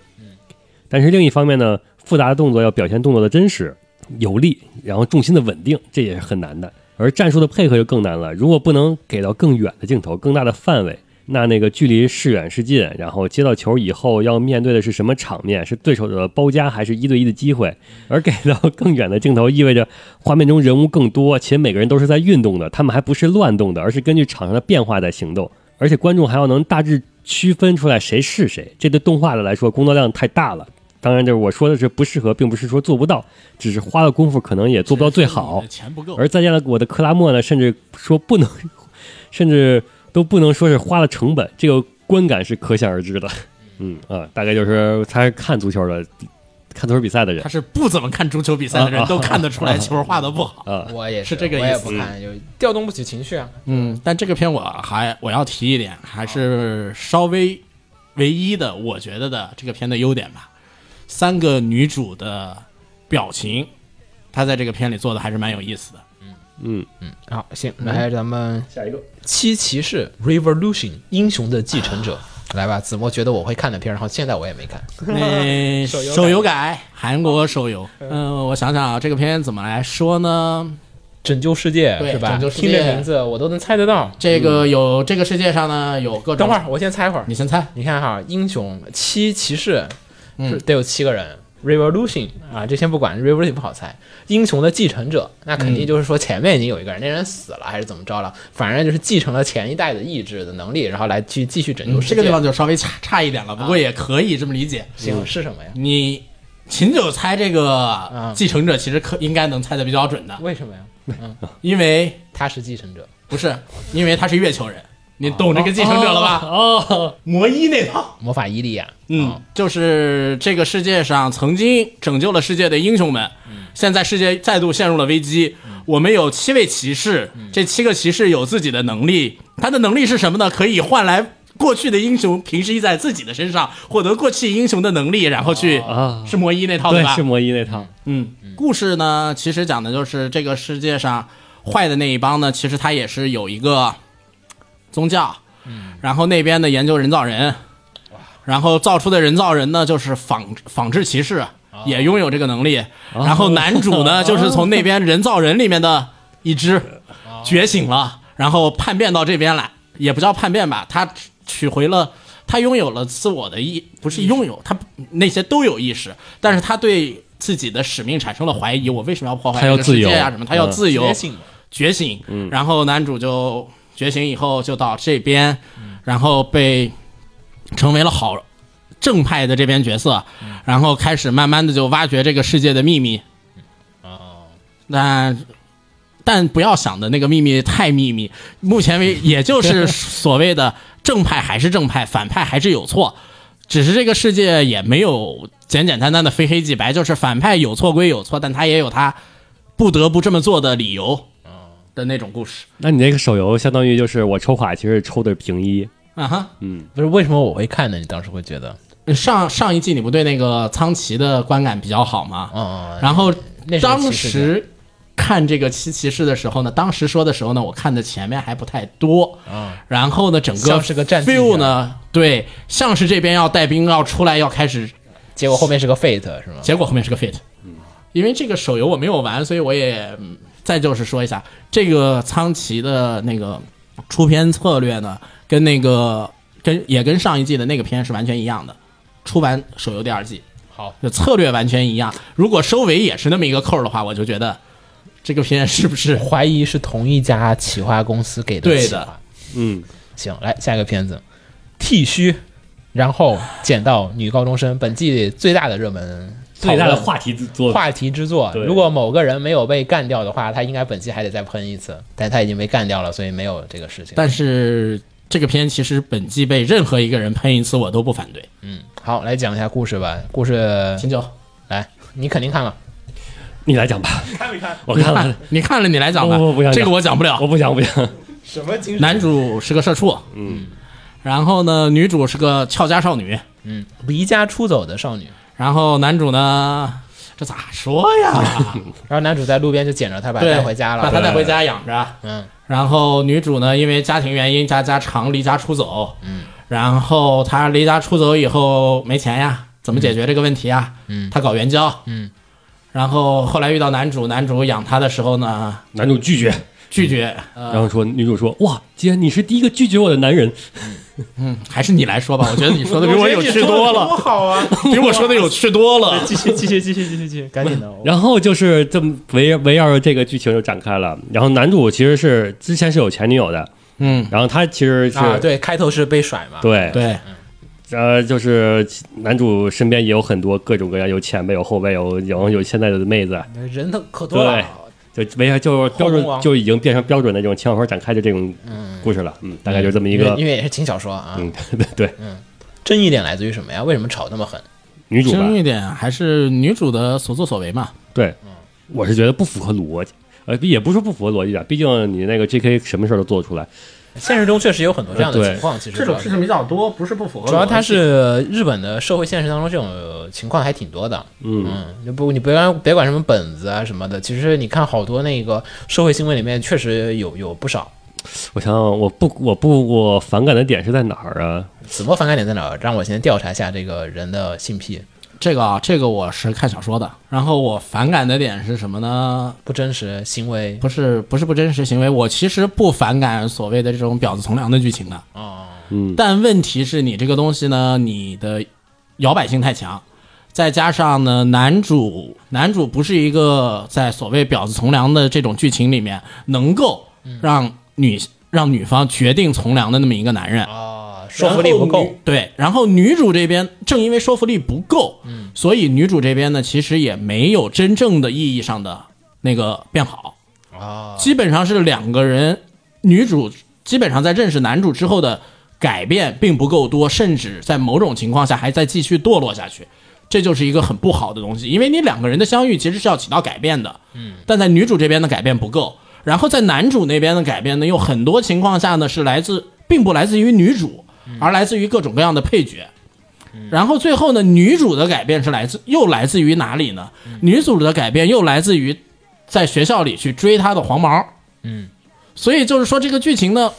Speaker 3: 但是另一方面呢，复杂的动作要表现动作的真实、有力，然后重心的稳定，这也是很难的。而战术的配合就更难了，如果不能给到更远的镜头、更大的范围，那那个距离是远是近，然后接到球以后要面对的是什么场面？是对手的包夹，还是一对一的机会？而给到更远的镜头，意味着画面中人物更多，且每个人都是在运动的，他们还不是乱动的，而是根据场上的变化在行动。而且观众还要能大致区分出来谁是谁，这对动画的来说工作量太大了。当然，就是我说的是不适合，并不是说做不到，只是花的功夫可能也做不到最好。
Speaker 4: 嗯钱不够。
Speaker 3: 而再见了我的克拉莫呢，甚至说不能， <laughs> 甚至都不能说是花了成本，这个观感是可想而知的。嗯啊，大概就是他是看足球的，看足球比赛的人
Speaker 4: 他是不怎么看足球比赛的人
Speaker 3: 啊
Speaker 4: 都看得出来球画的不好。
Speaker 3: 啊，
Speaker 2: 我也
Speaker 4: 是这个
Speaker 2: 我也
Speaker 4: 意思
Speaker 2: 不
Speaker 3: 嗯
Speaker 2: 看，就调动不起情绪啊。
Speaker 4: 嗯，但这个片我还我要提一点，还是稍微唯一的我觉得的这个片的优点吧。三个女主的表情，她在这个片里做的还是蛮有意思的。
Speaker 3: 嗯，
Speaker 2: 好，行，来咱们
Speaker 3: 下一个
Speaker 2: 七骑士 Revolution 英雄的继承
Speaker 4: <sighs>
Speaker 2: 者，来吧，子墨觉得我会看的片，然后现在我也没看。
Speaker 4: 那
Speaker 2: 手游改
Speaker 4: 手游改，韩国手游。嗯，我想想啊，这个片怎么来说呢？
Speaker 2: 拯救世界
Speaker 4: 对
Speaker 2: 是吧？
Speaker 4: 拯救世界
Speaker 2: 听这名字我都能猜得到。
Speaker 4: 这个有这个世界上呢有各种。
Speaker 2: 嗯等会儿，我先猜会儿
Speaker 4: 你。先猜。
Speaker 2: 你看哈，英雄七骑士
Speaker 4: 嗯
Speaker 2: 是得有七个人。Revolution 啊，这先不管，Revolution 不好猜。英雄的继承者，那肯
Speaker 4: 嗯
Speaker 2: 定就是说前面已经有一个人，那人死了还是怎么着了？反正就是继承了前一代的意志的能力，然后来去继续拯救世
Speaker 4: 嗯
Speaker 2: 界。
Speaker 4: 这个地方就稍微差差一点了，不过也可以这么理解。
Speaker 2: 啊行是什么呀？
Speaker 4: 你秦九猜这
Speaker 2: 啊
Speaker 4: 个继承者，其实可应该能猜的比较准的，
Speaker 2: 为什么呀？
Speaker 4: 因为
Speaker 2: 他是继承者。
Speaker 4: 不是因为他是月球人，你懂这个继承者了吧？
Speaker 3: 哦，
Speaker 4: 魔一那套，
Speaker 2: 魔法伊利亚，
Speaker 4: 嗯，就是这个世界上曾经拯救了世界的英雄们，现在世界再度陷入了危机。我们有七位骑士，
Speaker 3: 嗯
Speaker 4: 这七个骑士有自己的能力，他的能力是什么呢？可以换来。过去的英雄平息在自己的身上，获得过去英雄的能力，然后去、
Speaker 3: 哦
Speaker 4: 是魔一那套
Speaker 3: 对，
Speaker 4: 吧？
Speaker 3: 是魔一那套，
Speaker 4: 嗯，故事呢，其实讲的就是这个世界上坏的那一帮呢，其实它也是有一个宗教，然后那边的研究人造人，然后造出的人造人呢，就是仿仿制骑
Speaker 3: 啊
Speaker 4: 士，也拥有这个能力。
Speaker 3: 哦
Speaker 4: 然后男
Speaker 3: <laughs>
Speaker 4: 主呢，就是从那边人造人里面的一只
Speaker 3: 哦
Speaker 4: 觉醒了，然后叛变到这边来，也不叫叛变吧，他取回了。他拥有了自我的意，不是拥有，他那些都有意识，但是他对自己的使命产生了怀疑。我为什么要破坏
Speaker 3: 他要
Speaker 4: 这个世界呀、
Speaker 3: 自由
Speaker 4: 什么？他要
Speaker 3: 嗯
Speaker 4: 自由，
Speaker 2: 觉醒了
Speaker 4: 觉醒，然后男主就觉醒以后就到这边，然后被成为了好正派的这边角色，然后开始慢慢的就挖掘这个世界的秘密。但但不要想的那个秘密太秘密，目前为也就是所谓的正派还是正派，反派还是有错，只是这个世界也没有简简单单的非黑即白，就是反派有错归有错，但他也有他不得不这么做的理由的那种故事
Speaker 3: 那你那个手游相当于就是我抽卡，其实抽的是平一，
Speaker 4: 啊哈。
Speaker 2: 不是为什么我会看呢？你当时会觉得，
Speaker 4: 上上一季你不对那个苍崎的观感比较好吗？
Speaker 2: 嗯，
Speaker 4: 然后
Speaker 2: 那是个
Speaker 4: 当
Speaker 2: 骑士
Speaker 4: 时看这个七骑士的时候呢，当时说的时候呢，我看的前面还不太多。然后呢，整个
Speaker 2: 像是个战绩
Speaker 4: feel 呢，对，像是这边要带兵要出来要开始，
Speaker 2: 结果后面是个 Fate 是吗？
Speaker 4: 结果后面是个 fit。因为这个手游我没有玩，所以我也嗯再就是说一下，这个苍崎的那个出片策略呢，跟那个跟也跟上一季的那个片是完全一样的，出完手游第二季，
Speaker 2: 好，
Speaker 4: 就策略完全一样。如果收尾也是那么一个扣儿的话，我就觉得这个片是
Speaker 3: <laughs>
Speaker 4: 不是
Speaker 2: 怀疑是同一家企划公司给的
Speaker 4: 对
Speaker 2: 企划。
Speaker 4: 的
Speaker 3: 嗯，
Speaker 2: 行，来下一个片子，《剃须》，然后捡到女高中生，本季最大的热门讨
Speaker 3: 最
Speaker 2: 论，
Speaker 3: 大的话题作
Speaker 2: 话题之作。
Speaker 3: 对
Speaker 2: 如果某个人没有被干掉的话，他应该本季还得再喷一次，但他已经被干掉了，所以没有这个事情。
Speaker 4: 但是这个片其实本季被任何一个人喷一次，我都不反对。
Speaker 2: 嗯，好，来讲一下故事吧。故事
Speaker 4: 秦九， <laughs>
Speaker 2: 来，你肯定看了，
Speaker 3: 你来讲 <laughs> 吧。看没看？我看了，
Speaker 4: 你看了你来讲吧，
Speaker 3: 不不不想讲
Speaker 4: 这个我讲不了
Speaker 3: 我。不想，我不想。
Speaker 2: <laughs>
Speaker 4: 男主是个社畜，嗯，然后呢，女主是个俏家少女，
Speaker 2: 嗯，离家出走的少女。
Speaker 4: 然后男主呢，这咋说
Speaker 2: <laughs>
Speaker 4: 呀？
Speaker 2: 然后男主在路边就捡着她，把她
Speaker 4: 对，
Speaker 2: 带回家
Speaker 4: 把
Speaker 2: 了。
Speaker 4: 她带回家养着。
Speaker 2: 嗯，
Speaker 4: 然后女主呢，因为家庭原因，家家常离家出走，嗯，然后她离家出走以后没钱呀，怎么解决这个问题呀？嗯，她搞援交，
Speaker 2: 嗯，
Speaker 4: 然后后来遇到男主，男主养她的时候呢，
Speaker 3: 男主拒绝，
Speaker 4: 拒绝，
Speaker 2: 嗯
Speaker 4: 呃，
Speaker 3: 然后说女主说：“哇，姐，你是第一个拒绝我的男人。
Speaker 4: 还是你来说吧，我觉得你说的比
Speaker 2: <laughs>
Speaker 4: 我有趣多了，
Speaker 2: 好啊！
Speaker 4: 比我说的有趣多了。
Speaker 2: 继续，继续，继续，继续，继续，赶紧的。”
Speaker 3: <laughs> 然后就是这么围围绕着这个剧情就展开了。然后男主其实是之前是有前女友的，
Speaker 4: 嗯，
Speaker 3: 然后他其实是、
Speaker 2: 啊，对，开头是被甩嘛？，
Speaker 3: 对
Speaker 4: 对，
Speaker 3: 呃，就是男主身边也有很多各种各样有前辈、有后辈、有有有现在的妹子，
Speaker 2: 人都可多了。
Speaker 3: 就没有就是标
Speaker 2: 后宫王
Speaker 3: 准就已经变成标准的这种轻小说展开的这种故事了。嗯，大概就这么一
Speaker 2: 因为
Speaker 3: 个
Speaker 2: 因。为也是轻小说啊，
Speaker 3: 嗯，对对，
Speaker 2: 争议点来自于什么呀？为什么吵那么狠？
Speaker 3: 女主吧
Speaker 4: 深，入一点还是女主的所作所为嘛。
Speaker 3: 对，我是觉得不符合逻辑，呃，也不是说不符合逻辑啊，毕竟你那个 J.K. 什么事儿都做得出来，
Speaker 2: 现实中确实有很多这样的
Speaker 3: 对
Speaker 2: 情况，其实主要
Speaker 4: 情比较多，不是不符合
Speaker 2: 主要它是日本的社会现实当中这种情况还挺多的。嗯，你不你别管别管什么本子啊什么的，其实你看好多那个社会新闻里面确实有有不少。
Speaker 3: 我想想，我不，我不，我反感的点是在哪儿啊？
Speaker 2: 子墨反感点在哪儿？让我先调查一下这个人的性癖
Speaker 4: 这个啊，这个我是看小说的。然后我反感的点是什么呢？
Speaker 2: 不真实行为
Speaker 4: 不是不是不真实行为，我其实不反感所谓的这种婊子从良的剧情的。
Speaker 2: 哦，
Speaker 3: 嗯
Speaker 4: 但问题是你这个东西呢，你的摇摆性太强，再加上呢，男主男主不是一个在所谓婊子从良的这种剧情里面能够让女让女方决定从良的那么一个男人。
Speaker 2: 啊，说服力不
Speaker 4: 然后
Speaker 2: 够
Speaker 4: 女。对，然后女主这边正因为说服力不够，所以女主这边呢，其实也没有真正的意义上的那个变好啊，基本上是两个人，女主基本上在认识男主之后的改变并不够多，甚至在某种情况下还在继续堕落下去。这就是一个很不好的东西，因为你两个人的相遇其实是要起到改变的，嗯，但在女主这边的改变不够，然后在男主那边的改变呢，又很多情况下呢是来自并不来自于女主，而来自于各种各样的配角。然后最后呢，女主的改变是来自又来自于哪里呢？女主的改变又来自于在学校里去追她的黄毛。嗯，所以就是说这个剧情呢，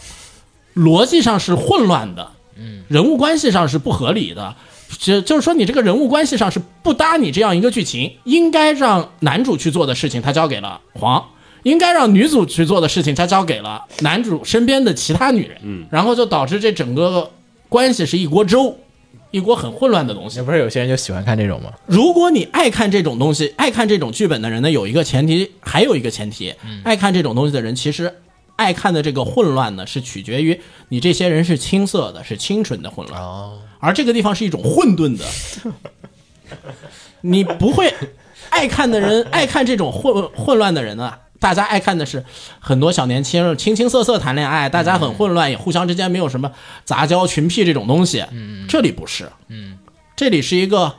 Speaker 4: 逻辑上是混乱的，嗯，人物关系上是不合理的。就就是说，你这个人物关系上是不搭你这样一个剧情，应该让男主去做的事情，他交给了黄；应该让女主去做的事情，他交给了男主身边的其他女人。嗯，然后就导致这整个关系是一锅粥，一锅很混乱的东西
Speaker 2: 那。不是有些人就喜欢看这种吗？
Speaker 4: 如果你爱看这种东西、爱看这种剧本的人呢，有一个前提，还有一个前提，爱看这种东西的人，其实爱看的这个混乱呢，是取决于你这些人是青涩的、是清纯的混乱，
Speaker 2: 哦，
Speaker 4: 而这个地方是一种混 <laughs> 沌的，你不会爱看的 <laughs> 人，爱看这种混混乱的人呢。大家爱看的是很多小年轻清清涩涩谈恋爱，大家很混乱，也互相之间没有什么杂交、群 P 这种东西。嗯，这里不是，嗯，这里是一个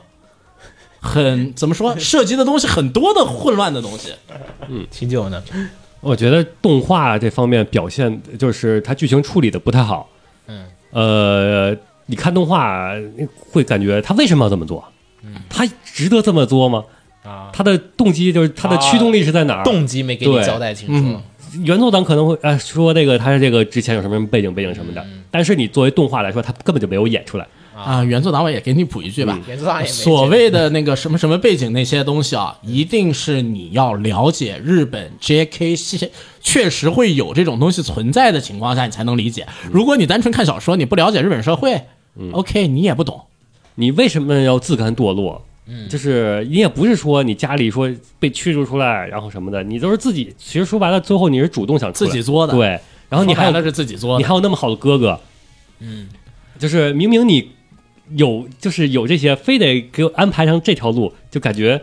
Speaker 4: 很怎么
Speaker 3: <laughs>
Speaker 4: 说，涉及的东西很多的混乱的东西。
Speaker 2: 秦九呢？
Speaker 3: 我觉得动画这方面表现就是它剧情处理的不太好。嗯，呃，你看动画会感觉他为什么要这么做？他值得这么做吗？
Speaker 2: 嗯啊，
Speaker 3: 他的动机就是他的驱动力是在哪儿？
Speaker 2: 动机没给你
Speaker 3: 对嗯
Speaker 2: 交代清楚。
Speaker 3: 原作党可能会呃
Speaker 2: 嗯
Speaker 3: 说这个他这个之前有什么背景背景什么的，但是你作为动画来说，他根本就没有演出来。
Speaker 4: 啊，原作党我也给你补一句
Speaker 3: 嗯
Speaker 4: 吧，
Speaker 2: 原作党也没
Speaker 4: 所谓的那个什么什么背景那些东西啊，一定是你要了解日本 J.K. 系确实会有这种东西存在的情况下，你才能理解。
Speaker 3: 嗯
Speaker 4: 如果你单纯看小说，你不了解日本社会，OK，你也不懂。
Speaker 3: 你为什么要自甘堕落？嗯，就是你也不是说你家里说被驱逐出来，然后什么的，你都是自己。其实说白了，最后你是主动想出来
Speaker 4: 自己作的
Speaker 3: 对。然后你还有
Speaker 4: 说白了是自己作
Speaker 3: 你
Speaker 4: 的，
Speaker 3: 还有那么好的哥哥，嗯，就是明明你有，就是有这些，非得给我安排上这条路，就感觉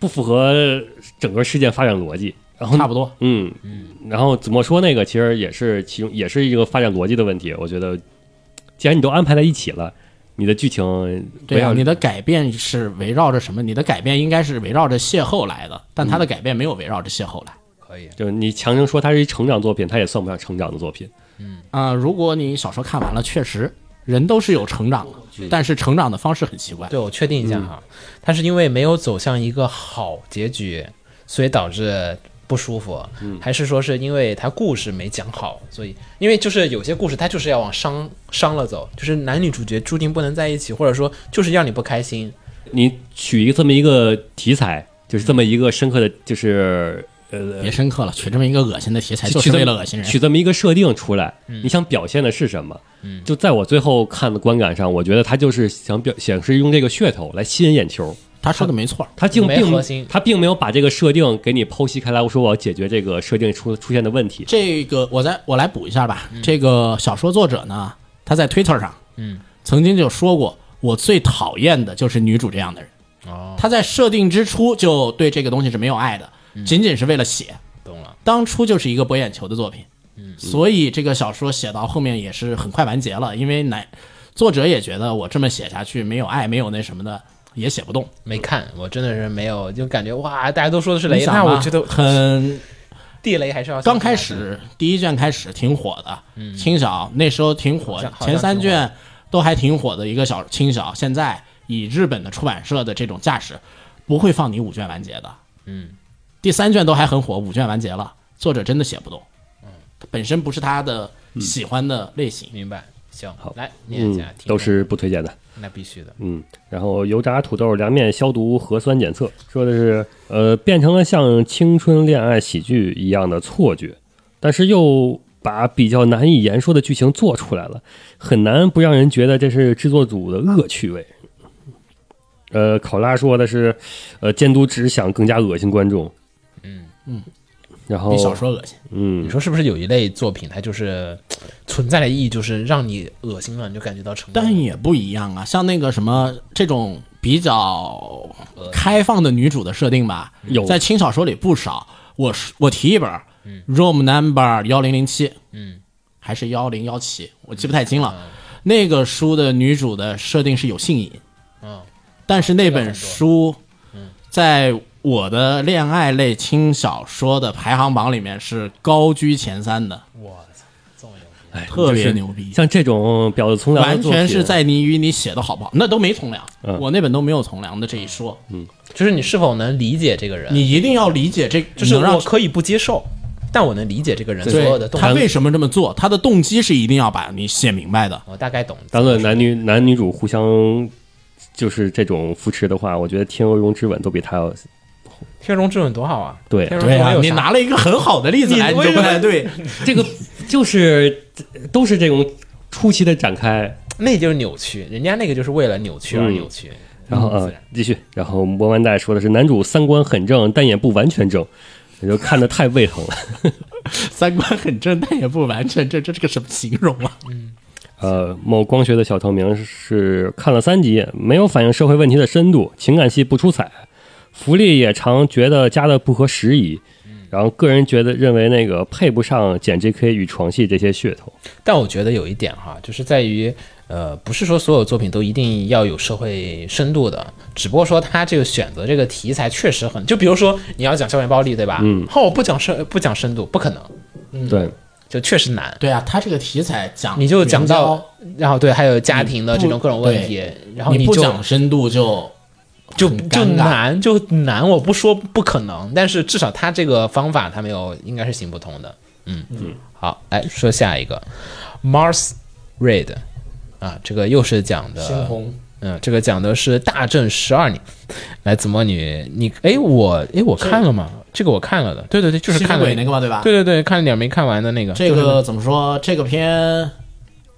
Speaker 3: 不符合整个事件发展逻辑。然后
Speaker 4: 差不多。
Speaker 3: 嗯，然后怎么说那个，其实也是其中也是一个发展逻辑的问题。我觉得，既然你都安排在一起了，你的剧情
Speaker 4: 对
Speaker 3: 围
Speaker 4: 啊，
Speaker 3: 绕
Speaker 4: 你的改变是围绕着什么？你的改变应该是围绕着邂逅来的，但
Speaker 3: 嗯
Speaker 4: 他的改变没有围绕着邂逅来。
Speaker 2: 可以，
Speaker 3: 就是你强行说它是一成长作品，它也算不上成长的作品。
Speaker 4: 啊、如果你小说看完了，确实人都是有成长
Speaker 3: 嗯
Speaker 4: 的，但是成长的方式很奇怪。
Speaker 2: 对我确定一
Speaker 4: 嗯
Speaker 2: 下哈，他是因为没有走向一个好结局，所以导致不舒服，
Speaker 4: 嗯
Speaker 2: 还是说是因为他故事没讲好，所以因为就是有些故事他就是要往伤伤了走，就是男女主角注定不能在一起，或者说就是让你不开心，
Speaker 3: 你取一个这么一个题材，就是这么一个深刻的，就是呃
Speaker 4: 别深刻了，取这么一个恶心的题材，就
Speaker 3: 取这
Speaker 4: 是
Speaker 3: 么
Speaker 4: 哎为了恶心人。嗯
Speaker 3: 取这么一个设定出来，你想表现的是什么？就在我最后看的观感上，我觉得他就是想表显示用这个噱头来吸引眼球。
Speaker 4: 他说的没错，
Speaker 3: 他竟
Speaker 2: 没核心
Speaker 3: 并他并没有把这个设定给你剖析开来，我说我要解决这个设定出出现的问题。
Speaker 4: 这个我再我来补一下吧。
Speaker 2: 嗯
Speaker 4: 这个小说作者呢，他在 Twitter 上，嗯，曾经就说过，我最讨厌的就是女主这样的人。
Speaker 2: 哦，
Speaker 4: 他在设定之初就对这个东西是没有爱的，仅仅是为了写。
Speaker 2: 嗯懂了，嗯
Speaker 4: 当初就是一个博眼球的作品，所以这个小说写到后面也是很快完结了，因为男作者也觉得我这么写下去没有爱，没有那什么的，也写不动。
Speaker 2: 没看，我真的是没有，就感觉哇，大家都说的是雷，
Speaker 4: 你想
Speaker 2: 那我
Speaker 4: 吧
Speaker 2: 觉得
Speaker 4: 很
Speaker 2: 地雷还是要
Speaker 4: 啊刚开始第一卷开始挺火的，轻小那时候挺火
Speaker 2: 嗯好像，好像
Speaker 4: 前三
Speaker 2: 挺火
Speaker 4: 卷都还挺火的一个小轻小，现在以日本的出版社的这种架势，不会放你五卷完结的。
Speaker 2: 嗯，
Speaker 4: 第三卷都还很火，五卷完结了，作者真的写不动，嗯，本身不是他的喜欢的类型。
Speaker 2: 明白，行，
Speaker 3: 好
Speaker 2: 来念一
Speaker 3: 嗯
Speaker 2: 下，听，
Speaker 3: 都是不推荐的。
Speaker 2: 那必须的，
Speaker 3: 嗯，然后油炸土豆凉面消毒核酸检测，说的是呃，变成了像青春恋爱喜剧一样的错觉，但是又把比较难以言说的剧情做出来了，很难不让人觉得这是制作组的恶趣味。呃，考拉说的是，呃，监督只想更加恶心观众。嗯嗯，然后
Speaker 4: 比小说恶心，
Speaker 3: 嗯
Speaker 2: 你，说是不是有一类作品，它就是存在的意义就是让你恶心了，你就感觉到成功了，
Speaker 4: 但也不一样啊。像那个什么这种比较开放的女主的设定吧，
Speaker 3: 有
Speaker 4: 在轻小说里不少。我是我提一本儿，Room Number 幺零零七，
Speaker 2: 嗯，
Speaker 4: 还是幺零幺七，我记不太清了。那个书的女主的设定是有性瘾，
Speaker 2: 嗯，
Speaker 4: 但是那本
Speaker 2: 很多
Speaker 4: 书，在我的恋爱类轻小说的排行榜里面是高居前三的，
Speaker 2: 我操，这么牛逼！
Speaker 3: 哎
Speaker 4: 特别
Speaker 3: 就是
Speaker 4: 牛逼
Speaker 3: 像这种婊子从良的
Speaker 4: 完
Speaker 3: 作品，
Speaker 4: 全是在你与你写的好不好，那都没从良。
Speaker 3: 嗯
Speaker 4: 我那本都没有从良的这一说，
Speaker 2: 就是你是否能理解这个人？
Speaker 4: 你一定要理解这，
Speaker 2: 就是
Speaker 4: 能让
Speaker 2: 我可以不接受，但我能理解这个人所有的
Speaker 4: 对
Speaker 2: 动
Speaker 4: 他
Speaker 2: 机。
Speaker 4: 为什么这么做，他的动机是一定要把你写明白的。
Speaker 2: 我大概懂。
Speaker 3: 当论男女男女主互相就是这种扶持的话，我觉得《天鹅绒之吻》都比他要
Speaker 2: 天龙之吻多好啊！
Speaker 3: 对
Speaker 2: 天龙之
Speaker 4: 对
Speaker 2: 吻
Speaker 4: 啊，
Speaker 2: 有
Speaker 4: 你
Speaker 2: 啥
Speaker 4: 拿了一个很好的例子来，
Speaker 2: 你
Speaker 4: 你就
Speaker 2: 为
Speaker 4: 不
Speaker 2: 什么
Speaker 4: 太对。
Speaker 3: <laughs> 这个就是都是这种初期的展开，
Speaker 2: 那就是扭曲，人家那个就是为了扭曲而
Speaker 3: 嗯
Speaker 2: 扭曲。
Speaker 3: 然后
Speaker 2: 嗯
Speaker 3: 呃
Speaker 2: 自然
Speaker 3: 继续，然后魔万代说的是男主三观很正，但也不完全正，我就看的太胃疼了。
Speaker 4: 三观很正，但也不完全，这这是个什么形容啊？
Speaker 3: 呃，某光学的小透明是看了三集，没有反映社会问题的深度，情感戏不出彩，福利也常觉得加的不合时宜，
Speaker 2: 嗯
Speaker 3: 然后个人觉得认为那个配不上剪 JK 与床戏这些噱头。
Speaker 2: 但我觉得有一点哈，就是在于，呃，不是说所有作品都一定要有社会深度的，只不过说他这个选择这个题材确实很，就比如说你要讲校园暴力，对吧？嗯，好，我不讲深不讲深度，不可能，
Speaker 3: 对，
Speaker 2: 就确实难。
Speaker 4: 对啊，他这个题材讲
Speaker 2: 你就讲
Speaker 4: 援
Speaker 2: 到
Speaker 4: 交，
Speaker 2: 然后对，还有家庭的
Speaker 4: 你不
Speaker 2: 这种各种问题，然后
Speaker 4: 你
Speaker 2: 就
Speaker 4: 不讲深度就
Speaker 2: 就
Speaker 4: 很
Speaker 2: 就
Speaker 4: 尴尬
Speaker 2: 难就难，我不说不可能，但是至少他这个方法他没有，应该是行不通的。嗯嗯，好，来说下一个，Mars Red 啊，这个又是讲的
Speaker 5: 猩
Speaker 4: 呃
Speaker 5: 红
Speaker 2: 嗯，这个讲的是大正十二年，来子墨女，你哎我哎我看了吗？这个我看了的，对对对，就是
Speaker 4: 吸血
Speaker 2: 看了
Speaker 4: 鬼那个嘛，对吧？
Speaker 2: 对对对，看了点没看完的那个。
Speaker 4: 这
Speaker 2: 就是
Speaker 4: 个怎么说？这个片，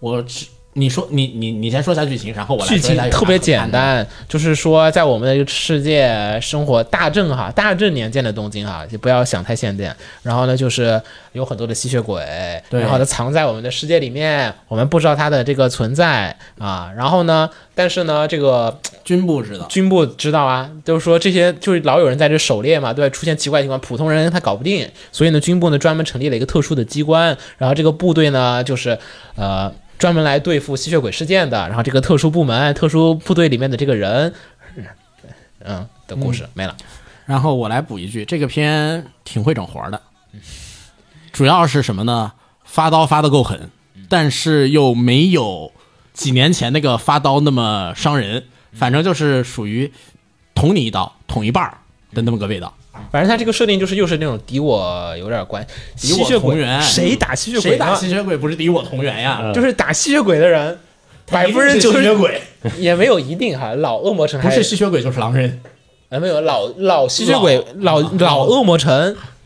Speaker 4: 我只你说你你你先说一下剧情，然后我来
Speaker 2: 剧
Speaker 4: 说一
Speaker 2: 情
Speaker 4: 下有啥
Speaker 2: 特别
Speaker 4: 好看
Speaker 2: 简
Speaker 4: 的。
Speaker 2: 单，就是说在我们的一个世界生活大正哈，大正年间的东京哈，就不要想太现代。然后呢，就是有很多的吸血鬼，
Speaker 4: 对
Speaker 2: 然后呢藏在我们的世界里面，我们不知道它的这个存在啊。然后呢，但是呢，这个
Speaker 4: 军部知道，
Speaker 2: 军部知道啊，就是说这些就是老有人在这狩猎嘛，对吧，出现奇怪情况，普通人他搞不定，所以呢，军部呢专门成立了一个特殊的机关，然后这个部队呢就是呃专门来对付吸血鬼事件的，然后这个特殊部门、特殊部队里面的这个人，嗯的故事、没了。
Speaker 4: 然后我来补一句，这个片挺会整活儿的，主要是什么呢？发刀发的够狠，但是又没有几年前那个发刀那么伤人，反正就是属于捅你一刀，捅一半儿的那么个味道。
Speaker 2: 反正他这个设定就是又是那种敌我有点关，
Speaker 4: 敌
Speaker 2: 吸
Speaker 4: 我
Speaker 2: 血
Speaker 4: 同
Speaker 2: 鬼
Speaker 4: 源
Speaker 2: 谁打吸血鬼
Speaker 4: 谁
Speaker 2: 呢？呃
Speaker 4: 打吸血鬼不是敌我同源呀？
Speaker 2: 就是打吸血鬼的人，百分之九
Speaker 4: 吸血
Speaker 2: 十
Speaker 4: 鬼
Speaker 2: 也没有一定哈，老恶魔城
Speaker 4: 不
Speaker 2: 还
Speaker 4: 是吸血鬼就是狼人，
Speaker 2: 哎，没有老老吸血鬼、老
Speaker 4: 老
Speaker 2: 老恶魔城，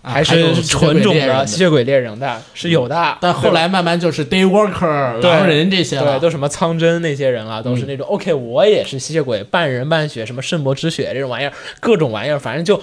Speaker 4: 啊
Speaker 2: 还
Speaker 4: 还有
Speaker 2: 是纯种的吸
Speaker 4: 吸
Speaker 2: 血鬼猎人的，是有的。
Speaker 4: 但后来慢慢就是 day worker
Speaker 2: 对
Speaker 4: 狼人这些
Speaker 2: 对，
Speaker 4: 了。
Speaker 2: 都什么苍真那些人啊，都是那种、OK，我也是吸血鬼，半人半血，什么圣魔之血这种玩意儿，各种玩意儿，反正就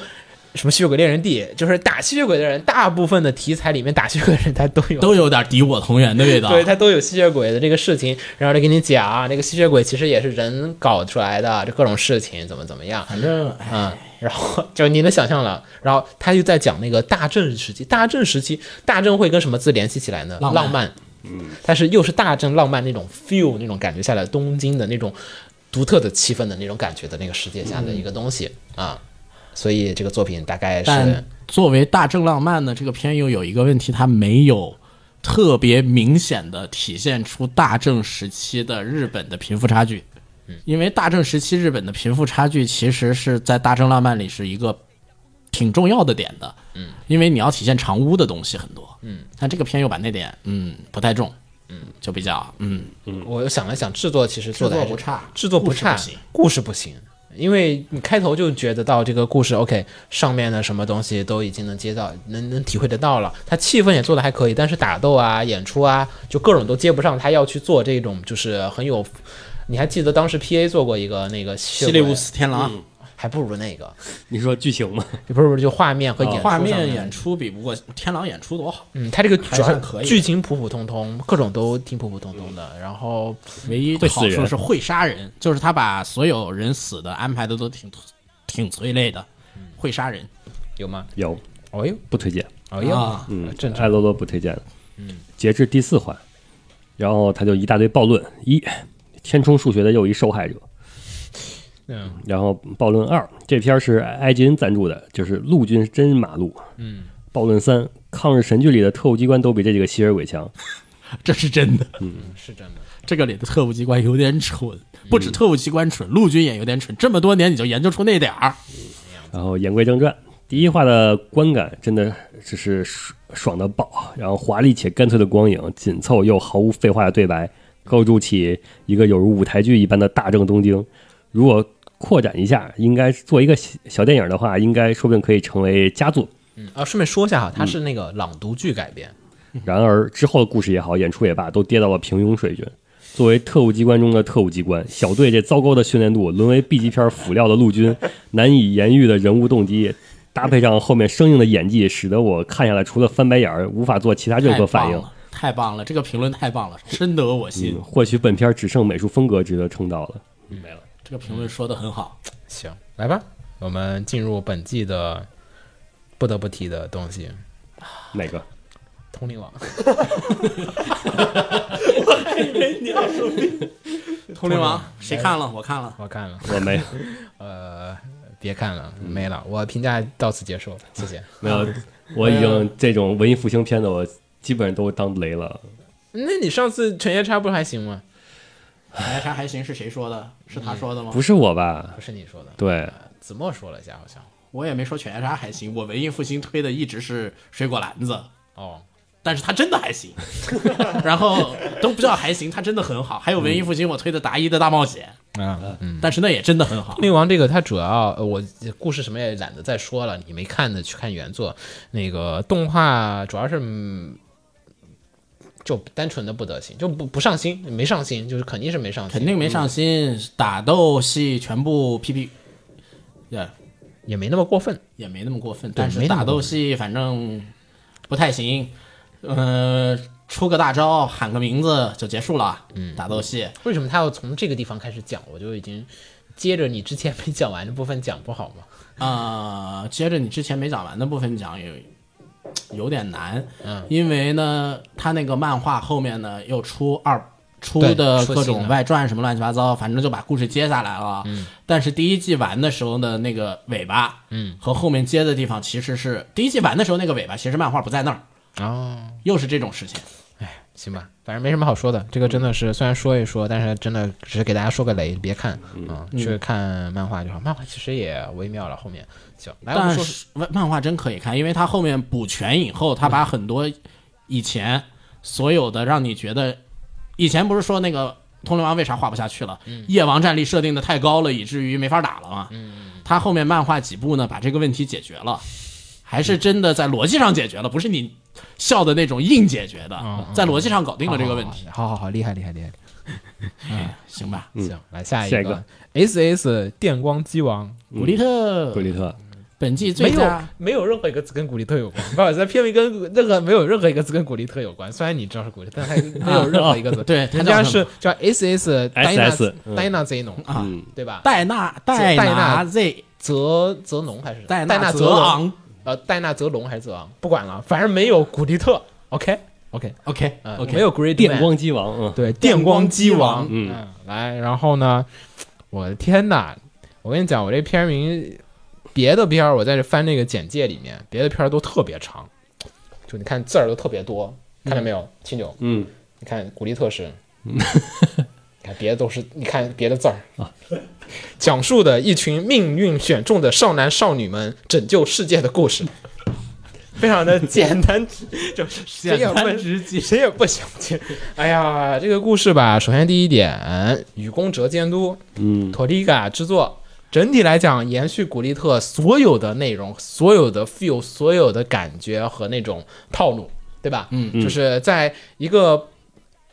Speaker 2: 什么吸血鬼猎人地，就是打吸血鬼的人，大部分的题材里面打吸血鬼的人 <laughs> 他都有。
Speaker 4: 都有点敌我同源的味道，
Speaker 2: 对他都有吸血鬼的这个事情，然后就给你讲，啊那个吸血鬼其实也是人搞出来的，这各种事情怎么怎么样，
Speaker 4: 反正哎
Speaker 2: 嗯，然后就你能想象了，然后他又在讲那个大正时期，大正时期，大正会跟什么字联系起来呢？
Speaker 4: 浪
Speaker 2: 浪
Speaker 4: 漫
Speaker 2: 嗯，但是又是大正浪漫那种 feel 那种感觉下来，东京的那种独特的气氛的那种感觉的那个世界下的一个东西、啊，所以这个作品大概是
Speaker 4: 但作为大正浪漫呢，这个片又有一个问题，它没有特别明显的体现出大正时期的日本的贫富差距。
Speaker 2: 嗯
Speaker 4: 因为大正时期日本的贫富差距其实是在大正浪漫里是一个挺重要的点的。嗯，因为你要体现长屋的东西很多。嗯，但这个片又把那点嗯不太重。嗯，就比较嗯
Speaker 2: 我又想了想，制作其实做的
Speaker 4: 制作
Speaker 2: 还是
Speaker 4: 不差
Speaker 2: 制作不
Speaker 4: 故事
Speaker 2: 差
Speaker 4: 不行，
Speaker 2: 故事不行。因为你开头就觉得到这个故事，OK，上面的什么东西都已经能接到，能能体会得到了。它气氛也做的还可以，但是打斗啊、演出啊，就各种都接不上。他要去做这种就是很有，你还记得当时 P A 做过一个那个
Speaker 4: 西
Speaker 2: 西
Speaker 4: 利乌斯天狼、
Speaker 2: 嗯还不如那个，
Speaker 3: 你说剧情吗？ <laughs>
Speaker 2: 不是不是就画面和演出
Speaker 4: 画
Speaker 2: 上
Speaker 4: 面
Speaker 2: 面
Speaker 4: 演出比不过天狼演出多好。
Speaker 2: 嗯，他这个主
Speaker 4: 还算
Speaker 2: 要
Speaker 4: 可以
Speaker 2: 剧情普普通通，各种都挺普普通通的。然后
Speaker 4: 唯一
Speaker 3: 会
Speaker 4: 好
Speaker 3: 死人
Speaker 4: 处是会杀人，就是他把所有人死的安排的都挺挺催泪的，会杀人 <laughs>
Speaker 2: 有吗？
Speaker 3: 有，
Speaker 2: 哦呦，
Speaker 3: 不推荐。
Speaker 2: 哦呦，
Speaker 4: 啊
Speaker 3: 嗯，
Speaker 2: 正常嗯
Speaker 3: 艾罗罗不推荐的。截至第四环，然后他就一大堆暴论：一，天冲数学的又一受害者；
Speaker 2: 嗯，
Speaker 3: 然后暴论二，这片儿是埃及人赞助的，就是陆军真马路。嗯，暴论三，抗日神剧里的特务机关都比这几个吸血鬼强。
Speaker 4: 这是真的。
Speaker 3: 嗯
Speaker 2: 是真的。
Speaker 4: 这个里的特务机关有点蠢，不止特务机关
Speaker 3: 嗯
Speaker 4: 蠢，陆军也有点蠢。这么多年你就研究出那点儿，
Speaker 3: 然后言归正传，第一话的观感真的只是爽爽的爆，然后华丽且干脆的光影，紧凑又毫无废话的对白，构筑起一个有如舞台剧一般的大正东京。如果扩展一下，应该做一个小小电影的话，应该说不定可以成为佳作。
Speaker 2: 啊，顺便说一下哈，它是那个朗读剧改编，
Speaker 3: 然而之后的故事也好，演出也罢，都跌到了平庸水准。作为特务机关中的特务机关，小队这糟糕的训练度，沦为 B 级片辅料的陆军，难以言喻的人物动机，搭配上后面生硬的演技，使得我看下来除了翻白眼儿，无法做其他任
Speaker 4: 太
Speaker 3: 何反
Speaker 4: 棒
Speaker 3: 应。
Speaker 4: 了，太棒了！这个评论太棒了，深得我心。
Speaker 3: 嗯或许本片只剩美术风格值得称道了。
Speaker 4: 这个评论说的很好，
Speaker 2: 行，来吧，我们进入本季的不得不提的东西
Speaker 3: 哪个？
Speaker 2: ——通灵王。
Speaker 4: 《 <laughs> 通灵王》哎谁看了？我看了。
Speaker 2: <laughs> 我看了，
Speaker 3: 我没有，
Speaker 2: 呃，别看了，没了，我评价到此结束，谢谢。
Speaker 3: 没
Speaker 4: <laughs>
Speaker 3: 有，我已经这种文艺复兴片子，我基本上都当雷了。
Speaker 2: 嗯那你上次犬夜叉不是还行吗？
Speaker 4: 白沙还行是谁说的？是他说的吗？
Speaker 3: 不是我吧
Speaker 2: <laughs> 不？是你说的，
Speaker 3: 对，
Speaker 2: 子墨说了一下，好像。哦
Speaker 4: 我也没说犬夜叉还行，我文艺复兴推的一直是水果篮子。
Speaker 2: 哦，
Speaker 4: 但是他真的还行。 <laughs> 然后都不叫还行，他真的很好。还有文艺复兴我推的达一的大冒险，呃
Speaker 2: 啊，嗯。
Speaker 4: 但是那也真的很好。
Speaker 2: 力王这个，它主要呃我故事什么也懒得再说了，你没看的去看原作。那个动画主要是、嗯、就单纯的不得行，就不不上心，没上心，就是肯定是没上心，
Speaker 4: 肯定没上心，打斗戏全部 PP，也
Speaker 2: 也没那么过分。
Speaker 4: 也没那么过分，
Speaker 2: 对
Speaker 4: 但是
Speaker 2: 没那么
Speaker 4: 打斗戏反正不太行，呃，出个大招喊个名字就结束了，嗯，打斗戏
Speaker 2: 为什么他要从这个地方开始讲？我就已经接着你之前没讲完的部分讲不好吗？
Speaker 4: 啊、呃接着你之前没讲完的部分讲有有点难，
Speaker 2: 嗯，
Speaker 4: 因为呢，他那个漫画后面呢又出二出
Speaker 2: 对
Speaker 4: 的
Speaker 2: 出
Speaker 4: 各
Speaker 2: 新
Speaker 4: 种
Speaker 2: 的
Speaker 4: 外传什么乱七八糟，反正就把故事接下来了。嗯，但是第一季完的时候的那个尾巴，
Speaker 2: 嗯，
Speaker 4: 和后面接的地方其实是第一季完的时候那个尾巴，其实漫画不在那儿，
Speaker 2: 哦，
Speaker 4: 又是这种事情。
Speaker 2: 行吧，反正没什么好说的。这个真的是虽然说一说，但是真的只是给大家说个雷，别看
Speaker 4: 嗯
Speaker 2: 啊、去看漫画就好。漫画其实也微妙了，后面行。来，我们
Speaker 4: 但
Speaker 2: 说
Speaker 4: 是漫漫画真可以看，因为它后面补全以后，它把很多以前所有的让你觉得，以前不是说那个通灵王为啥画不下去了？夜王战力设定的太高了，以至于没法打了嘛。他后面漫画几部呢，把这个问题解决了，还是真的在逻辑上解决了，不是你笑的那种硬解决的，在逻辑上搞定了这个问题。
Speaker 2: 哦
Speaker 4: 哎嗯
Speaker 2: 好好好，厉害厉害厉害！
Speaker 4: 行吧，
Speaker 2: 行，来下
Speaker 3: 下一
Speaker 2: 个
Speaker 3: 个
Speaker 2: S S 电光机王，
Speaker 4: 嗯古力特
Speaker 3: 格里特，
Speaker 4: 本季
Speaker 2: 没
Speaker 4: 最
Speaker 2: 有
Speaker 4: 佳啊
Speaker 2: 没有任何一个字跟古力特有关，不好意思，它片尾跟任何没有任何一个字跟古力特有关。 <laughs> 虽然你知道是古力特，但还没有任何一个字。
Speaker 4: 对他
Speaker 2: 人
Speaker 4: 叫
Speaker 2: 家
Speaker 4: 什
Speaker 2: 是 <laughs> 叫 S S
Speaker 3: SS 嗯
Speaker 2: Dyna d y n o
Speaker 4: 啊，
Speaker 3: 嗯，
Speaker 2: 对吧？
Speaker 4: 戴纳戴
Speaker 2: 戴纳
Speaker 4: 纳 Z
Speaker 2: 泽泽农还是
Speaker 4: 戴
Speaker 2: 纳泽
Speaker 4: 泽
Speaker 2: 龙？
Speaker 4: 昂。
Speaker 2: 呃，戴纳泽龙还是泽昂？不管了，反正没有古力特。OK OK，
Speaker 4: OK
Speaker 2: 嗯，
Speaker 4: OK，
Speaker 2: 没有 Great
Speaker 3: 电
Speaker 2: Man
Speaker 3: 光机王，嗯，
Speaker 2: 对，
Speaker 4: 电
Speaker 2: 电光
Speaker 4: 光
Speaker 2: 机
Speaker 4: 机
Speaker 2: 王
Speaker 4: 王，
Speaker 3: 嗯
Speaker 2: 来，然后呢，我的天呐，我跟你讲，我这片名，别的片儿我在这翻那个简介里面，别的片儿都特别长，就你看字儿都特别多，看到没有，七九，
Speaker 3: 嗯，
Speaker 2: 你看古力特是，你看别的都是，你看别的字儿啊，讲述的一群命运选中的少男少女们拯救世界的故事。 <laughs> 非常的简单， <laughs> 就谁也不
Speaker 4: 直接。
Speaker 2: 谁也不想听。哎呀，这个故事吧，首先第一点，雨宫哲监督，
Speaker 3: 嗯，
Speaker 2: 托利嘎制作。整体来讲，延续古力特所有的内容、所有的 feel、所有的感觉和那种套路，对吧？嗯，就是在一个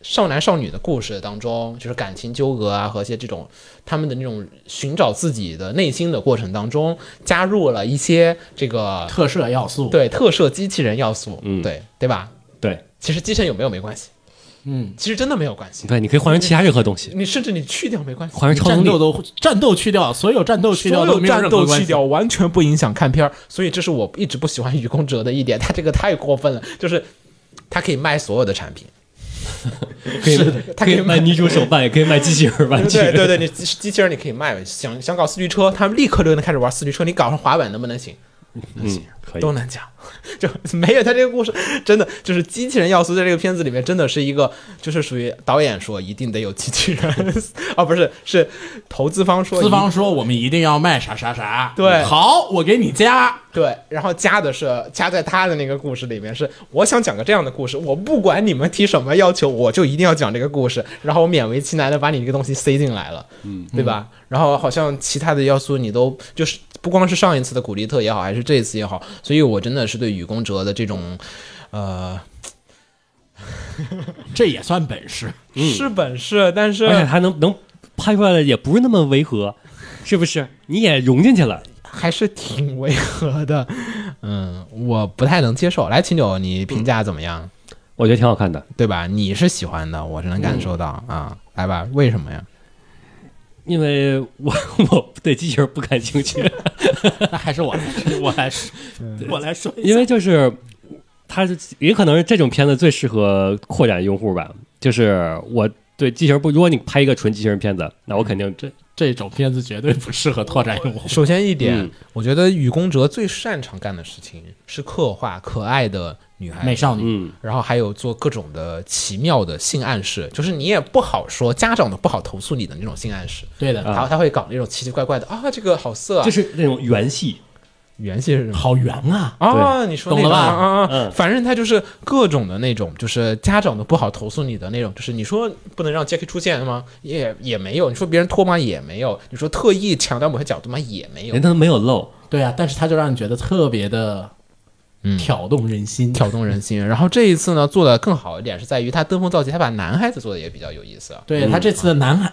Speaker 2: 少男少女的故事当中，就是感情纠葛啊和一些这种他们的那种寻找自己的内心的过程当中，加入了一些这个
Speaker 4: 特摄要素，，
Speaker 2: 对特摄机器人要素，
Speaker 3: 嗯
Speaker 2: 对对吧？
Speaker 3: 对，
Speaker 2: 其实机器人有没有没关系，
Speaker 4: 嗯，
Speaker 2: 其实真的没有关系。
Speaker 3: 对，你可以换成其他任何东西，
Speaker 2: 你甚至你去掉没关系，
Speaker 3: 换成超
Speaker 4: 战
Speaker 3: 能
Speaker 4: 斗
Speaker 3: 力，
Speaker 4: 都战斗去掉，所有战斗去掉
Speaker 2: 所
Speaker 4: 都
Speaker 2: 有
Speaker 4: 没有
Speaker 2: 战
Speaker 4: 任
Speaker 2: 斗
Speaker 4: 何关
Speaker 2: 去
Speaker 4: 系。
Speaker 2: 掉完全不影响看片儿，所以这是我一直不喜欢雨宫哲的一点，他这个太过分了，就是他可以卖所有的产品，
Speaker 3: 可以，
Speaker 2: 他
Speaker 3: 可以
Speaker 2: 可以
Speaker 3: 卖女主手办，也可以卖机器人玩具，
Speaker 2: 对 <laughs> 对对，你机机器人你可以卖，想想搞四驱车，他们立刻就能开始玩四驱车，你搞上滑板能不能行？
Speaker 3: 嗯，可以
Speaker 2: 都，能讲， <laughs> 就没有他这个故事真的就是机器人要素在这个片子里面真的是一个，就是属于导演说一定得有机器人， <laughs> 哦不是是投资方说一
Speaker 4: 资方说我们一定要卖啥啥啥，
Speaker 2: 对
Speaker 4: 好，我给你加，
Speaker 2: 对，然后加的是加在他的那个故事里面是，我想讲个这样的故事，我不管你们提什么要求，我就一定要讲这个故事，然后我勉为其难的把你这个东西塞进来了，嗯，对吧？然后好像其他的要素你都就是不光是上一次的古力特也好，还是这一次也好，所以我真的是对雨宫哲的这种，呃，
Speaker 4: 这也算本事。
Speaker 2: 是本事，但是
Speaker 3: 而
Speaker 4: 啊
Speaker 3: 且还能能拍出来的也不是那么违和，是不是？你也融进去了，
Speaker 2: 还是挺违和的，嗯，我不太能接受。来，秦九，你评价怎么样？
Speaker 3: 我觉得挺好看的，
Speaker 2: 对吧？你是喜欢的，我是能感受到啊。来吧，为什么呀？
Speaker 3: 因为我我对机器人不感兴趣，
Speaker 4: <laughs> 那还
Speaker 3: <laughs>
Speaker 4: 是我来，我来说，
Speaker 2: 嗯
Speaker 4: 我来说一下，
Speaker 3: 因为就是它是也可能是这种片子最适合扩展用户吧。就是我对机器人不，如果你拍一个纯机器人片子，那我肯定这
Speaker 4: 这种片子绝对不适合拓展用户。
Speaker 2: 首先一点，
Speaker 3: 嗯
Speaker 2: 我觉得雨宫哲最擅长干的事情是刻画可爱的女孩
Speaker 4: 美
Speaker 2: 子。
Speaker 4: 少女，
Speaker 3: 嗯
Speaker 2: 然后还有做各种的奇妙的性暗示，就是你也不好说，家长都不好投诉你的那种性暗示。
Speaker 4: 对的，
Speaker 2: 然后他会搞那种奇奇怪怪的啊，这个好色啊，
Speaker 3: 就是那种原戏，
Speaker 2: 元系是什么？
Speaker 4: 好圆啊！
Speaker 2: 啊，你说
Speaker 4: 懂了吧
Speaker 2: 那种啊啊，啊
Speaker 3: 嗯
Speaker 2: 反正他就是各种的那种，就是家长都不好投诉你的那种，就是你说不能让 Jackie 出现吗？也也没有，你说别人拖吗？也没有，你说特意强调某些角度吗？也没有
Speaker 3: 连，他都没有漏，
Speaker 4: 对啊，但是他就让你觉得特别的
Speaker 2: 嗯
Speaker 4: 挑动人心，
Speaker 2: 挑动人心。然后这一次呢，做的更好一点是在于他登峰造极，他把男孩子做的也比较有意思。啊
Speaker 4: 对他这次的男孩，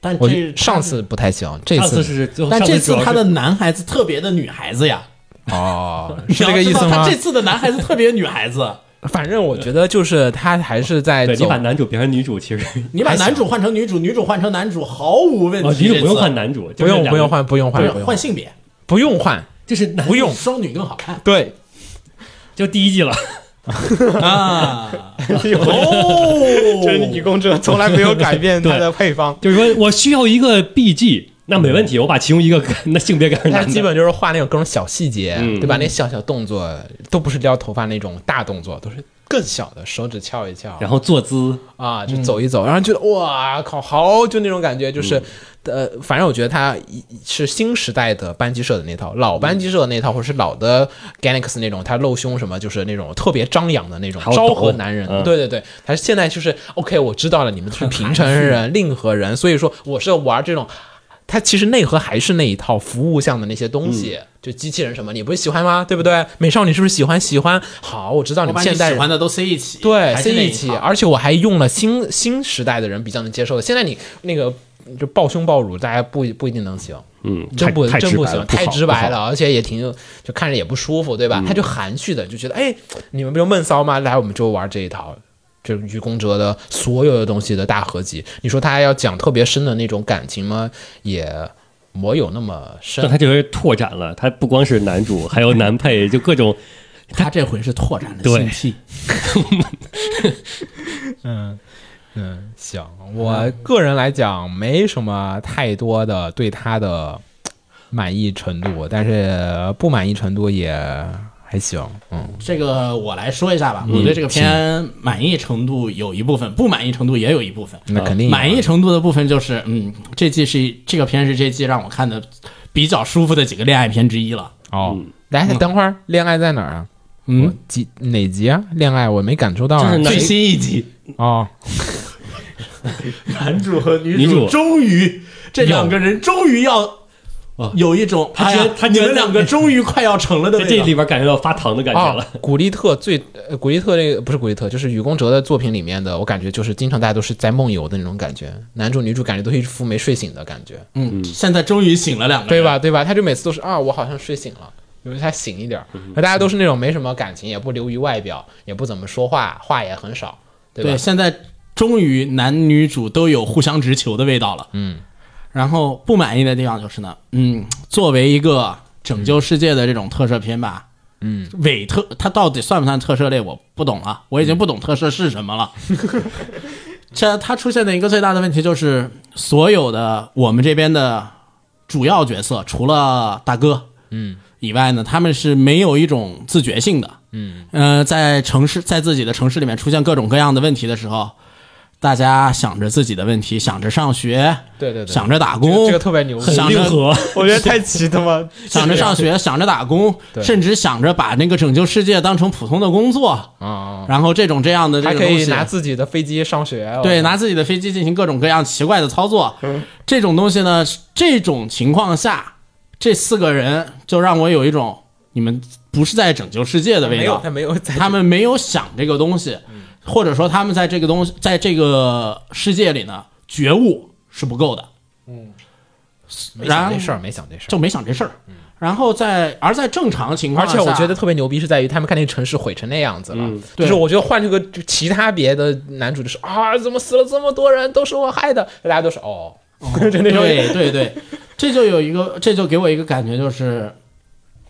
Speaker 4: 但
Speaker 2: 嗯我
Speaker 4: 这
Speaker 2: 上次不太行，这
Speaker 3: 上次
Speaker 2: 次
Speaker 3: 是最后，
Speaker 4: 但
Speaker 3: 上
Speaker 4: 这
Speaker 3: 主
Speaker 4: 次
Speaker 3: 要是
Speaker 4: 他的男孩子特别的女孩子呀，
Speaker 2: 哦， <laughs>
Speaker 4: 你
Speaker 2: 是
Speaker 4: 要
Speaker 2: 这个
Speaker 4: 知
Speaker 2: 意
Speaker 4: 道
Speaker 2: 思吗
Speaker 4: 他这？次的男孩子特别女孩子，
Speaker 2: 反正我觉得就是他还是在
Speaker 3: 对你
Speaker 2: 走
Speaker 3: 把男主变成女主，其实
Speaker 4: 你把
Speaker 2: 还行
Speaker 4: 男主换成女主，女主换成男主毫无问
Speaker 3: <laughs> 哦，女
Speaker 4: 题。
Speaker 3: 主不用
Speaker 4: 这次
Speaker 3: 换，男主，
Speaker 2: 不用不用，换，不用换，不用
Speaker 4: 不用
Speaker 2: 换
Speaker 4: 换，性别，
Speaker 2: 不用换，
Speaker 3: 就是男
Speaker 2: 不用
Speaker 4: 双女更好看
Speaker 2: 对。
Speaker 3: 就第一季了，
Speaker 4: <laughs> 啊！ <laughs>
Speaker 2: 就是
Speaker 4: 哦，
Speaker 2: 女工者从来没有改变
Speaker 3: 对
Speaker 2: 它的配方，
Speaker 3: 就是说我需要一个 BG，那没问题，我把其中一个改 <laughs> 那性别改成
Speaker 2: 它
Speaker 3: 男的，
Speaker 2: 基本就是画那种各种小细节，
Speaker 3: 嗯
Speaker 2: 对吧？那小小动作都不是撩头发那种大动作，都是更小的，手指翘一翘，
Speaker 3: 然后坐姿
Speaker 2: 啊，
Speaker 3: 嗯
Speaker 2: 就走一走，然后觉得哇靠，好就那种感觉，就是、呃，反正我觉得它一是新时代的班级社的那套，老班
Speaker 3: 嗯
Speaker 2: 级社的那套，或者是老的 Ganex 那种，它露胸什么，就是那种特别张扬的那种
Speaker 3: 还，有
Speaker 2: 昭和
Speaker 3: 抖
Speaker 2: 男人。
Speaker 3: 嗯
Speaker 2: 对对对，他现在就是 OK，我知道了，你们都是平城人、
Speaker 3: <laughs>
Speaker 2: 令和人，所以说我是玩这种。它其实内核还是那一套服务项的那些东西，
Speaker 3: 嗯
Speaker 2: 就机器人什么，你不是喜欢吗？对不对？美少女是不是喜欢？喜欢。好，我知道
Speaker 4: 我
Speaker 2: 你
Speaker 4: 把
Speaker 2: 们
Speaker 4: 你
Speaker 2: 现代
Speaker 4: 喜
Speaker 2: 人
Speaker 4: 欢的都塞一起，
Speaker 2: 对，
Speaker 4: 还是
Speaker 2: 塞
Speaker 4: 那
Speaker 2: 一
Speaker 4: 一
Speaker 2: 起，
Speaker 4: 套
Speaker 2: 而且我还用了新新时代的人比较能接受的。现在你那个就暴胸暴乳，大家不不一定能行，
Speaker 3: 嗯，
Speaker 2: 真不
Speaker 3: 太
Speaker 2: 真不行，太直白，
Speaker 3: 好
Speaker 2: 了，而且也挺就看着也不舒服，对吧？他就含蓄的就觉得，哎，你们不就闷骚吗？来，我们就玩这一套。就是于公哲的所有的东西的大合集，你说他要讲特别深的那种感情吗？也没有那么深
Speaker 3: 但。他这回拓展了，他不光是男主，还有男配，就各种
Speaker 4: 他这回是拓展了
Speaker 3: 对
Speaker 4: 性癖，
Speaker 2: 嗯，行，我个人来讲没什么太多的对他的满意程度，但是不满意程度也还行。嗯，
Speaker 4: 这个我来说一下吧，我对这个片满意程度有一部分，不满意程度也有一部分。
Speaker 2: 那肯定有啊
Speaker 4: 满意程度的部分就是，嗯，这季是这个片是这季让我看的比较舒服的几个恋爱片之一了。
Speaker 2: 哦。
Speaker 3: 嗯
Speaker 2: 来，等会儿，恋爱在哪儿啊？我
Speaker 4: 嗯，
Speaker 2: 几哪集啊？恋爱我没感受到
Speaker 3: 就
Speaker 2: 啊
Speaker 3: 是。男
Speaker 4: 最新一集，
Speaker 2: 哦，
Speaker 4: <laughs> 男主和女
Speaker 3: 女主
Speaker 4: 终于这两个人终于要
Speaker 3: 哦
Speaker 4: 有一种，
Speaker 3: 他
Speaker 4: 哎
Speaker 3: 觉
Speaker 4: 呀
Speaker 3: 得他
Speaker 4: 你
Speaker 3: 觉得
Speaker 4: 们两个终于快要成了的
Speaker 3: 在
Speaker 4: 味
Speaker 3: 这
Speaker 4: 道
Speaker 3: 里边感觉到发糖的感觉
Speaker 2: 哦
Speaker 3: 了，，
Speaker 2: 古力特最呃古力特这个不是古力特，就是雨宫哲的作品里面的，我感觉就是经常大家都是在梦游的那种感觉，男主女主感觉都是一副没睡醒的感觉。
Speaker 4: 嗯，现在终于醒了两个人，
Speaker 2: 对？吧？对吧？他就每次都是啊，我好像睡醒了，因为他醒一点儿。那大家都是那种没什么感情，也不流于外表，也不怎么说话，话也很少，对吧？
Speaker 4: 对，现在终于男女主都有互相直球的味道了。
Speaker 2: 嗯，
Speaker 4: 然后不满意的地方就是呢，嗯，作为一个拯救世界的这种特摄片吧，嗯，伪特它到底算不算特摄类，我不懂了，我已经不懂特摄是什么了。
Speaker 2: <laughs>
Speaker 4: 这它出现的一个最大的问题就是，所有的我们这边的主要角色，除了大哥，
Speaker 2: 嗯，
Speaker 4: 以外呢，他们是没有一种自觉性的，嗯，呃，在城市在自己的城市里面出现各种各样的问题的时候，大家想着自己的问题，想着上学，
Speaker 2: 对对对，
Speaker 4: 想着打
Speaker 2: 这个
Speaker 4: 工，
Speaker 2: 这个特别牛逼，
Speaker 4: 想 <laughs>
Speaker 3: 很硬核，
Speaker 2: 我觉得太奇他 <laughs> 妈
Speaker 4: 想着上学，想着打工，
Speaker 2: 对
Speaker 4: 甚至想着把那个拯救世界当成普通的工作，
Speaker 2: 啊，
Speaker 4: 然后这种这样的
Speaker 2: 还
Speaker 4: 这个
Speaker 2: 可
Speaker 4: 东
Speaker 2: 以
Speaker 4: 西，
Speaker 2: 拿自己的飞机上学，哦
Speaker 4: 对，拿自己的飞机进行各种各样奇怪的操作，
Speaker 2: 嗯
Speaker 4: 这种东西呢，这种情况下，这四个人就让我有一种你们不是在拯救世界的
Speaker 2: 没
Speaker 4: 味
Speaker 2: 有
Speaker 4: 道，
Speaker 2: 他没有在
Speaker 4: 他们没有想这个东西，
Speaker 2: 嗯
Speaker 4: 或者说他们在这个东西，在这个世界里呢，觉悟是不够的，
Speaker 2: 没
Speaker 4: 然
Speaker 2: 想
Speaker 4: 后
Speaker 2: 这事儿，没想这事
Speaker 4: 就
Speaker 2: 儿。
Speaker 4: 没想这事儿。然后在而在正常情
Speaker 2: 嗯而
Speaker 4: 况下，
Speaker 2: 且我觉得特别牛逼是在于他们看那个城市毁成那样子了，就
Speaker 4: 对
Speaker 2: 是我觉得换成个就其他别的男主就是啊，怎么死了这么多人，都是我害的，大家都是哦， <laughs> 就那种
Speaker 4: 对对对，这就有一个，这就给我一个感觉，就是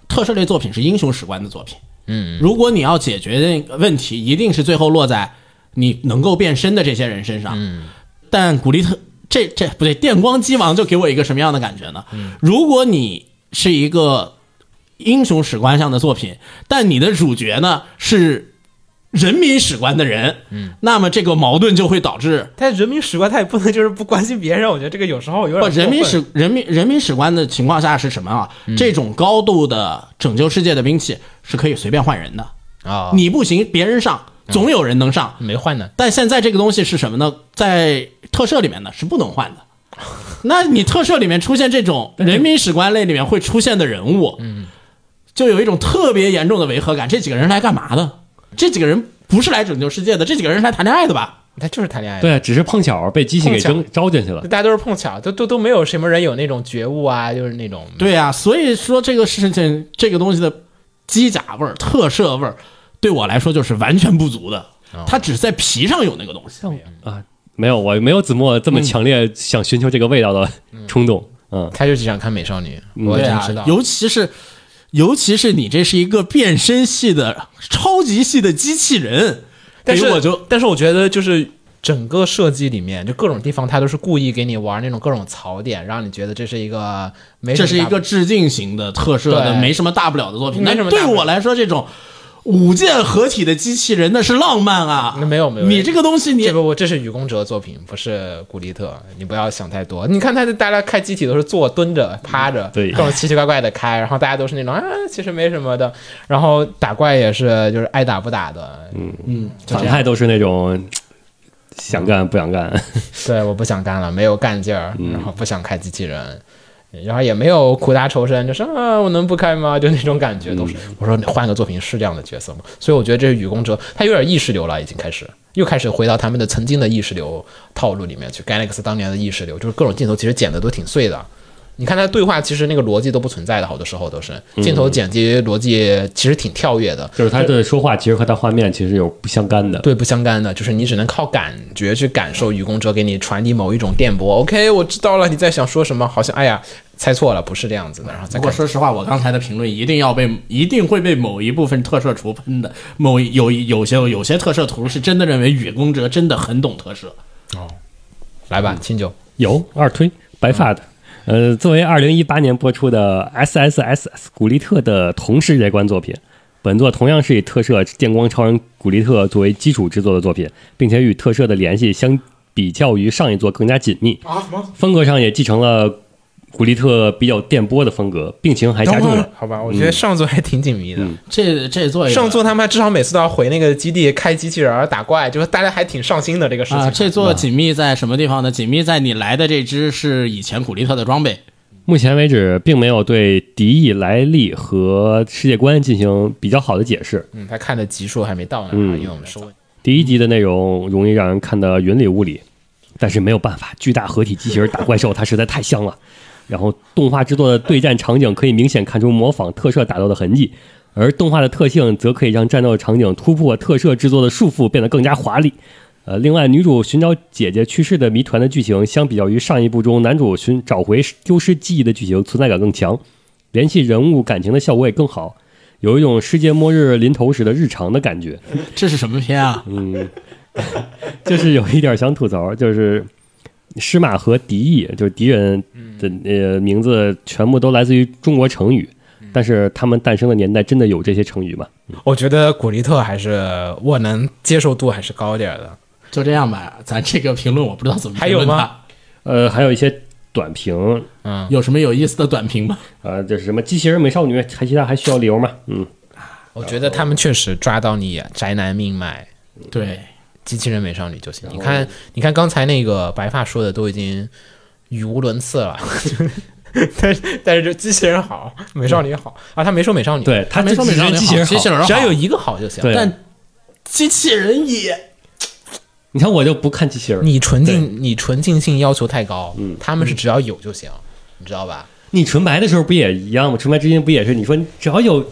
Speaker 4: 特摄类作品是英雄史观的作品。
Speaker 2: 嗯，
Speaker 4: 如果你要解决那个问题，一定是最后落在你能够变身的这些人身上。嗯，但古力特这这不对，电光机王就给我一个什么样的感觉呢？如果你是一个英雄史观上的作品，但你的主角呢是人民史观的人，嗯，那么这个矛盾就会导致
Speaker 2: 但人民史观他也不能就是不关心别人，我觉得这个有时候有点
Speaker 4: 不
Speaker 2: 过分嗯
Speaker 4: 人民史人民人民史观的情况下是什么啊？这种高度的拯救世界的兵器是可以随便换人的，
Speaker 2: 啊，嗯
Speaker 4: 你不行，别人上，总有人能上。
Speaker 2: 没换呢，
Speaker 4: 但现在这个东西是什么呢？在特摄里面呢是不能换的。
Speaker 2: <laughs>
Speaker 4: 那你特摄里面出现这种人民史观类里面会出现的人物，嗯，就有一种特别严重的违和感。这几个人来干嘛的？这几个人不是来拯救世界的，这几个人是来谈恋爱的吧？
Speaker 2: 他就是谈恋爱的。
Speaker 3: 对，啊只是碰巧被机器给
Speaker 2: 碰
Speaker 3: 扔招进去了。
Speaker 2: 大家都是碰巧，都都都没有什么人有那种觉悟啊，就是那种
Speaker 4: 对呀、所以说这个事情，这个东西的机甲味儿、特摄味儿，对我来说就是完全不足的。
Speaker 2: 哦
Speaker 4: 它只是在皮上有那个东西。
Speaker 3: 啊，没有，我没有子墨这么强烈想寻求这个味道的冲动。嗯，
Speaker 2: 他就只想看美少女，我已
Speaker 4: 对
Speaker 2: 经
Speaker 4: 啊
Speaker 2: 知道，。
Speaker 4: 尤其是尤其是你这是一个变身系的超级系的机器人，
Speaker 2: 但是
Speaker 4: 给我就
Speaker 2: 但是我觉得就是整个设计里面，就各种地方他都是故意给你玩那种各种槽点，让你觉得这是一个没什
Speaker 4: 这
Speaker 2: 么
Speaker 4: 是一
Speaker 2: 大
Speaker 4: 个致敬型的特摄的，
Speaker 2: 对
Speaker 4: 没什么大不了的作品。
Speaker 2: 没
Speaker 4: 那
Speaker 2: 什么大
Speaker 4: 对
Speaker 2: 不了
Speaker 4: 我来说，这种五件合体的机器人那是浪漫啊！
Speaker 2: 那没有没有
Speaker 4: 你这个东西你
Speaker 2: 这不，这是愚公哲作品，不是古力特，你不要想太多。你看他大家开机体都是坐、蹲着、趴着，
Speaker 3: 对
Speaker 2: 各种奇奇怪怪的开，然后大家都是那种啊，其实没什么的。然后打怪也是，就是爱打不打的。
Speaker 4: 嗯，就
Speaker 3: 反
Speaker 4: 这样
Speaker 3: 派都是那种想干不想干，
Speaker 2: 对，我不想干了，没有干劲儿，然后不想开机器人，然后也没有苦大仇深，就是啊，我能不开吗？就那种感觉都是。我说你换个作品是这样的角色吗？所以我觉得这是愚公哲，他有点意识流了，已经开始又开始回到他们的曾经的意识流套路里面去。Galax 当年的意识流就是各种镜头其实剪的都挺碎的。你看他对话，其实那个逻辑都不存在的，好多时候都是镜头剪辑逻辑其实挺跳跃的，
Speaker 3: <laughs> 就是他的说话其实和他画面其实有不相干的。
Speaker 2: 对不相干的，就是你只能靠感觉去感受愚公者给你传递某一种电波。OK，我知道了，你在想说什么？好像哎呀，猜错了，不是这样子的。然后再
Speaker 4: 不过
Speaker 2: 看，
Speaker 4: 说实话，我刚才的评论一定要被，一定会被某一部分特摄图喷的。某有有些有些特摄图是真的认为雨宫哲真的很懂特摄，
Speaker 2: 来吧，清酒，
Speaker 3: 有二推白发的。呃，作为二零一八年播出的 SSSS 古力特的同时代观作品，本作同样是以特摄《电光超人古力特》作为基础制作的作品，并且与特摄的联系相比较于上一作更加紧密。
Speaker 2: 啊
Speaker 3: 风格上也继承了古力特比较电波的风格，病情还加重了。
Speaker 2: 好吧，我觉得上座还挺紧密的。
Speaker 4: 这这作也
Speaker 2: 上座他们至少每次都要回那个基地开机器人儿打怪，就是大家还挺上心的这个事情。
Speaker 4: 啊，这座紧密在什么地方呢？紧密在你来的这只是以前古力特的装备，
Speaker 3: 目前为止，并没有对敌意来历和世界观进行比较好的解释。
Speaker 2: 嗯，他看的集数还没到呢，因为我们收尾。
Speaker 3: 第一集的内容容易让人看得云里雾里，但是没有办法，巨大合体机器人打怪兽，它实在太香了。然后动画制作的对战场景可以明显看出模仿特摄打斗的痕迹，而动画的特性则可以让战斗场景突破特摄制作的束缚，变得更加华丽。呃，另外，女主寻找姐姐去世的谜团的剧情，相比较于上一部中男主寻找回丢失记忆的剧情，存在感更强，联系人物感情的效果也更好，有一种世界末日临头时的日常的感觉。
Speaker 4: 这是什么片啊？
Speaker 3: 嗯 <laughs> 就是有一点想吐槽，就是施马和敌意，就是敌人
Speaker 4: 嗯
Speaker 3: 的呃名字全部都来自于中国成语，
Speaker 4: 嗯
Speaker 3: 但是他们诞生的年代真的有这些成语吗？
Speaker 2: 我觉得古力特还是我能接受度还是高点儿的。
Speaker 4: 就这样吧，咱这个评论我不知道怎么
Speaker 2: 还有
Speaker 4: 评论它
Speaker 2: 吗？
Speaker 3: 呃，还有一些短评，
Speaker 2: 嗯，
Speaker 4: 有什么有意思的短评吗？
Speaker 3: 呃，就是什么机器人美少女，还其他还需要理由吗？嗯，
Speaker 2: 我觉得他们确实抓到你宅男命脉。
Speaker 4: 对，
Speaker 2: 机器人美少女就行。你看，你看刚才那个白发说的都已经语无伦次了， <laughs> 但是但是就机器人好，美少女好啊，他没说美少女，，
Speaker 3: 对，他
Speaker 4: 没说美
Speaker 3: 只
Speaker 4: 少女
Speaker 3: 是机器人
Speaker 4: 好机器人
Speaker 3: 好，
Speaker 4: 好，
Speaker 2: 只要有一个好就行。
Speaker 3: 对，
Speaker 4: 但机器人也
Speaker 3: 你看我就不看机器人，
Speaker 2: 你纯净，你纯净性要求太高，嗯，他们是只要有就行，你知道吧？
Speaker 3: 你纯白的时候不也一样吗？纯白之音不也是你说只要有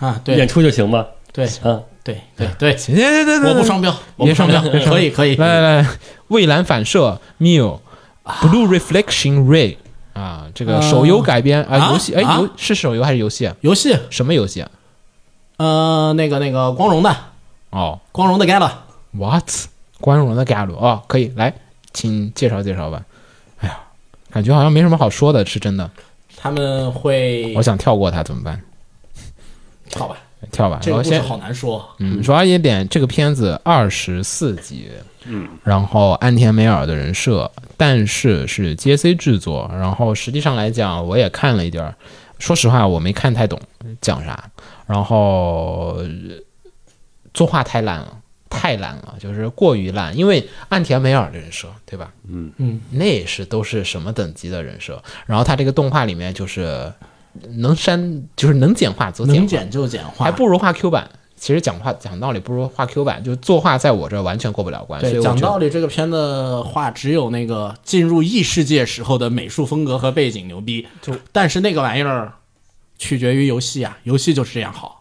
Speaker 4: 啊，
Speaker 3: 演
Speaker 4: 对
Speaker 3: 出就行吗？
Speaker 4: 对
Speaker 3: 啊，
Speaker 4: 对对对，
Speaker 2: 行行行行
Speaker 4: 我不
Speaker 2: <laughs>
Speaker 4: 双标，我不双标，可以可以，
Speaker 2: 来来来，蔚蓝反射 Miu
Speaker 4: 啊
Speaker 2: Blue Reflection Ray 啊，这个手游改编啊，
Speaker 4: 啊
Speaker 2: 游戏哎
Speaker 4: 啊
Speaker 2: 游是手游还是游戏啊？
Speaker 4: 游戏，
Speaker 2: 什么游戏啊？
Speaker 4: 呃，那个那个光荣的
Speaker 2: 哦，
Speaker 4: 光荣的 Gala，
Speaker 2: What？光荣的 Gal 哦，可以来，请介绍介绍吧。哎呀，感觉好像没什么好说的，是真的。
Speaker 4: 他们会
Speaker 2: 我想跳过它怎么办？
Speaker 4: 好吧，
Speaker 2: 跳吧。
Speaker 4: 这
Speaker 2: 然后
Speaker 4: 个故事
Speaker 2: 哎先
Speaker 4: 好难说。
Speaker 2: 嗯，主要一点，这个片子二十四集，嗯，然后安田美尔的人设，但是是 JC 制作，然后实际上来讲，我也看了一点儿，说实话我没看太懂讲啥，然后呃作画太烂了。太烂了，就是过于烂，因为岸田美尔的人设，对吧？嗯
Speaker 4: 嗯，
Speaker 2: 那也是都是什么等级的人设。然后他这个动画里面就是能删，就是能简化则简化，
Speaker 4: 能简就简化，
Speaker 2: 还不如画 Q 版。其实讲话讲道理，不如画 Q 版，就作画在我这完全过不了关。所以
Speaker 4: 对，
Speaker 2: 我
Speaker 4: 讲
Speaker 2: 觉
Speaker 4: 道
Speaker 2: 得
Speaker 4: 理，这个片的话，只有那个进入异世界时候的美术风格和背景牛逼，就但是那个玩意儿取决于游戏啊，游戏就是这样好。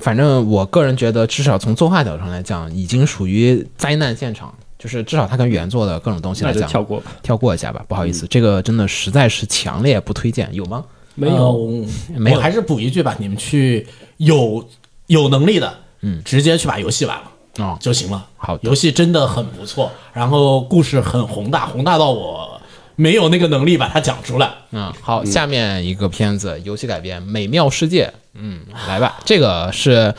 Speaker 2: 反正我个人觉得，至少从作画角度上来讲，已经属于灾难现场。就是至少它跟原作的各种东西
Speaker 3: 那
Speaker 2: 来
Speaker 3: 就
Speaker 2: 讲，
Speaker 3: 跳过吧。
Speaker 2: 跳过一下吧，不好意思，这个真的实在是强烈不推荐，有吗？
Speaker 3: 没
Speaker 4: 呃
Speaker 3: 有，
Speaker 4: 我
Speaker 2: 哎没有
Speaker 4: 我还是补一句吧，你们去有有能力的，嗯，直接去把游戏玩了。
Speaker 2: 哦，
Speaker 4: 就行了。
Speaker 2: 好的
Speaker 4: 游戏真的很不错，然后故事很宏大，宏大到我没有那个能力把它讲出来。
Speaker 2: 嗯，好，下面一个片子，游戏改编《美妙世界》，嗯，来吧，这个是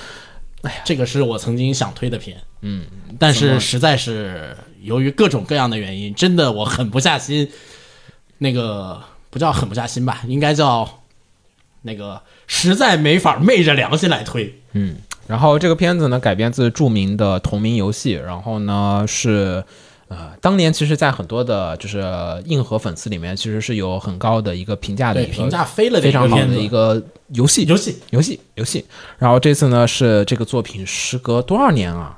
Speaker 4: 这个是我曾经想推的片，嗯，但是实在是由于各种各样的原因，真的我狠不下心。那个不叫狠不下心吧，应该叫那个实在没法昧着良心来推。
Speaker 2: 然后这个片子呢改编自著名的同名游戏，然后呢是。呃，当年其实，在很多的，就是硬核粉丝里面，其实是有很高的一个评价的
Speaker 4: 对，
Speaker 2: 一个
Speaker 4: 评价飞了的
Speaker 2: 非
Speaker 4: 一个
Speaker 2: 常好
Speaker 4: 片
Speaker 2: 的
Speaker 4: 子
Speaker 2: 一个游戏，
Speaker 4: 游戏，
Speaker 2: 游戏，游戏。然后这次呢，是这个作品时隔多少年啊？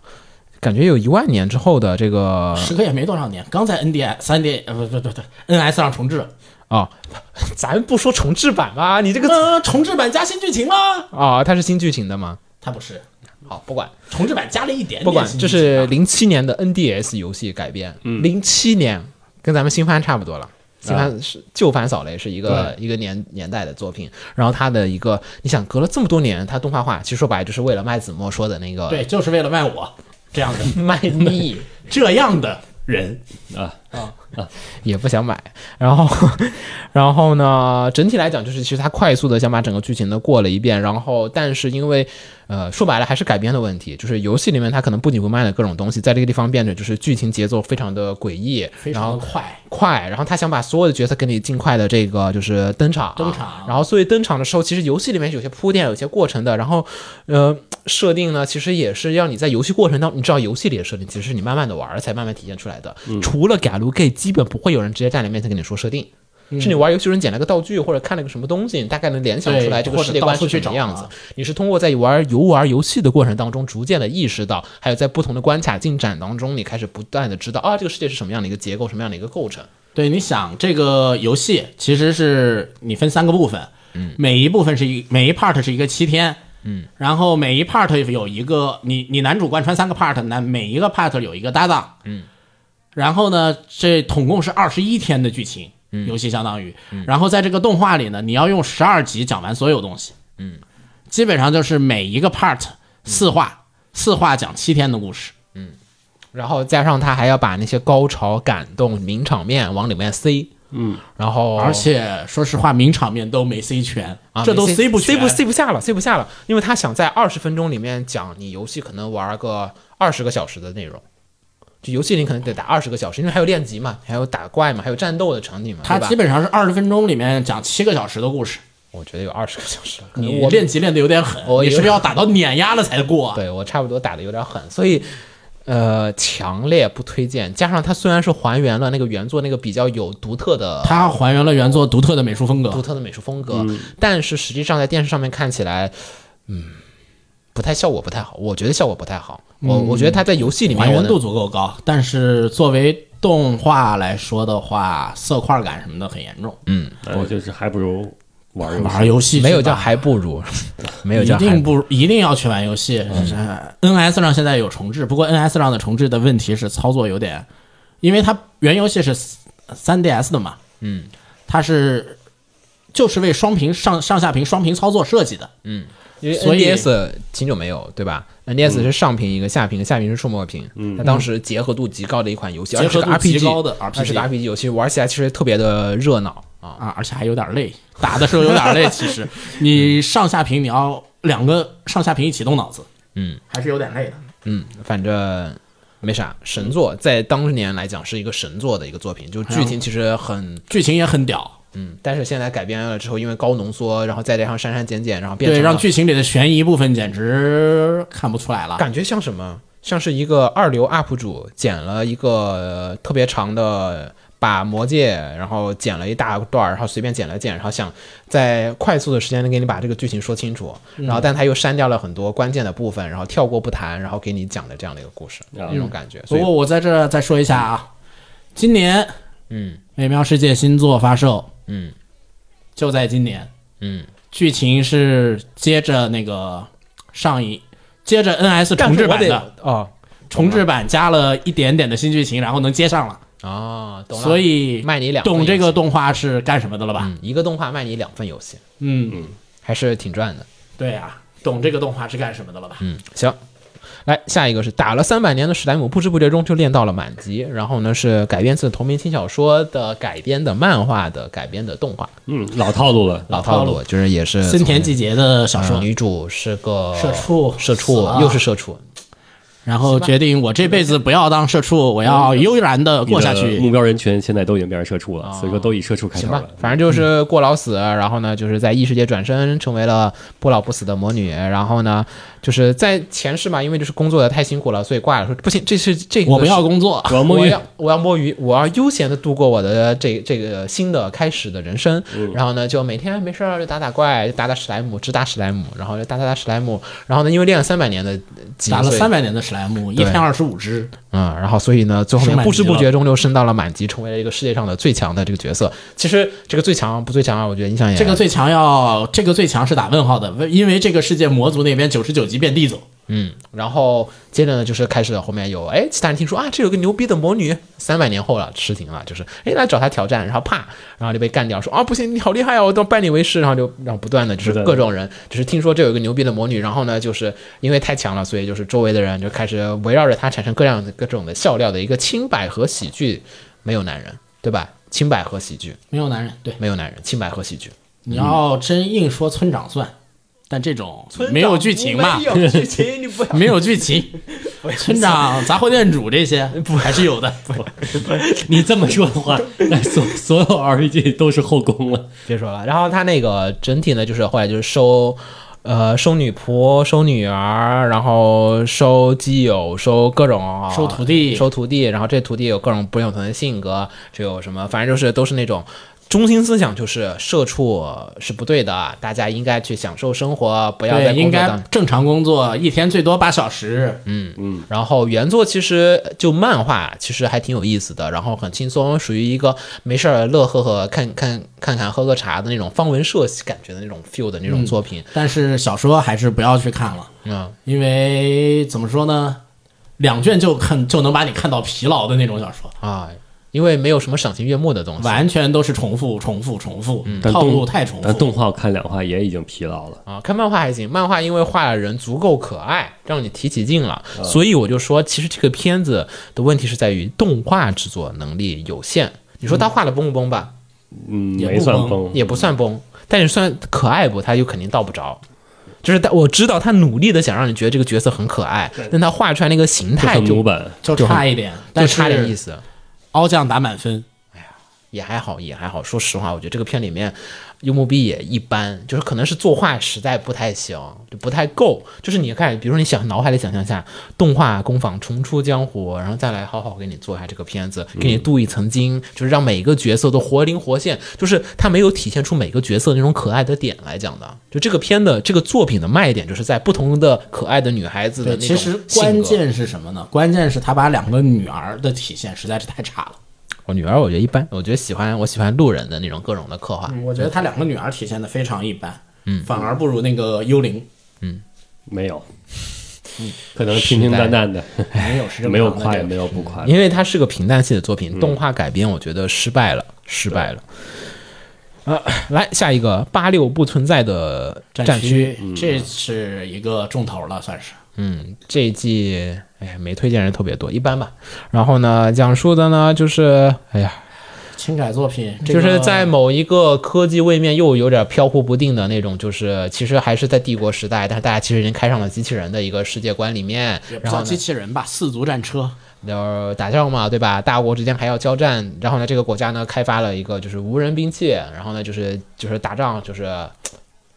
Speaker 2: 感觉有一万年之后的这个
Speaker 4: 时隔也没多少年，刚在 NDS 三 D 呃不不不不 NS 上重置，
Speaker 2: 啊，咱不说重置版吧，你这个
Speaker 4: 嗯、重置版加新剧情吗？
Speaker 2: 啊，它是新剧情的吗？
Speaker 4: 它不是，
Speaker 2: 好，不管
Speaker 4: 重置版加了一点点，
Speaker 2: 不管，这是零七年的 NDS 游戏改编，
Speaker 4: 嗯
Speaker 2: 零七年跟咱们新番差不
Speaker 4: 啊
Speaker 2: 多了。新番是旧番扫雷是一个一个年年代的作品，然后它的一个，你想隔了这么多年，它动画化，其实说白了就是为了卖子墨说的那个
Speaker 4: 对，就是为了卖我这样的
Speaker 2: <laughs> 卖
Speaker 4: <laughs>
Speaker 2: 力，
Speaker 4: 这样的人，
Speaker 2: 也不想买。然后， <laughs> 然后呢，整体来讲就是，其实他快速的想把整个剧情呢过了一遍，然后但是因为，呃，说白了还是改编的问题，就是游戏里面它可能不紧不慢的各种东西，在这个地方变得就是剧情节奏非常的诡异，
Speaker 4: 非
Speaker 2: 然后
Speaker 4: 常的快，
Speaker 2: 快，然后他想把所有的角色给你尽快的这个就是登场，
Speaker 4: 登场
Speaker 2: 然后所以登场的时候，其实游戏里面有些铺垫，有些过程的，然后呃设定呢，其实也是让你在游戏过程当中，你知道游戏里的设定其实是你慢慢的玩儿才慢慢体现出来的。
Speaker 4: 嗯
Speaker 2: 除了 g a l g a 基本不会有人直接站你面前跟你说设定。
Speaker 4: 嗯
Speaker 2: 是你玩游戏人捡了个道具，或者看了个什么东西，你大概能联想出来这
Speaker 4: 对
Speaker 2: 个世界观是什么样
Speaker 4: 或者到处
Speaker 2: 子
Speaker 4: 去找啊。
Speaker 2: 你是通过在玩游玩游戏的过程当中，逐渐的意识到，还有在不同的关卡进展当中，你开始不断的知道啊，这个世界是什么样的一个结构，什么样的一个构成。
Speaker 4: 对，你想这个游戏其实是你分三个部分，嗯，每一部分是一每一 part 是一个七天，嗯，然后每一 part 有一个你你男主贯穿三个 part，男每一个 part 有一个搭档，嗯，然后呢，这总共是二十一天的剧情，嗯，游戏相当于，然后在这个动画里呢，你要用十二集讲完所有东西，嗯，基本上就是每一个 part 四话，四话讲七天的故事，
Speaker 2: 然后加上他还要把那些高潮、感动、名场面往里面塞，嗯，然后
Speaker 4: 而且说实话，名场面都没塞全，
Speaker 2: 啊，
Speaker 4: 这都
Speaker 2: 没
Speaker 4: 塞不
Speaker 2: 塞
Speaker 4: 全，
Speaker 2: 不塞不下了，塞不下了，因为他想在二十分钟里面讲你游戏可能玩个二十个小时的内容。就游戏你可能得打二十个小时，因为还有练级嘛，还有打怪嘛，还有战斗的场景嘛，
Speaker 4: 他
Speaker 2: 对吧
Speaker 4: 基本上是二十分钟里面讲七个小时的故事，
Speaker 2: 我觉得有二十个小时了。可能
Speaker 4: 你
Speaker 2: 我
Speaker 4: 练级练的有点狠，
Speaker 2: 我
Speaker 4: 你
Speaker 2: 有
Speaker 4: 是不是要打到碾压了才过啊？
Speaker 2: 对我差不多打的有点狠，所以呃，强烈不推荐。加上它虽然是还原了那个原作那个比较有独特的
Speaker 4: 他还原了原作独特的美术风
Speaker 2: 独
Speaker 4: 格，
Speaker 2: 特的美术风格，
Speaker 4: 嗯
Speaker 2: 但是实际上在电视上面看起来，嗯，不太效果不太好，我觉得效果不太好。我我觉得他在游戏里面
Speaker 4: 嗯还
Speaker 2: 我
Speaker 4: 原
Speaker 2: 能
Speaker 4: 度足够高，但是作为动画来说的话，色块感什么的很严重。
Speaker 3: 我哎就是还不如玩游戏。
Speaker 4: 玩游戏
Speaker 2: 嗯没有
Speaker 4: 去吧
Speaker 2: 叫还不
Speaker 4: <laughs>
Speaker 2: 如，没有
Speaker 4: 一
Speaker 2: 叫嗯还
Speaker 4: 定
Speaker 2: 不
Speaker 4: 不一定要去玩游戏。呃 NS 上现在有重置，不过 NS 上的重置的问题是操作有点，因为它原游戏是三 DS 的嘛，嗯，它是就是为双屏上上下屏双屏操作设计的，
Speaker 2: 嗯因为
Speaker 4: 所以嗯
Speaker 2: NDS 挺久没有对吧？NDS 是上屏一个下屏，下屏是触摸屏，它当时结合度极高的一款游戏，而且是
Speaker 4: 结合度极
Speaker 2: RPG
Speaker 4: 高的 RPG
Speaker 2: 而且是个 RPG 游戏，玩起来其实特别的热闹啊。 <laughs>
Speaker 4: 啊，而且还有点累，打的时候有点累。其实你上下屏你要两个上下屏一起动脑子，
Speaker 2: 嗯，
Speaker 4: 还是有点累的。
Speaker 2: 嗯，反正没啥神作，在当年来讲是一个神作的一个作
Speaker 4: 哎
Speaker 2: 品，就剧情其实很
Speaker 4: 剧情也很屌，
Speaker 2: 嗯，但是现在改编了之后，因为高浓缩，然后再加上删删减减，然后变成
Speaker 4: 对，让
Speaker 2: 了
Speaker 4: 剧情里的悬疑部分简直看不出来了。
Speaker 2: 感觉像什么？像是一个二流 UP 主剪了一个呃特别长的，把魔戒，然后剪了一大段儿，然后随便剪了剪，然后想在快速的时间内给你把这个剧情说清楚，然后但他又删掉了很多关键的部分，然后跳过不谈，然后给你讲的这样的一个故事，
Speaker 3: 嗯
Speaker 2: 那种感觉。
Speaker 4: 不
Speaker 2: 所以
Speaker 4: 过，我在这儿再说一下啊，今年《
Speaker 2: 嗯
Speaker 4: 美妙世界》新作发售
Speaker 2: 嗯
Speaker 4: 就在今年，
Speaker 2: 嗯，
Speaker 4: 剧情是接着那个上一接着 NS
Speaker 2: 但
Speaker 4: 重
Speaker 2: 是
Speaker 4: 置
Speaker 2: 我
Speaker 4: 版
Speaker 2: 得
Speaker 4: 的
Speaker 2: 哦
Speaker 4: 重置版加了一点点的新剧情，然后能接上了，
Speaker 2: 哦，懂了。
Speaker 4: 所以
Speaker 2: 卖你两份
Speaker 4: 懂这
Speaker 2: 游
Speaker 4: 个
Speaker 2: 戏，
Speaker 4: 动画是干什么的了吧？
Speaker 2: 嗯，一个动画卖你两份游戏，
Speaker 4: 嗯，
Speaker 2: 还是挺赚的。
Speaker 4: 对呀、懂这个动画是干什么的了吧？
Speaker 2: 嗯，行。来，下一个是打了三百年的史莱姆，不知不觉中就练到了满级。然后呢，是改编自同名轻小说的改编的漫画的改编的动画，
Speaker 3: 嗯，老套路了，
Speaker 2: 老套路，就是也是
Speaker 4: 森田季节的小
Speaker 2: 从
Speaker 4: 说
Speaker 2: 呃，女主是个
Speaker 4: 社畜
Speaker 2: 社
Speaker 4: 死
Speaker 2: 畜
Speaker 4: 了
Speaker 2: 又是社畜，
Speaker 4: 然后决定我这辈子不要当社畜，我要
Speaker 2: 嗯
Speaker 4: 悠然的过下
Speaker 3: 你的目
Speaker 4: 去。
Speaker 3: 标人群现在都已经变成社畜了，所以说都以社畜开头
Speaker 2: 啊行吧
Speaker 3: 了，。
Speaker 2: 反正
Speaker 4: 嗯
Speaker 2: 就是过劳死，然后呢，就是在异世界转身成为了不老不死的魔女，然后呢，就是在前世嘛，因为就是工作的太辛苦了，所以挂了，说不行，这是这个
Speaker 4: 我不
Speaker 2: 是
Speaker 4: 要工作，
Speaker 3: 主要摸
Speaker 2: 我
Speaker 3: 鱼
Speaker 2: 要我要摸鱼，我要悠闲的度过我的这这个新的开始的人生。
Speaker 4: 嗯
Speaker 2: 然后呢，就每天没事儿就打打怪，打打史莱姆，只打史莱姆，然后就打打打史莱姆。然后呢，因为练了三百年的级，
Speaker 4: 打了
Speaker 2: 所以
Speaker 4: 三百年的史莱姆，一天二十五只，
Speaker 2: 嗯，然后所以呢，最后
Speaker 4: 升
Speaker 2: 面
Speaker 4: 满
Speaker 2: 不知
Speaker 4: 级
Speaker 2: 不
Speaker 4: 了
Speaker 2: 觉中就升到了满级，成为了一个世界上的最强的这个角色。其实这个最强不最强啊，我觉得影响也
Speaker 4: 这个最强要这个最强是打问号的，因为这个世界魔族那边九十九级遍地走，
Speaker 2: 嗯。然后接着呢，就是开始后面有哎，其他人听说啊，这有个牛逼的魔女，三百年后了，痴情了，就是哎来找她挑战，然后啪，然后就被干掉，说啊不行，你好厉害啊，我都拜你为师，然后就然后不断的就是
Speaker 3: 对的
Speaker 2: 各种人，就是听说这有一个牛逼的魔女，然后呢，就是因为太强了，所以就是周围的人就开始围绕着她产生各样的各种的笑料的一个清白和喜剧，没有男人，对吧？清白和喜剧。
Speaker 4: 没有男人。对，
Speaker 2: 没有男人，清白和喜剧，
Speaker 4: 你要真硬说村长算，但这种没有剧情嘛，
Speaker 2: 有剧情，你不要
Speaker 4: <laughs> 没有
Speaker 2: <laughs>
Speaker 4: 剧情，村长、杂货店主这些还是有的。
Speaker 3: <laughs> 你这么说的话， <laughs> 那所所有 RPG 都是后宫了。
Speaker 2: 别说了。然后他那个整体呢，就是后来就是收，呃，收女仆、收女儿，然后收基友、收各种
Speaker 4: 收徒弟
Speaker 2: 收徒弟。然后这徒弟有各种不同的性格，就有什么，反正就是都是那种。中心思想就是社畜是不对的，大家应该去享受生活，不要在
Speaker 4: 对，
Speaker 2: 工
Speaker 4: 应
Speaker 2: 作当嗯
Speaker 4: 该
Speaker 2: 中。
Speaker 4: 正常工作，一天最多八小时。
Speaker 2: 然后原作其实就漫画，其实还挺有意思的，然后很轻松，属于一个没事儿乐呵呵、看看看看喝个茶的那种方文社感觉的那种 feel 的那
Speaker 4: 嗯
Speaker 2: 种作品。
Speaker 4: 但是小说还是不要去看了，
Speaker 2: 嗯，
Speaker 4: 因为怎么说呢，两卷就看就能把你看到疲劳的那种小说，
Speaker 2: 啊，因为没有什么赏心悦目的东西。
Speaker 4: 完全都是重复、重复、重复，
Speaker 2: 嗯
Speaker 3: 但
Speaker 4: 套路
Speaker 3: 动
Speaker 4: 太重
Speaker 3: 但
Speaker 4: 复。
Speaker 3: 动画我看两话也已经疲劳了。
Speaker 2: 啊，看漫画还行，漫画因为画的人足够可爱，让你提起劲了，所以我就说，其实这个片子的问题是在于动画制作能力有限。你说他画的崩不崩吧，
Speaker 3: 嗯，
Speaker 4: 也不
Speaker 3: 没算
Speaker 4: 崩
Speaker 3: 崩，
Speaker 2: 也不算崩，但是算可爱不，他就肯定到不着。就是他，我知道他努力的想让你觉得这个角色很可爱，但他画出来那个形
Speaker 3: 就
Speaker 2: 态
Speaker 3: 很
Speaker 2: 就
Speaker 3: 模板。
Speaker 4: 就
Speaker 2: 就很
Speaker 4: 差一点，
Speaker 2: 就
Speaker 4: 但
Speaker 2: 差点意
Speaker 4: 是
Speaker 2: 思，
Speaker 4: 凹酱打满分，
Speaker 2: 也还好，也还好。说实话，我觉得这个片里面幽默币也一般，就是可能是作画实在不太行，就不太够。就是你看，比如说你想脑海里想象下，动画工坊重出江湖，然后再来好好给你做一下这个片子，给你镀一层金，就是让每个角色都活灵活现，就是它没有体现出每个角色那种可爱的点来讲的。就这个片的这个作品的卖点，就是在不同的可爱的女孩子的
Speaker 4: 对，
Speaker 2: 那
Speaker 4: 其
Speaker 2: 种
Speaker 4: 实
Speaker 2: 性
Speaker 4: 关
Speaker 2: 格
Speaker 4: 键是什么呢？关键是他把两个女儿的体现实在是太差了。
Speaker 2: 我女儿我觉得一般，我觉得喜欢我喜欢路人的那种各种的刻画。
Speaker 4: 嗯我觉得他两个女儿体现的非常一般，嗯，反而不如那个幽灵，
Speaker 3: 没有，可能平平淡淡的，
Speaker 2: 嗯
Speaker 4: 没有是正
Speaker 3: 没有
Speaker 4: 常的
Speaker 3: 夸也
Speaker 4: 这个
Speaker 3: 没有不夸。
Speaker 2: 啊因为它是个平淡系的作
Speaker 4: 嗯
Speaker 2: 品，动画改编我觉得失败了，失败了。啊，来下一个八六不存在的战
Speaker 4: 战
Speaker 2: 区，
Speaker 4: 区，这是一个重头了，算是。
Speaker 2: 嗯，这一季哎呀没推荐人特别多，一般吧。然后呢，讲述的呢就是哎呀
Speaker 4: 轻改作品，这
Speaker 2: 就
Speaker 4: 个
Speaker 2: 是在某一个科技位面又有点飘忽不定的那种，就是其实还是在帝国时代，但是大家其实已经开上了机器人的一个世界观里面
Speaker 4: 也，不
Speaker 2: 然后
Speaker 4: 叫
Speaker 2: 呢
Speaker 4: 机，器人吧，四足战车，
Speaker 2: 就是打仗嘛，对吧？大国之间还要交战，然后呢，这个国家呢开发了一个就是无人兵器，然后呢就是就是打仗就是嘖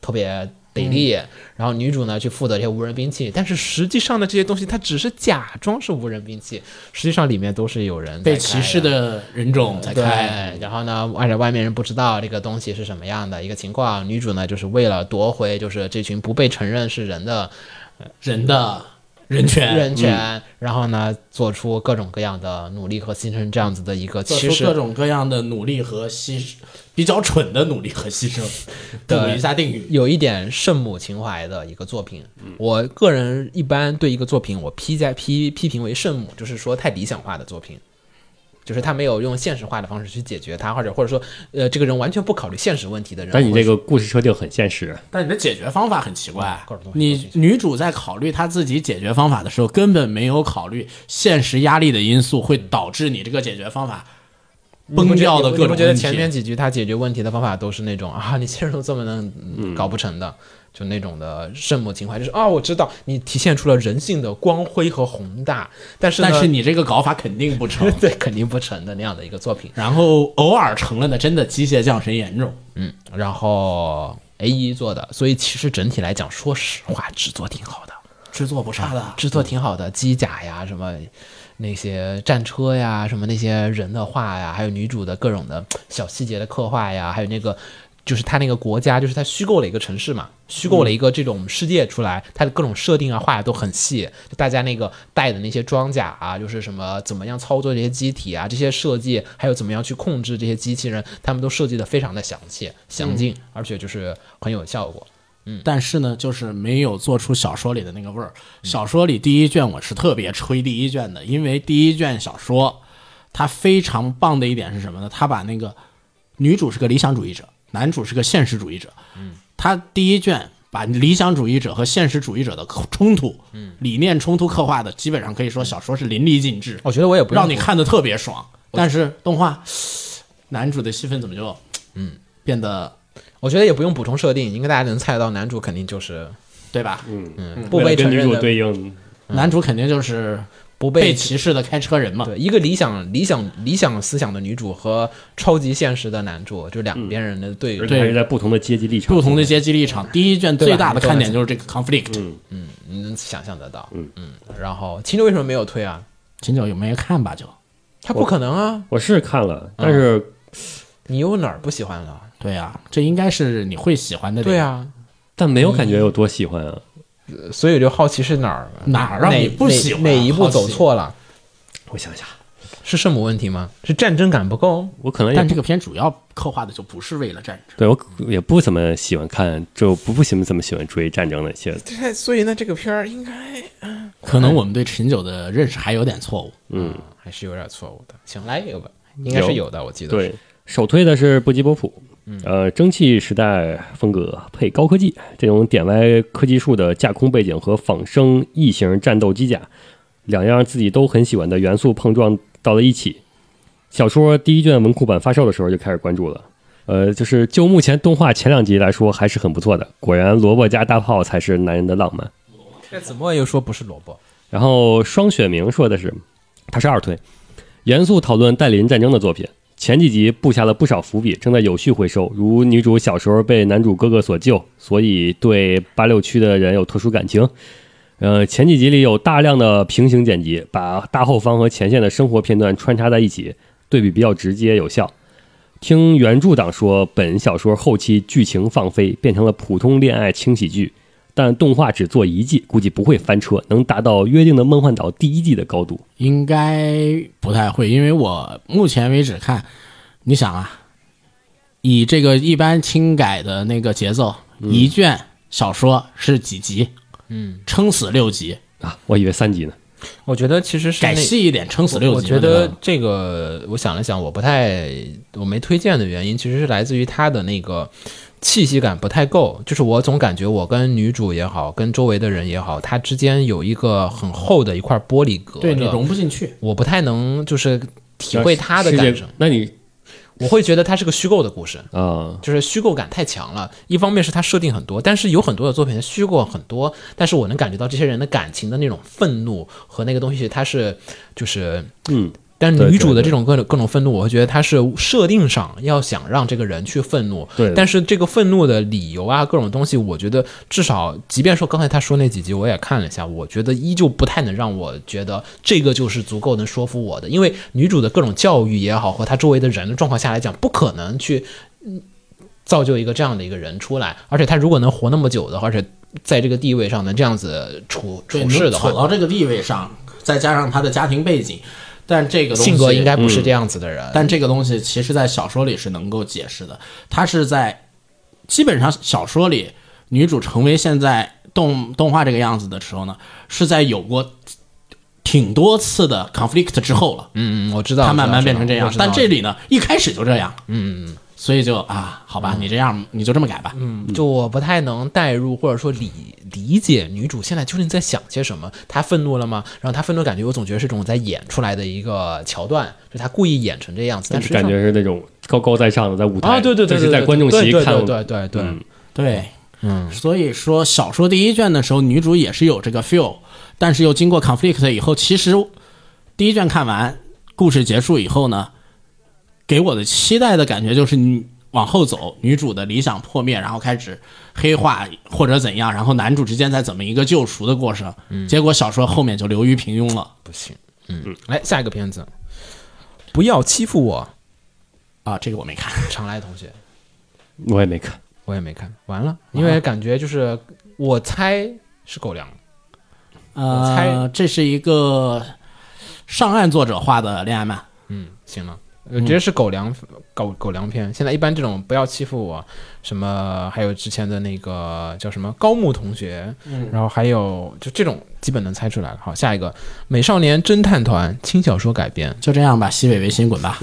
Speaker 2: 特别得力，
Speaker 4: 嗯
Speaker 2: 然后女主呢去负责这些无人兵器，但是实际上呢这些东西它只是假装是无人兵器，实际上里面都是有人在
Speaker 4: 被
Speaker 2: 开
Speaker 4: 歧视
Speaker 2: 的
Speaker 4: 的人种在开。
Speaker 2: 对，然后呢，而且外面人不知道这个东西是什么样的一个情况，女主呢就是为了夺回就是这群不被承认是人的
Speaker 4: 人的人权，
Speaker 2: 人权，
Speaker 4: 嗯
Speaker 2: 然后呢做出各种各样的努力和牺牲，这样子的一个
Speaker 4: 做
Speaker 2: 其
Speaker 4: 出各
Speaker 2: 实
Speaker 4: 种各样的努力和牺牲，比较蠢的努力和牺牲，
Speaker 2: 对
Speaker 4: 补一下定语。
Speaker 2: 有一点圣母情怀的一个作品。
Speaker 3: 嗯
Speaker 2: 我个人一般对一个作品我批在批批评为圣母，就是说太理想化的作品。就是他没有用现实化的方式去解决它，或者或者说，呃，这个人完全不考虑现实问题的人。
Speaker 3: 但你这
Speaker 2: 或者
Speaker 3: 个故事设定很现实，
Speaker 4: 但你的解决方法很奇怪
Speaker 2: 各种东，西都
Speaker 4: 你
Speaker 2: 进去
Speaker 4: 女主在考虑她自己解决方法的时候，根本没有考虑现实压力的因素会导致你这个解决方法崩掉的各
Speaker 2: 你不
Speaker 4: 种
Speaker 2: 觉得
Speaker 4: 问
Speaker 2: 前面
Speaker 4: 题。
Speaker 2: 几局他解决问题的方法都是那种啊，你现实中这么能嗯搞不成的，就那种的圣母情怀，就是哦，我知道你体现出了人性的光辉和宏大，但是呢，，
Speaker 4: 但是你这个搞法肯定不成
Speaker 2: <laughs> 对肯定不成的那样的一个作品。
Speaker 4: 然后偶尔成了的，真的机械降神严重。
Speaker 2: 嗯，然后 A 一做的，所以其实整体来讲，说实话，制作挺好的。
Speaker 4: 制作不差的，
Speaker 2: 制作挺好的，机甲呀，什么那些战车呀，什么那些人的画呀，还有女主的各种的小细节的刻画呀，还有那个就是他那个国家，就是他虚构了一个城市嘛，虚构了一个这种世界出来，它的各种设定啊画的都很细，就大家那个带的那些装甲啊，就是什么怎么样操作这些机体啊，这些设计，还有怎么样去控制这些机器人，他们都设计的非常的详细详尽，而且就是很有效果。
Speaker 4: 但是呢，就是没有做出小说里的那个味儿。小说里第一卷我是特别吹第一卷的，因为第一卷小说它非常棒的一点是什么呢？它把那个女主是个理想主义者，男主是个现实主义者。嗯，它第一卷把理想主义者和现实主义者的冲突，嗯，理念冲突刻画的基本上可以说小说是淋漓尽致。
Speaker 2: 我觉得我哦也不用
Speaker 4: 让你看的特别爽。但是动画男主的戏份怎么就嗯变得
Speaker 2: 我觉得也不用补充设定，已经跟大家能猜得到，男主肯定就是
Speaker 4: 对吧？
Speaker 2: 嗯不
Speaker 3: 为了
Speaker 2: 被承
Speaker 3: 跟女
Speaker 2: 认
Speaker 3: 主
Speaker 2: 的、
Speaker 3: 对应，
Speaker 4: 男主肯定就是
Speaker 2: 不
Speaker 4: 被
Speaker 2: 被
Speaker 4: 歧视的开车人嘛。
Speaker 2: 对一个理想理想理想思想的女主和超级现实的男主，就两边人的对
Speaker 3: 而
Speaker 2: 立。
Speaker 3: 且还是在不同的阶级立场，
Speaker 4: 不同的阶级立场，第一卷最大的看点就是这个
Speaker 2: 嗯
Speaker 4: conflict。
Speaker 2: 你能想象得到。嗯嗯。然后秦九为什么没有推啊？
Speaker 4: 秦九有没有看吧？就
Speaker 2: 他不可能啊！
Speaker 3: 我是看了，但是
Speaker 2: 嗯你又哪儿不喜欢了？
Speaker 4: 对啊，这应该是你会喜欢的。
Speaker 2: 对，啊，
Speaker 3: 但没有感觉有多喜欢啊。
Speaker 2: 所以我就好奇是哪儿
Speaker 4: 哪儿啊让你不喜欢
Speaker 2: 哪哪哪一步
Speaker 4: 好奇
Speaker 2: 走错了？
Speaker 3: 我想想，
Speaker 2: 是圣母问题吗？是战争感不够？
Speaker 3: 我可能
Speaker 4: 但
Speaker 2: 嗯
Speaker 3: 也
Speaker 4: 这个片主要刻画的就不是为了战争。
Speaker 3: 对我也不怎么喜欢看，就不不怎么怎么喜欢追战争那些。
Speaker 2: 对，所以呢，这个片儿应该
Speaker 4: 可能我们对秦九的认识还有点错误。
Speaker 2: 嗯还是有点错误的。行，来一个吧，应该是有的，我记得是
Speaker 3: 对，首推的是布吉波普，呃，蒸汽时代风格配高科技，这种点歪科技树的架空背景和仿生异形战斗机甲，两样自己都很喜欢的元素碰撞到了一起。小说第一卷文库版发售的时候就开始关注了，呃，就是就目前动画前两集来说还是很不错的。果然，萝卜加大炮才是男人的浪漫。
Speaker 2: 这子墨又说不是萝卜，
Speaker 3: 然后双雪明说的是，他是二推，严肃讨论戴林战争的作品。前几集布下了不少伏笔，正在有序回收。如女主小时候被男主哥哥所救，所以对八六区的人有特殊感情。呃，前几集里有大量的平行剪辑，把大后方和前线的生活片段穿插在一起，对比比较直接有效。听原著党说，本小说后期剧情放飞，变成了普通恋爱轻喜剧，但动画只做一季，估计不会翻车，能达到约定的梦幻岛第一季的高度。
Speaker 4: 应该不太会，因为我目前为止看，你想啊，以这个一般轻改的那个节奏，
Speaker 2: 嗯
Speaker 4: 一卷小说是几集？嗯，撑死六集，
Speaker 3: 啊，我以为三集呢。
Speaker 2: 我觉得其实是
Speaker 4: 改
Speaker 2: 那
Speaker 4: 细一点，撑死
Speaker 2: 我
Speaker 4: 六集。
Speaker 2: 我觉得这个，我想了想，我不太我没推荐的原因，其实是来自于它的那个气息感不太够。就是我总感觉我跟女主也好，跟周围的人也好，它之间有一个很厚的一块玻璃隔
Speaker 4: 对你
Speaker 2: 着，
Speaker 4: 融不进去。
Speaker 2: 我不太能就是体会它的
Speaker 3: 世界
Speaker 2: 感受。
Speaker 3: 那你
Speaker 2: 我会觉得它是个虚构的故事，
Speaker 3: 啊，
Speaker 2: 就是虚构感太强了。一方面是它设定很多，但是有很多的作品虚构很多，但是我能感觉到这些人的感情的那种愤怒和那个东西，它是就是
Speaker 3: 嗯，
Speaker 2: 但是
Speaker 3: 对
Speaker 2: 女
Speaker 3: 对
Speaker 2: 主的
Speaker 3: 对
Speaker 2: 这种各种各种愤怒，我会觉得她是设定上要想让这个人去愤怒，
Speaker 3: 对对
Speaker 2: 但是这个愤怒的理由啊，各种东西，我觉得至少，即便说刚才她说那几集，我也看了一下，我觉得依旧不太能让我觉得这个就是足够能说服我的，因为女主的各种教育也好，和她周围的人的状况下来讲，不可能去造就一个这样的一个人出来，而且她如果能活那么久的话，而且在这个地位上能这样子处
Speaker 4: 对，
Speaker 2: 处事
Speaker 4: 能
Speaker 2: 的
Speaker 4: 走
Speaker 2: 话，
Speaker 4: 到这个地位上，再加上他的家庭背景，但这个东西
Speaker 2: 性格应该不是这样子的人。
Speaker 4: 嗯但这个东西其实，在小说里是能够解释的。它是在基本上小说里，女主成为现在动动画这个样子的时候呢，是在有过挺多次的 conflict 之后了，
Speaker 2: 嗯嗯，我知道，
Speaker 4: 她慢慢
Speaker 2: 知道
Speaker 4: 变成这样
Speaker 2: 我。知道
Speaker 4: 但这里呢，一开始就这样，嗯，所以就啊，好吧，你这样你就这么改吧，嗯，
Speaker 2: 就我不太能代入或者说理理解女主现在究竟在想些什么。她愤怒了吗？然后她愤怒感觉我总觉得是一种在演出来的一个桥段，就她故意演成这样子，但实际上
Speaker 3: 感觉是那种高高在上的，在舞台
Speaker 2: 啊，对对对，
Speaker 3: 就是
Speaker 2: 对
Speaker 3: 在
Speaker 2: 对
Speaker 3: 观众席
Speaker 2: 对
Speaker 3: 看
Speaker 2: 对对对对，
Speaker 3: 嗯
Speaker 4: 对，嗯，所以说小说第一卷的时候，女主也是有这个 feel，但是又经过 conflict 以后，其实第一卷看完，故事结束以后呢，给我的期待的感觉就是你往后走，女主的理想破灭，然后开始黑化或者怎样，然后男主之间再怎么一个救赎的过程，结果小说后面就流于平庸了
Speaker 2: 不行，嗯，来下一个片子，
Speaker 4: 嗯
Speaker 2: 不要欺负我，
Speaker 4: 啊，这个我没看，
Speaker 2: 常来同学，
Speaker 3: 我也没看，
Speaker 2: 我也没看完了，因为感觉就是我猜是狗粮，我猜
Speaker 4: 呃，这是一个上岸作者画的恋爱漫，
Speaker 2: 嗯，行了。我觉得是狗粮，狗狗粮片。现在一般这种不要欺负我，什么还有之前的那个叫什么高木同学，然后还有就这种基本能猜出来了。好，下一个《美少年侦探团》轻小说改编，
Speaker 4: 就这样吧，西北维新 <laughs> 滚吧。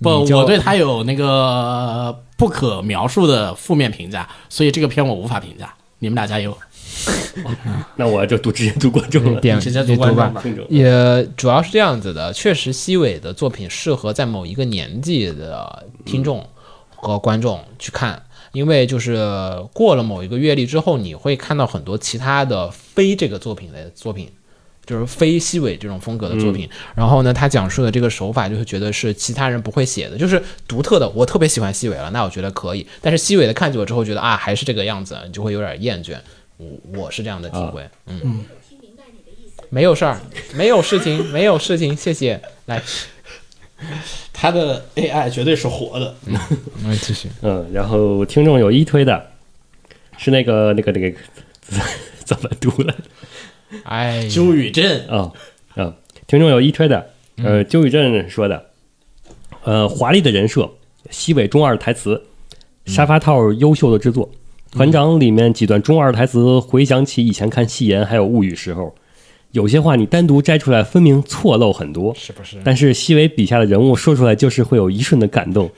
Speaker 4: 不，
Speaker 2: 你就
Speaker 4: 我对他有那个不可描述的负面评价，所以这个片我无法评价。你们俩加油！
Speaker 3: 那我就读直接读观众了，
Speaker 2: 点
Speaker 4: 直接
Speaker 2: 读
Speaker 4: 读观众
Speaker 2: 吧
Speaker 4: 吧。
Speaker 3: 听众
Speaker 2: 也主要是这样子的，确实西尾的作品适合在某一个年纪的听众和观众去看，因为就是过了某一个阅历之后，你会看到很多其他的非这个作品的作品。就是非西尾这种风格的作品，然后呢，他讲述的这个手法，就是觉得是其他人不会写的，就是独特的。我特别喜欢西尾了，那我觉得可以。但是西尾的看久了之后，觉得啊，还是这个样子，你就会有点厌倦。我我是这样的体会，嗯。没有事儿，没有事情，没有事情，谢谢。来，
Speaker 4: 他的 AI 绝对是活的，
Speaker 2: 我们继续。
Speaker 3: 嗯，然后听众有一推的，是那个那个那个 <laughs> 怎么读来着？
Speaker 2: 哎，
Speaker 4: 鸠宇镇
Speaker 3: 啊、啊、听众有一推的，呃，鸠宇镇说的，呃，华丽的人设，西尾中二台词，沙发套优秀的制作，团长里面几段中二台词，回想起以前看戏言还有物语时候，有些话你单独摘出来，分明错漏很多。
Speaker 2: 是不是？
Speaker 3: 但是西尾笔下的人物说出来，就是会有一瞬的感动。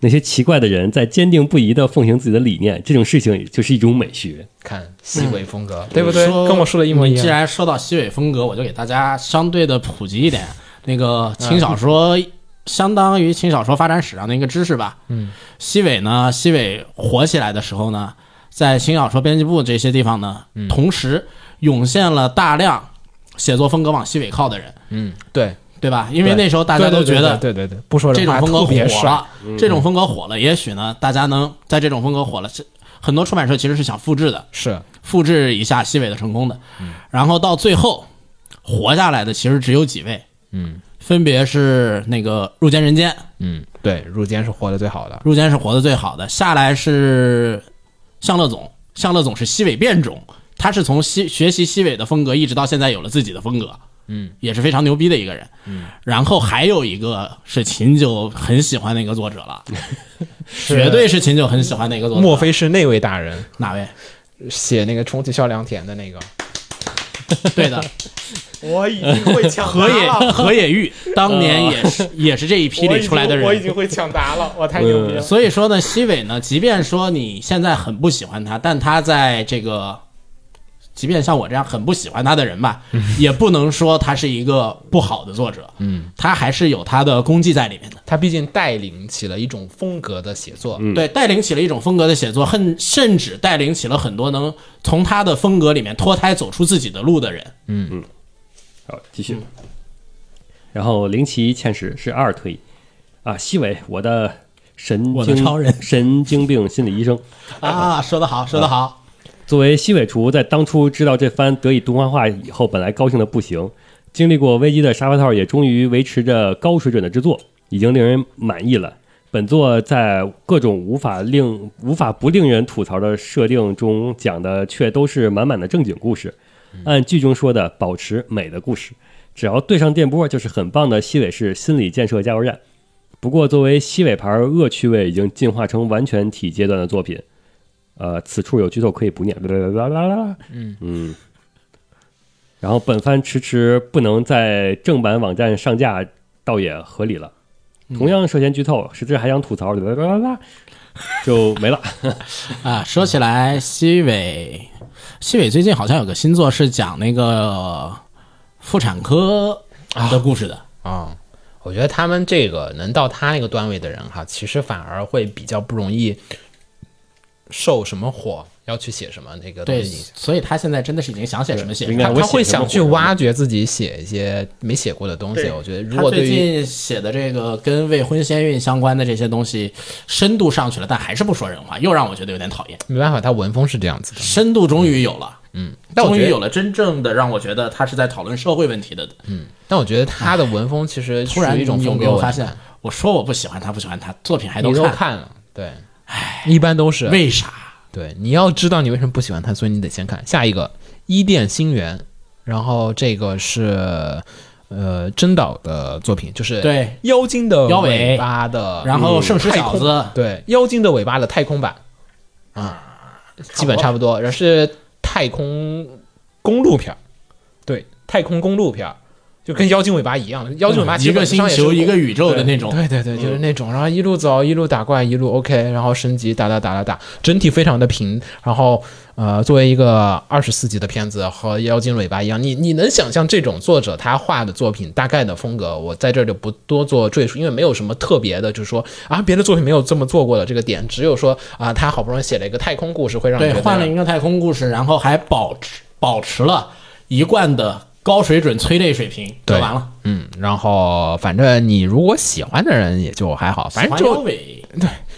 Speaker 3: 那些奇怪的人在坚定不移地奉行自己的理念，这种事情就是一种美学。
Speaker 2: 看西尾风格，嗯对不对？
Speaker 4: 说
Speaker 2: 跟我说的一模一
Speaker 4: 你既
Speaker 2: 样。
Speaker 4: 然说到西尾风格，我就给大家相对的普及一点那个轻小说，
Speaker 2: 嗯
Speaker 4: 相当于轻小说发展史上的一个知识吧。嗯，西尾呢，西尾火起来的时候呢，在轻小说编辑部这些地方呢，
Speaker 2: 嗯
Speaker 4: 同时涌现了大量写作风格往西尾靠的人，
Speaker 2: 嗯，对，
Speaker 4: 对吧？因为
Speaker 2: 对
Speaker 4: 那时候大家都觉得
Speaker 2: 对对对对对，不说
Speaker 4: 这
Speaker 2: 人
Speaker 4: 种
Speaker 2: 话
Speaker 4: 风格
Speaker 2: 特别嗯
Speaker 4: 火
Speaker 2: 爽。
Speaker 4: 了，这种风格火了，也许呢，大家能在这种风格火了，是很多出版社其实是想复制的。
Speaker 2: 是，
Speaker 4: 复制一下西北的成功的，然后到最后活下来的其实只有几位，
Speaker 2: 嗯
Speaker 4: 分别是那个入间人间，
Speaker 2: 嗯，对，入间是活的最好的。
Speaker 4: 入间是活得最好的，下来是向乐总，向乐总是西北变种，他是从西学习西北的风格，一直到现在有了自己的风格，嗯，也是非常牛逼的一个人，嗯，然后还有一个是秦九很喜欢的一个作者了，绝对是秦九很喜欢的一个作者，
Speaker 2: 莫非是那位大人
Speaker 4: 哪位？
Speaker 2: 嗯写那个重启孝良田的那个？
Speaker 4: 对的。
Speaker 2: 我已经会抢
Speaker 4: 河野河野玉当年也是也是这一批里出来的人。嗯
Speaker 2: 会抢答了，我太
Speaker 3: 牛逼了
Speaker 4: 所以说呢，西尾呢，即便说你现在很不喜欢他，但他在这个即便像我这样很不喜欢他的人吧， <laughs> 也不能说他是一个不好的作者，嗯，他还是有他的功绩在里面的。
Speaker 2: 他毕竟带领起了一种风格的写作，
Speaker 4: 对，带领起了一种风格的写作，甚甚至带领起了很多能从他的风格里面脱胎走出自己的路的人。
Speaker 3: 好，继
Speaker 4: 嗯
Speaker 3: 续。然后灵奇欠使是二推啊，西伟，我的神
Speaker 4: 我的
Speaker 3: 经
Speaker 4: 超人
Speaker 3: 神经病心理医生。
Speaker 4: 啊，说得好，说得好。
Speaker 3: 作为西尾厨，在当初知道这番得以动画化以后，本来高兴的不行，经历过危机的沙发套也终于维持着高水准的制作，已经令人满意了。本作在各种无法令无法不令人吐槽的设定中讲的，却都是满满的正经故事。按剧中说的，保持美的故事，只要对上电波，就是很棒的西尾式心理建设加油站。不过，作为西尾牌恶趣味已经进化成完全体阶段的作品，呃，此处有剧透可以不念，啦啦啦啦啦啦。嗯嗯。然后本番迟迟不能在正版网站上架，倒也合理了。同样涉嫌剧透，实质还想吐槽，啦啦啦啦啦，就没了。
Speaker 4: 啊，说起来，西伟，西伟最近好像有个新作是讲那个呃妇产科的故事的。
Speaker 2: 啊、我觉得他们这个能到他那个段位的人哈，其实反而会比较不容易受什么火，要去写什么那个东
Speaker 4: 对，
Speaker 2: 西。
Speaker 4: 所以他现在真的是已经想写什么写什
Speaker 3: 应
Speaker 4: 么。
Speaker 3: 该
Speaker 2: 他
Speaker 3: 我
Speaker 2: 他
Speaker 3: 写
Speaker 2: 会
Speaker 3: 什么
Speaker 2: 想
Speaker 3: 火
Speaker 2: 去
Speaker 3: 什么
Speaker 2: 挖掘自己写一些没写过的东西。
Speaker 4: 对
Speaker 2: 我觉得，如
Speaker 4: 他
Speaker 2: 果对
Speaker 4: 最
Speaker 2: 于
Speaker 4: 近写的这个跟未婚先孕相关的这些东西，深度上去了，但还是不说人话，又让我觉得有点讨厌。
Speaker 2: 没办法，他文风是这样子的。
Speaker 4: 深度终于有了，
Speaker 2: 嗯，但我
Speaker 4: 终
Speaker 2: 觉
Speaker 4: 于
Speaker 2: 得
Speaker 4: 有了真正的让我觉得他是在讨论社会问题的。
Speaker 2: 但我觉得他的文风其实
Speaker 4: 突然
Speaker 2: 属于一种
Speaker 4: 你有
Speaker 2: 风
Speaker 4: 没
Speaker 2: 格
Speaker 4: 有
Speaker 2: 文
Speaker 4: 发
Speaker 2: 化，
Speaker 4: 现，我说我不喜欢他，不喜欢他，作品还
Speaker 2: 你
Speaker 4: 都
Speaker 2: 都
Speaker 4: 看，
Speaker 2: 看了，对，一般都是
Speaker 4: 为啥？
Speaker 2: 对，你要知道你为什么不喜欢它，所以你得先看下一个《伊甸星园》，然后这个是呃真岛的作品，就是
Speaker 4: 对
Speaker 2: 妖精的
Speaker 4: 妖尾
Speaker 2: 尾巴的，嗯
Speaker 4: 然后圣石
Speaker 2: 啊太
Speaker 4: 小
Speaker 2: 空
Speaker 4: 子，
Speaker 2: 对妖精的尾巴的太空版啊，基本差不多，然后是太空公路片儿，对，太空公路片儿。就跟妖精尾巴一样，妖精尾巴其
Speaker 4: 嗯一
Speaker 2: 实
Speaker 4: 个
Speaker 2: 本质上
Speaker 4: 星
Speaker 2: 也是
Speaker 4: 球一
Speaker 2: 公
Speaker 4: 个宇宙的那种，
Speaker 2: 对对对，就是那种，然后一路走，一路打怪，一路 OK，然后升级，打打打打打，整体非常的平。然后呃，作为一个二十四集的片子，和《妖精尾巴》一样，你你能想象这种作者他画的作品大概的风格？我在这里不多做赘述，因为没有什么特别的，就是说啊，别的作品没有这么做过的这个点，只有说啊，他好不容易写了一个太空故事，会让你
Speaker 4: 对，
Speaker 2: 觉得
Speaker 4: 换了一个太空故事，然后还保持保持了一贯的高水准催泪水平，就
Speaker 2: 对
Speaker 4: 完了。
Speaker 2: 嗯，然后反正你如果喜欢的人也就还好，反正
Speaker 4: 环
Speaker 2: 就
Speaker 4: 游尾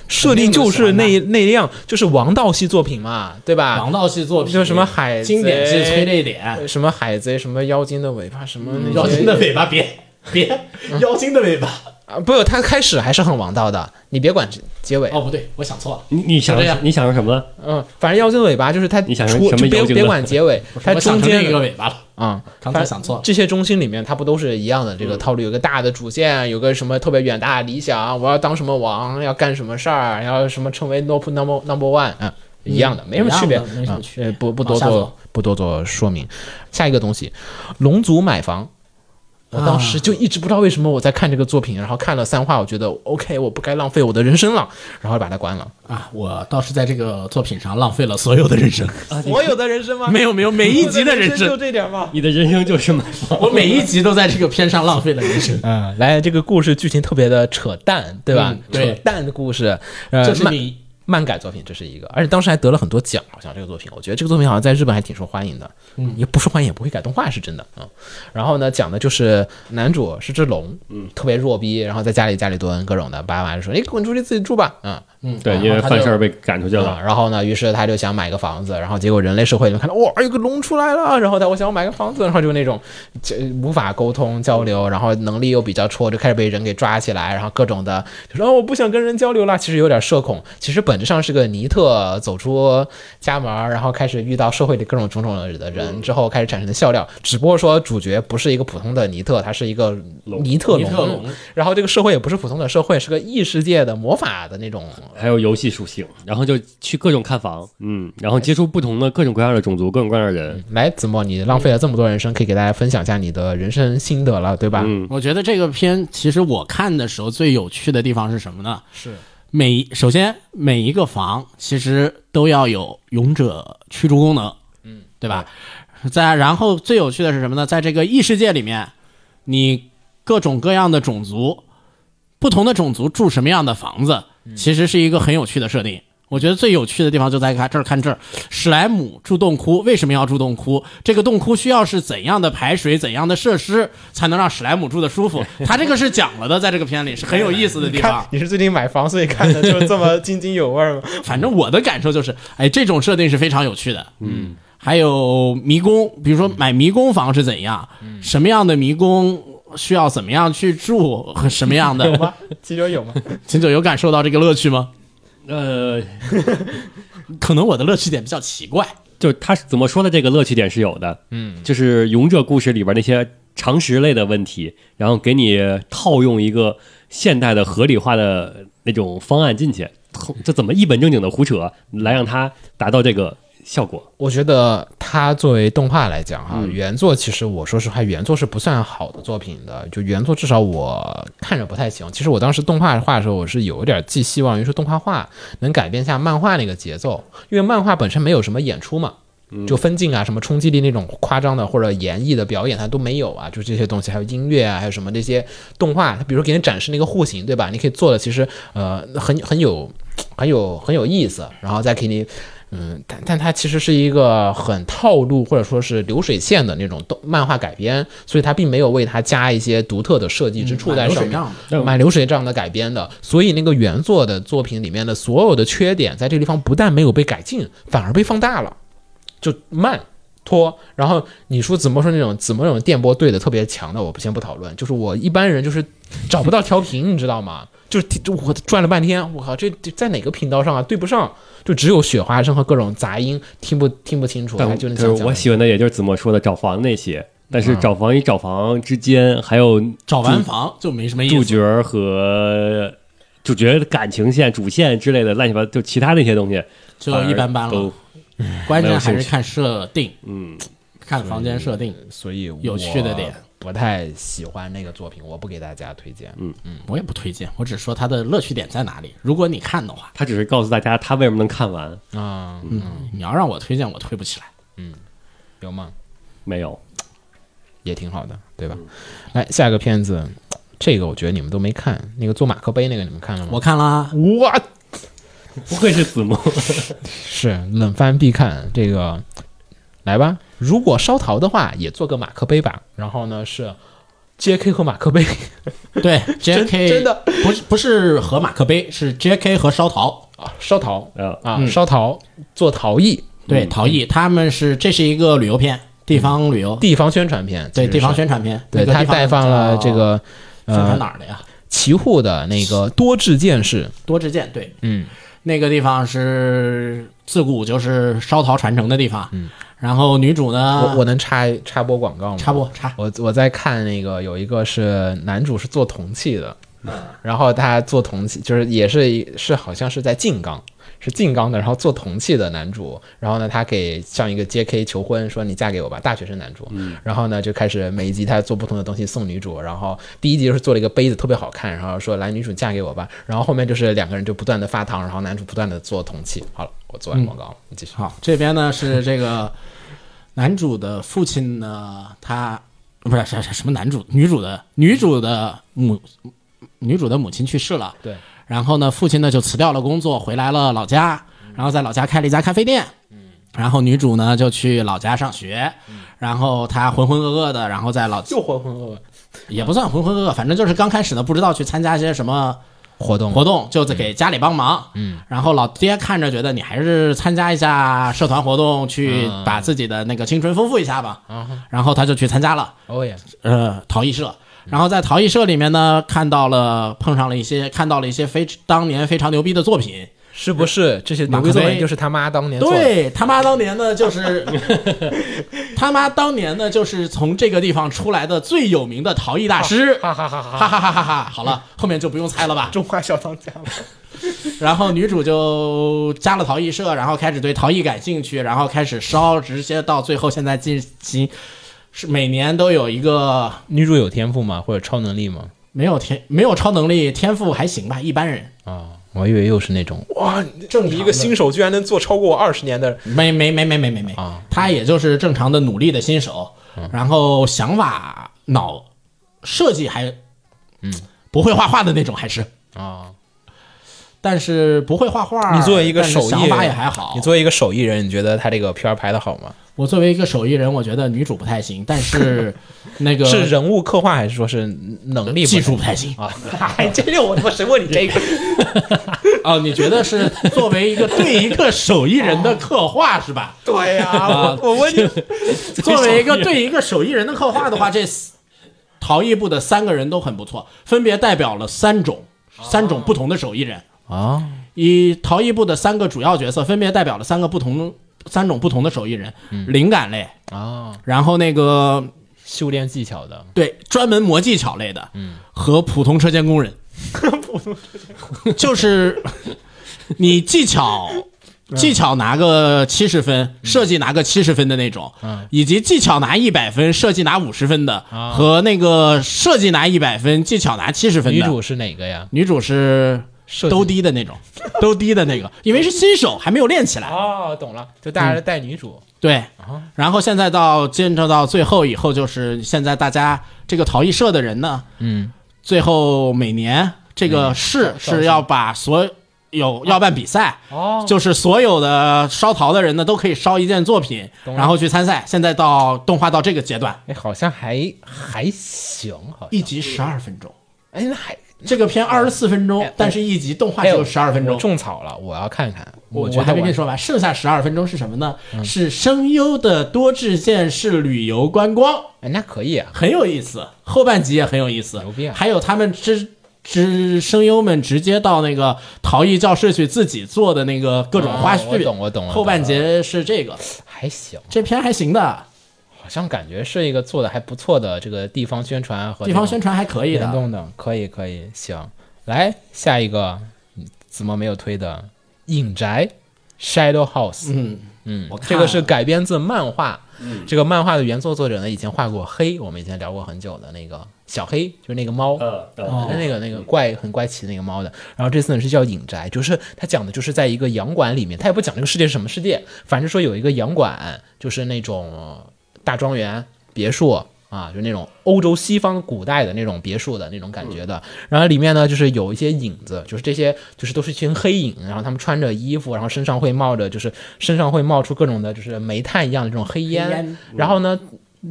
Speaker 2: 设定就是那那样，就是王道系作品嘛，对吧？
Speaker 4: 王道系作品，
Speaker 2: 就什么海贼
Speaker 4: 经典系催泪点，
Speaker 2: 什么海贼，什么妖精的尾巴，什么那些
Speaker 4: 妖精的尾巴 <laughs> 别别，妖精的尾巴。
Speaker 2: 啊，不，他开始还是很王道的，你别管结尾，
Speaker 4: 哦，不对，我想错了。
Speaker 3: 你你想
Speaker 4: 就这样
Speaker 3: 你想说什么了？
Speaker 2: 嗯，反正妖精的尾巴就是他
Speaker 3: 你想成
Speaker 2: 出，
Speaker 3: 什么
Speaker 2: 就别
Speaker 3: 妖精的
Speaker 2: 别管结
Speaker 3: <laughs>
Speaker 2: 尾，它
Speaker 4: 我想
Speaker 2: 中
Speaker 4: 成另一
Speaker 2: 间
Speaker 4: 个尾巴了，
Speaker 2: 啊，
Speaker 4: 刚
Speaker 2: 反
Speaker 4: 才想错了。嗯
Speaker 2: 这些中心里面，它不都是一样的这个套路？有个大的主线，有个什么特别远大的理想，我要当什么王，要干什么事儿，要什么成为 number number number one，嗯，一样的，没什么区别，
Speaker 4: 一样的没什么
Speaker 2: 嗯
Speaker 4: 区别
Speaker 2: 呃不不多
Speaker 4: 往下
Speaker 2: 做
Speaker 4: 走
Speaker 2: 不多做说明。下一个东西，龙族买房。我当
Speaker 4: 啊
Speaker 2: 时就一直不知道为什么我在看这个作品，然后看了三话，我觉得 OK，我不该浪费我的人生了，然后把它关了。
Speaker 4: 啊，我倒是在这个作品上浪费了所有的人生，
Speaker 2: 所有的人生吗？
Speaker 4: 没有没有，每一集的人 <laughs> 生，
Speaker 2: 这点吗？。
Speaker 3: 你的人生就是买房。
Speaker 4: <laughs> 我每一集都在这个片上浪费了人生
Speaker 2: 嗯，来，这个故事剧情特别的扯淡，对吧？
Speaker 4: 嗯对
Speaker 2: 扯淡的故事，呃，
Speaker 4: <laughs> 这是
Speaker 2: 漫
Speaker 4: 你
Speaker 2: 漫改作品，这是一个，而且当时还得了很多奖，好像这个作品，我觉得这个作品好像在日本还挺受欢迎的，嗯，也不受欢迎也不会改动画是真的啊、嗯然后呢，讲的就是男主是只龙，嗯，特别弱逼，然后在家里家里蹲各种的，爸爸就说你哎滚出去自己住吧，嗯，
Speaker 3: 对，因为犯事儿被赶出去
Speaker 4: 嗯
Speaker 2: 啊
Speaker 3: 了。
Speaker 2: 然后呢，于是他就想买个房子，然后结果人类社会里面看到哇，有个龙出来了，然后他我想要买个房子，然后就那种这无法沟通交流，然后能力又比较挫，就开始被人给抓起来，然后各种的就说哦我不想跟人交流了，其实有点社恐，其实本质上是个尼特走出家门，然后开始遇到社会里各种种种的
Speaker 4: 嗯
Speaker 2: 人之后开始产生的笑料，只不过说主角不是一个普通的尼特，他是一个尼特
Speaker 4: 尼
Speaker 2: 龙，
Speaker 4: 特龙
Speaker 2: 然后这个社会也不是普通的社会，是个异世界的魔法的那种
Speaker 3: 还有游戏属性，然后就去各种看房，嗯，然后接触不同的各种各样的种族、各种各样的人，
Speaker 2: 来，子墨，你浪费了这么多人生，可以给大家分享一下你的人生心得了，对吧？
Speaker 3: 嗯，
Speaker 4: 我觉得这个片其实我看的时候最有趣的地方是什么呢？是每首先每一个房其实都要有勇者驱逐功能，嗯，对吧？在然后最有趣的是什么呢？在这个异世界里面，你各种各样的种族，不同的种族住什么样的房子，其实是一个很有趣的设定。我觉得最有趣的地方就在看这儿看这儿，史莱姆住洞窟为什么要住洞窟？这个洞窟需要是怎样的排水、怎样的设施，才能让史莱姆住的舒服？他这个是讲了的，在这个片里是很有意思的地方
Speaker 2: 看。你是最近买房，所以看的就这么津津有味
Speaker 4: <laughs>
Speaker 2: 吗？
Speaker 4: 反正我的感受就是，哎，这种设定是非常有趣的。嗯，还有迷宫，比如说买迷宫房是怎样，什么样的迷宫需要怎么样去住和什么样
Speaker 2: 有
Speaker 4: <laughs> 的，
Speaker 2: 吗？其中有吗？
Speaker 4: 秦九有感受到这个乐趣吗？
Speaker 3: 呃，
Speaker 4: 可能我的乐趣点比较奇怪。
Speaker 3: 就是他是怎么说的，这个乐趣点是有的。嗯，就是《勇者故事》里边那些常识类的问题，然后给你套用一个现代的合理化的那种方案进去，
Speaker 4: 嗯
Speaker 3: 这怎么一本正经的胡扯，来让它达到这个效果？
Speaker 2: 我觉得它作为动画来讲哈，原作其实我说实话，原作是不算好的作品的。就原作至少我看着不太行。其实我当时动画画的时候，我是有一点寄希望于说动画画能改变一下漫画那个节奏，因为漫画本身没有什么演出嘛。就分镜啊，什么冲击力那种夸张的或者演绎的表演，它都没有啊。就这些东西，还有音乐啊，还有什么这些动画，它比如给你展示那个户型，对吧？你可以做的其实呃很很有很有很有意思，然后再给你嗯，但但它其实是一个很套路或者说是流水线的那种动漫画改编，所以它并没有为它加一些独特的设计之处在上
Speaker 4: 买流水
Speaker 2: 面
Speaker 4: 账。
Speaker 3: 的
Speaker 2: 买流水账的改编的，所以那个原作的作品里面的所有的缺点，在这个地方不但没有被改进，反而被放大了。就慢拖。然后你说怎么说那种怎么那种电波对的特别强的，我不先不讨论。就是我一般人就是找不到调频，你知道吗？就是就我转了半天，我靠，这这在哪个频道上啊？对不上，就只有雪花声和各种杂音，听不听不清楚。
Speaker 3: 但
Speaker 2: 还就那想
Speaker 3: 是我喜欢的也就是子墨说的找房那些，但是找房与找房之间，还有
Speaker 4: 找完房就嗯没什么意
Speaker 3: 主
Speaker 4: 思。
Speaker 3: 角儿和主角的感情线、主线之类的乱七八糟，就其他那些东西
Speaker 4: 就
Speaker 3: 反而
Speaker 4: 一般般了
Speaker 3: 都
Speaker 4: 关
Speaker 3: 没有
Speaker 4: 键还
Speaker 3: 兴
Speaker 4: 是
Speaker 3: 趣
Speaker 4: 看设定，
Speaker 3: 嗯，
Speaker 4: 看房间设定。
Speaker 2: 所以我
Speaker 4: 有趣的点
Speaker 2: 不太喜欢那个作品，我不给大家推荐。嗯，
Speaker 4: 我也不推荐，我只说它的乐趣点在哪里。如果你看的话，嗯
Speaker 3: 他只是告诉大家他为什么能看完，
Speaker 2: 啊、
Speaker 4: 你要让我推荐，我推不起来。
Speaker 2: 有吗？
Speaker 3: 没有。
Speaker 2: 也挺好的，对吧？来下个片子，这个我觉得你们都没看，那个做马克杯那个你们看了吗？
Speaker 4: 我看啦，
Speaker 2: 我
Speaker 3: 不愧是子墨，
Speaker 2: 是冷番必看，这个来吧。如果烧陶的话，也做个马克杯吧。然后呢是 J.K. 和马克杯，
Speaker 4: <laughs> 对 J.K.
Speaker 2: 真的
Speaker 4: <laughs> 不是不是和马克杯，是 J.K. 和烧陶。嗯
Speaker 2: 啊，烧陶
Speaker 3: 啊
Speaker 2: 啊，烧陶做陶艺，
Speaker 4: 对，陶艺他们是这是一个旅游片，地方旅游，
Speaker 2: 嗯地方宣传片，
Speaker 4: 对
Speaker 2: 其实
Speaker 4: 地方
Speaker 2: 是
Speaker 4: 宣传片。
Speaker 2: 对
Speaker 4: 那个
Speaker 2: 他
Speaker 4: 地方
Speaker 2: 带放了
Speaker 4: 叫
Speaker 2: 这个
Speaker 4: 宣传
Speaker 2: 呃
Speaker 4: 哪儿的呀？
Speaker 2: 奇户的那个多智剑士，
Speaker 4: 多智剑对，
Speaker 2: 嗯，
Speaker 4: 那个地方是自古就是烧陶传承的地方。嗯，然后女主呢，
Speaker 2: 我我能插插播广告吗？
Speaker 4: 插播插
Speaker 2: 我我在看那个有一个是男主是做铜器的，然后他做铜器就是也是一是好像是在静冈，是静冈的，然后做铜器的男主，然后呢他给向一个 J.K. 求婚，说你嫁给我吧，大学生男主，然后呢就开始每一集他做不同的东西送女主，然后第一集就是做了一个杯子特别好看，然后说来女主嫁给我吧，然后后面就是两个人就不断的发糖，然后男主不断的做铜器。好了，我做完广告了，你继续。
Speaker 4: 好，这边呢是这个男主的父亲呢，他不是是是什么男主女主的女主的母女主的母亲去世了，
Speaker 2: 对，
Speaker 4: 然后呢父亲呢就辞掉了工作，回来了老家，然后在老家开了一家咖啡店。然后女主呢就去老家上学，然后她浑浑噩噩的，然后在老
Speaker 2: 又浑浑噩噩
Speaker 4: 也不算浑浑噩噩，反正就是刚开始呢不知道去参加些什么
Speaker 2: 活动
Speaker 4: 活动就在给家里帮忙，嗯，然后老爹看着觉得你还是参加一下社团活动，去
Speaker 2: 嗯
Speaker 4: 把自己的那个青春丰富一下吧，然后他就去参加了，
Speaker 2: 哦耶，
Speaker 4: 呃，陶艺社，
Speaker 2: 嗯
Speaker 4: 然后在陶艺社里面呢，看到了碰上了一些看到了一些非当年非常牛逼的作品，
Speaker 2: 是不是这些牛
Speaker 4: 马
Speaker 2: 逼
Speaker 4: 克
Speaker 2: 作品
Speaker 4: 杯
Speaker 2: 就是他妈当年做的？
Speaker 4: 对他妈当年呢就是 <laughs> 他妈当年呢就是从这个地方出来的最有名的陶艺大师，
Speaker 2: 哈哈哈哈
Speaker 4: 哈哈哈哈哈，好了，后面就不用猜了吧，
Speaker 2: 中华小当家了。
Speaker 4: 然后女主就加了陶艺社，然后开始对陶艺感兴趣，然后开始烧，直接到最后现在进行是每年都有一个
Speaker 2: 女主有天赋吗？或者超能力吗？
Speaker 4: 没有天没有超能力，天赋还行吧，一般人
Speaker 2: 啊，我以为又是那种哇，
Speaker 4: 正
Speaker 2: 一个新手居然能做超过我二十年的，
Speaker 4: 没没没没没没没
Speaker 2: 嗯啊，
Speaker 4: 他也就是正常的努力的新手，然后想法脑设计还，嗯，不会画画的那种还是
Speaker 2: 啊，
Speaker 4: 但是不会画画，
Speaker 2: 你作为一个
Speaker 4: 但是
Speaker 2: 手艺
Speaker 4: 想法也还好。
Speaker 2: 你作为一个手艺人，你觉得他这个片儿拍的好吗？
Speaker 4: 我作为一个手艺人，我觉得女主不太行，但 <laughs> 是那个
Speaker 2: 是人物刻画还是说是能力不
Speaker 4: 啊技术不太行
Speaker 2: 啊？哎，这六我他妈谁问你这个？
Speaker 4: <laughs> 哦，你觉得是作为一个对一个手艺人的刻画是吧？
Speaker 2: 对呀、我我问你，
Speaker 4: <laughs> 作为一个对一个手艺人的刻画的话，这四陶艺部的三个人都很不错，分别代表了三种三种不同的手艺人。
Speaker 2: 啊，
Speaker 4: 以陶艺部的三个主要角色分别代表了三个不同三种不同的手艺人，灵感类，
Speaker 2: 啊，
Speaker 4: 然后那个
Speaker 2: 修炼技巧的
Speaker 4: 对专门磨技巧类的，和普通车间工人， <laughs> 普通车间工人就是你技巧。技巧拿个七十分，设计拿个七十分的那种，以及技巧拿一百分，设计拿五十分的，和那个设计拿一百分，技巧拿七十分的。
Speaker 2: 女主是哪个呀？
Speaker 4: 女主是
Speaker 2: 设计
Speaker 4: 兜低的那 <laughs> 种，兜低的那个，因为是新手还没有练起来。
Speaker 2: 哦，懂了，就大家带女主、
Speaker 4: 对，
Speaker 2: 啊
Speaker 4: 然后现在到见证到最后以后，就是现在大家这个陶艺社的人呢，
Speaker 2: 嗯，
Speaker 4: 最后每年这个市
Speaker 2: 嗯
Speaker 4: 是要把所有要办比赛，
Speaker 2: 哦
Speaker 4: 就是所有的烧陶的人呢都可以烧一件作品，
Speaker 2: 懂了
Speaker 4: 然后去参赛。现在到动画到这个阶段，
Speaker 2: 哎，好像还还行，好像
Speaker 4: 一集十二分钟，
Speaker 2: 哎，那还
Speaker 4: 这个片二十四分钟
Speaker 2: 哎，
Speaker 4: 但是一集动画
Speaker 2: 还
Speaker 4: 只有十二分
Speaker 2: 我
Speaker 4: 钟。
Speaker 2: 种草了，我要看看。
Speaker 4: 我
Speaker 2: 觉得嗯
Speaker 4: 还没跟你，说完，剩下十二分钟是什么呢？是声优的多支线式旅游观光，
Speaker 2: 哎，那可以啊。
Speaker 4: 很有意思。后半集也很有意思，
Speaker 2: 牛逼啊
Speaker 4: 还有他们之之声优们直接到那个陶艺教室去自己做的那个各种花絮。
Speaker 2: 哦我懂我懂我懂
Speaker 4: 后半节是这个，
Speaker 2: 还行，
Speaker 4: 这片还行的，
Speaker 2: 好像感觉是一个做的还不错的这个地方宣传和
Speaker 4: 地方宣传还可以
Speaker 2: 联
Speaker 4: 的。
Speaker 2: 动的，可以可以，行。来下一个，嗯怎么没有推的？影宅 Shadow House，
Speaker 4: 嗯，
Speaker 2: 嗯
Speaker 4: 我，看
Speaker 2: 这个是改编自漫画，这个漫画的原作作者呢以前画过黑，我们以前聊过很久的那个小黑，就是那个猫，
Speaker 3: 呃
Speaker 2: 哦、那个那个怪很怪奇的那个猫的。然后这次呢是叫影宅，就是它讲的就是在一个洋馆里面，它也不讲这个世界是什么世界，反正说有一个洋馆，就是那种呃大庄园别墅。啊，就那种欧洲西方古代的那种别墅的那种感觉的，然后里面呢，就是有一些影子，就是这些，就是都是一群黑影，然后他们穿着衣服，然后身上会冒着，就是身上会冒出各种的，就是煤炭一样的这种黑烟，
Speaker 4: 黑烟
Speaker 2: 然后呢，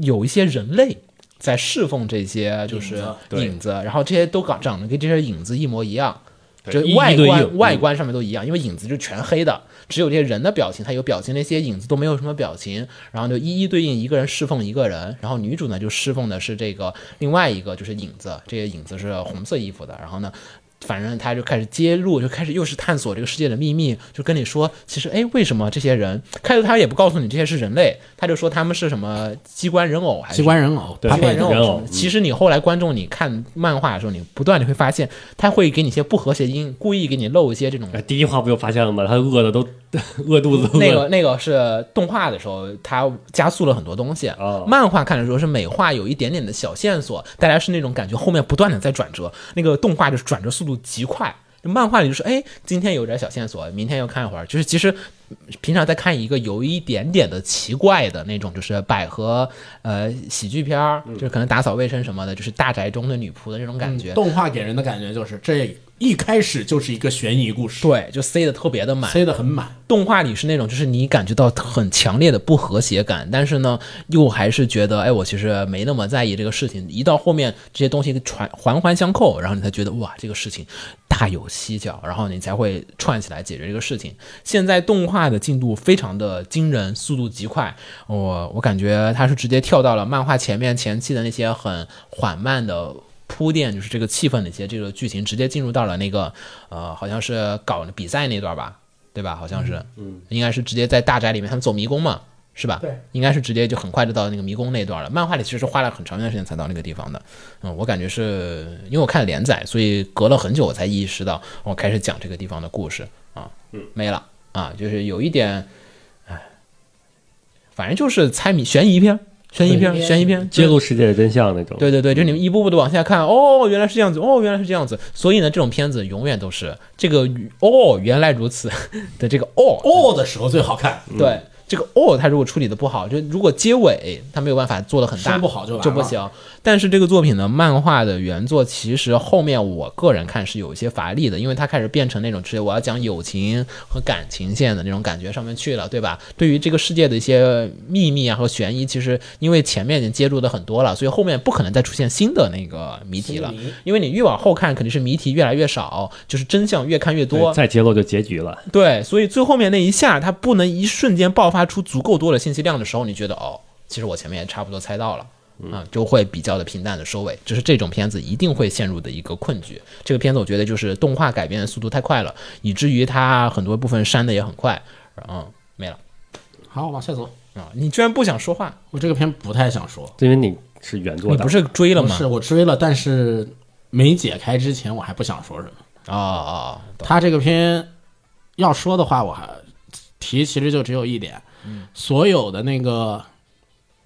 Speaker 2: 有一些人类在侍奉这些就是
Speaker 3: 对
Speaker 2: 影子，然后这些都长长得跟这些影子一模一样，就
Speaker 3: 一
Speaker 2: 外
Speaker 3: 一对一
Speaker 2: 观
Speaker 3: 嗯
Speaker 2: 外观上面都一样，因为影子就全黑的，只有这些人的表情它有表情，那些影子都没有什么表情，然后就一一对应一个人侍奉一个人，然后女主呢就侍奉的是这个另外一个就是影子，这个影子是红色衣服的，然后呢。反正他就开始揭露，就开始又是探索这个世界的秘密，就跟你说，其实哎，为什么这些人开头他也不告诉你这些是人类，他就说他们是什么机关人偶还是
Speaker 4: 机关人偶，
Speaker 3: 对
Speaker 4: 他
Speaker 2: 他
Speaker 3: 对
Speaker 2: 变
Speaker 4: 配
Speaker 3: 人
Speaker 2: 成
Speaker 3: 偶
Speaker 2: 什么的其实你后来观众你看漫画的时候，你不断你会发现，他会给你一些不和谐音，故意给你漏一些这种。
Speaker 3: 哎第一话不就发现了吗？他饿的都 <laughs> 饿肚子都
Speaker 2: 那
Speaker 3: 饿
Speaker 2: 个
Speaker 3: 了。
Speaker 2: 那个是动画的时候，它加速了很多东西。
Speaker 3: 哦
Speaker 2: 漫画看的时候是美化有一点点的小线索，大家是那种感觉后面不断的在转折，那个动画就是转折速度极快。就漫画里就是，哎，今天有点小线索，明天又看一会儿。就是其实平常在看一个有一点点的奇怪的那种，就是百合呃喜剧片儿，就是可能打扫卫生什么的，就是大宅中的女仆的那种感觉。
Speaker 4: 动画给人的感觉就是这一开始就是一个悬疑故事，
Speaker 2: 对，就塞的特别的满，
Speaker 4: 塞得很满。
Speaker 2: 动画嗯里是那种，就是你感觉到很强烈的不和谐感，但是呢，又还是觉得，哎，我其实没那么在意这个事情。一到后面这些东西传环环相扣，然后你才觉得，哇，这个事情大有蹊跷，然后你才会串起来解决这个事情。现在动画的进度非常的惊人，速度极快，我、我感觉它是直接跳到了漫画前面前期的那些很缓慢的铺垫，就是这个气氛的一些这个剧情，直接进入到了那个呃，好像是搞比赛那段吧，对吧？好像是，嗯，应该是直接在大宅里面，他们走迷宫嘛，是吧？
Speaker 4: 对，
Speaker 2: 应该是直接就很快就到那个迷宫那段了。漫画里其实是花了很长一段时间才到那个地方的，嗯，我感觉是因为我看连载，所以隔了很久我才意识到，我开始讲这个地方的故事啊，嗯，没了啊，就是有一点，哎，反正就是猜谜悬疑片。悬疑片，
Speaker 1: 对
Speaker 2: 悬疑片
Speaker 3: <laughs> 揭
Speaker 2: 就
Speaker 3: 露世界的真相那种。
Speaker 2: 对对对，就你们一步步的往下看，哦，原来是这样子，哦，原来是这样子。所以呢，这种片子永远都是这个哦，原来如此 <laughs> 的这个哦，
Speaker 4: 哦的时候最好看，
Speaker 2: 对。这个哦，它如果处理的不好，就如果结尾它没有办法做的很大，
Speaker 4: 说不好就完了
Speaker 2: 不行。但是这个作品呢，漫画的原作其实后面我个人看是有一些乏力的，因为它开始变成那种直接我要讲友情和感情线的那种感觉上面去了，对吧？对于这个世界的一些秘密啊和悬疑，其实因为前面已经揭露的很多了，所以后面不可能再出现新的那个谜题了
Speaker 4: 新谜，
Speaker 2: 因为你越往后看，肯定是谜题越来越少，就是真相越看越多
Speaker 3: 对，再揭露就结局了。
Speaker 2: 对，所以最后面那一下，它不能一瞬间爆发出足够多的信息量的时候，你觉得哦，其实我前面也差不多猜到了。啊、就会比较的平淡的收尾，这是这种片子一定会陷入的一个困局。这个片子我觉得就是动画改编的速度太快了，以至于它很多部分删的也很快。嗯，没了
Speaker 4: 好，往下走。
Speaker 2: 啊、你居然不想说话？
Speaker 4: 我这个片不太想说，
Speaker 3: 因为你是原作
Speaker 2: 你
Speaker 3: 的，
Speaker 2: 不是追了
Speaker 4: 不
Speaker 2: 吗
Speaker 4: 是？我追了，但是没解开之前我还不想说什么。
Speaker 2: 哦哦，哦懂
Speaker 4: 他这个片要说的话，我还提其实就只有一点，所有的那个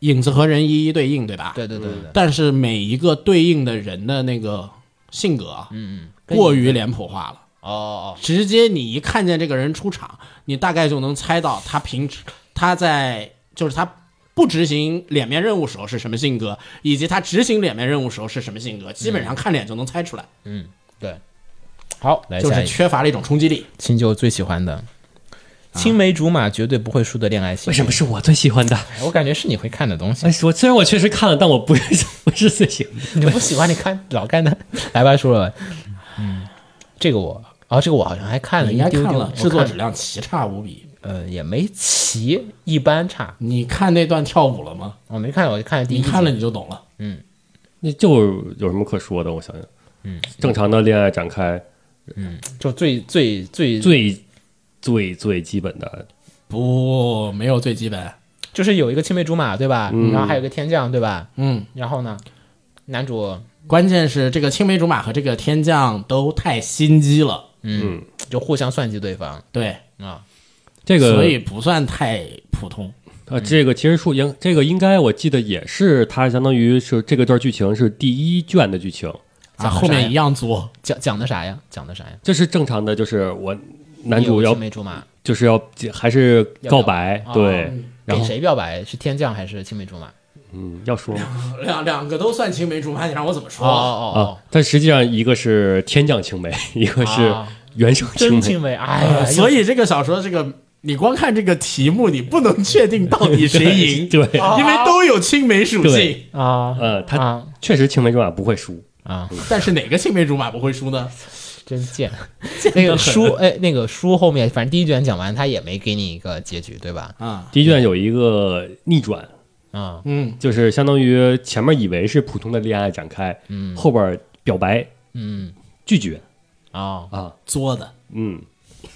Speaker 4: 影子和人一一对应，对吧？
Speaker 2: 对对对对对，
Speaker 4: 但是每一个对应的人的那个性格，嗯嗯，过于脸谱化了。
Speaker 2: 哦哦哦，
Speaker 4: 直接你一看见这个人出场，你大概就能猜到他平时他在就是他不执行脸面任务时候是什么性格，以及他执行脸面任务时候是什么性格，基本上嗯看脸就能猜出来，
Speaker 2: 对，好，来
Speaker 4: 就
Speaker 2: 下
Speaker 4: 是
Speaker 2: 一个，
Speaker 4: 缺乏了哎一种冲击力。
Speaker 2: 青九最喜欢的青梅竹马绝对不会输的恋爱戏。哎
Speaker 3: 为什么是我最喜 <laughs> 欢的？
Speaker 2: 我感觉是你会看的东西
Speaker 3: 哎，，我虽然我确实看了，但我不是 <laughs> 不是最喜欢。
Speaker 2: <laughs> 你不喜欢你看老看的， <laughs> 来吧，叔叔。嗯，这个我啊，这个我好像还看了
Speaker 4: 你
Speaker 2: 一
Speaker 4: 应该
Speaker 2: 丢
Speaker 4: 看
Speaker 2: 丢，
Speaker 4: 了，
Speaker 2: 我
Speaker 4: 制作
Speaker 2: 看
Speaker 4: 质量奇差无比。
Speaker 2: 呃也没齐，一般差。
Speaker 4: 你看那段跳舞了吗？
Speaker 2: 我没看，我就看了第一
Speaker 4: 你
Speaker 2: 集
Speaker 4: 看了你就懂了。
Speaker 3: 那就有什么可说的？我想想，嗯，正常的恋爱展开，
Speaker 2: 就最最最
Speaker 3: 最最最基本的，
Speaker 4: 不，没有最基本。
Speaker 2: 就是有一个青梅竹马对吧？然后还有一个天降对吧？
Speaker 4: 嗯，
Speaker 2: 然后呢，男主
Speaker 4: 关键是这个青梅竹马和这个天降都太心机了，
Speaker 2: 嗯就互相算计对方
Speaker 4: 对，
Speaker 2: 啊，
Speaker 3: 这个
Speaker 4: 所以不算太普通。
Speaker 2: 嗯
Speaker 3: 呃，这个其实说应这个应该我记得也是，它相当于是这个段剧情是第一卷的剧情，
Speaker 4: 啊，
Speaker 2: 讲
Speaker 4: 后
Speaker 2: 啥呀
Speaker 4: 面一样作，
Speaker 2: 讲讲的啥呀？讲的啥呀？
Speaker 3: 就是正常的，就是我男主
Speaker 2: 有
Speaker 3: 要
Speaker 2: 青梅竹马
Speaker 3: 就是要还是
Speaker 2: 要
Speaker 3: 告白，
Speaker 2: 表白
Speaker 3: 对，
Speaker 2: 哦给
Speaker 3: 然后
Speaker 2: 谁表白？是天降还是青梅竹马？
Speaker 3: 嗯要说吗
Speaker 4: 两两个都算青梅竹马，你让我怎么说？
Speaker 2: 哦哦哦
Speaker 3: 啊，，但实际上一个是天降青梅，一个是
Speaker 2: 啊
Speaker 3: 原生青
Speaker 2: 真
Speaker 3: 梅，
Speaker 2: 青梅，
Speaker 4: 啊
Speaker 2: 哎呀，
Speaker 4: 所以这个小说，这个你光看这个题目，你不能确定到底谁赢，
Speaker 3: 对， <laughs>
Speaker 4: 因为都有青梅属性
Speaker 3: 对。
Speaker 2: 啊，
Speaker 3: 呃，他
Speaker 2: 啊
Speaker 3: 确实青梅竹马不会输，
Speaker 2: 啊，
Speaker 4: 但是哪个青梅竹马不会输呢？
Speaker 2: 真贱。那个书，哎，那个书后面，反正第一卷讲完，他也没给你一个结局，对吧？
Speaker 4: 啊，
Speaker 3: 第一卷有一个逆转，
Speaker 2: 啊、
Speaker 4: 嗯，
Speaker 3: 就是相当于前面以为是普通的恋爱展开，嗯，后边表白，
Speaker 2: 嗯，
Speaker 3: 拒绝
Speaker 2: 哦，
Speaker 3: 啊，
Speaker 4: 作的
Speaker 3: 嗯，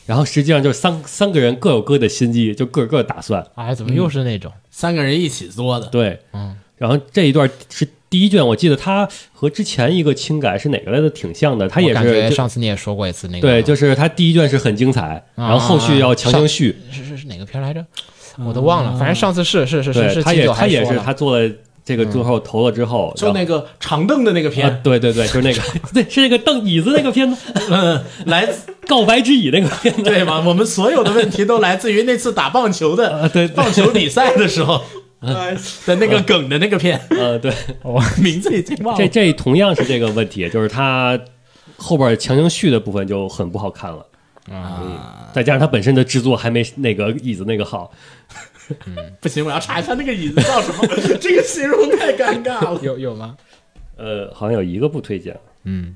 Speaker 3: 然后实际上就是三三个人各有各的心机，就各有各的打算，
Speaker 2: 哎，怎么又是那种？
Speaker 4: 三个人一起作的，
Speaker 3: 对，
Speaker 2: 嗯，
Speaker 3: 然后这一段是第一卷，我记得它和之前一个轻改是哪个来的挺像的，它
Speaker 2: 我
Speaker 3: 也
Speaker 2: 感觉
Speaker 3: 是就
Speaker 2: 上次你也说过一次那个，
Speaker 3: 对，就是它第一卷是很精彩，然后后续要强行续，
Speaker 2: 是是是哪个片儿来着？我都忘了，反正上次是是啊是是
Speaker 3: 对，
Speaker 2: 是，
Speaker 3: 他也
Speaker 2: 他
Speaker 3: 他也是他做了这个之后投了之后，
Speaker 4: 就那个长凳的那个
Speaker 3: 然后。
Speaker 4: 片
Speaker 3: 啊，，对对对，就是那个， <laughs> 对，是那个凳椅子那个片子，
Speaker 4: 嗯， <laughs> 来自
Speaker 3: 《告白之椅》那个片子，
Speaker 4: 对吗？我们所有的问题都来自于那次打棒球的
Speaker 3: 啊对 <laughs> 对
Speaker 4: <laughs> 棒球比赛的时候嗯的那个梗的那个片，
Speaker 3: 呃，对，
Speaker 4: 名字已经忘
Speaker 3: 这
Speaker 4: 了。
Speaker 3: 这同样是这个问题，就是他后边强行续的部分就很不好看了。啊、再加上它本身的制作还没那个椅子那个好，
Speaker 4: 不行，我要查一下那个椅子叫什么，这个形容太尴尬了。
Speaker 2: 啊有有吗？
Speaker 3: 呃，好像有一个不推荐，嗯，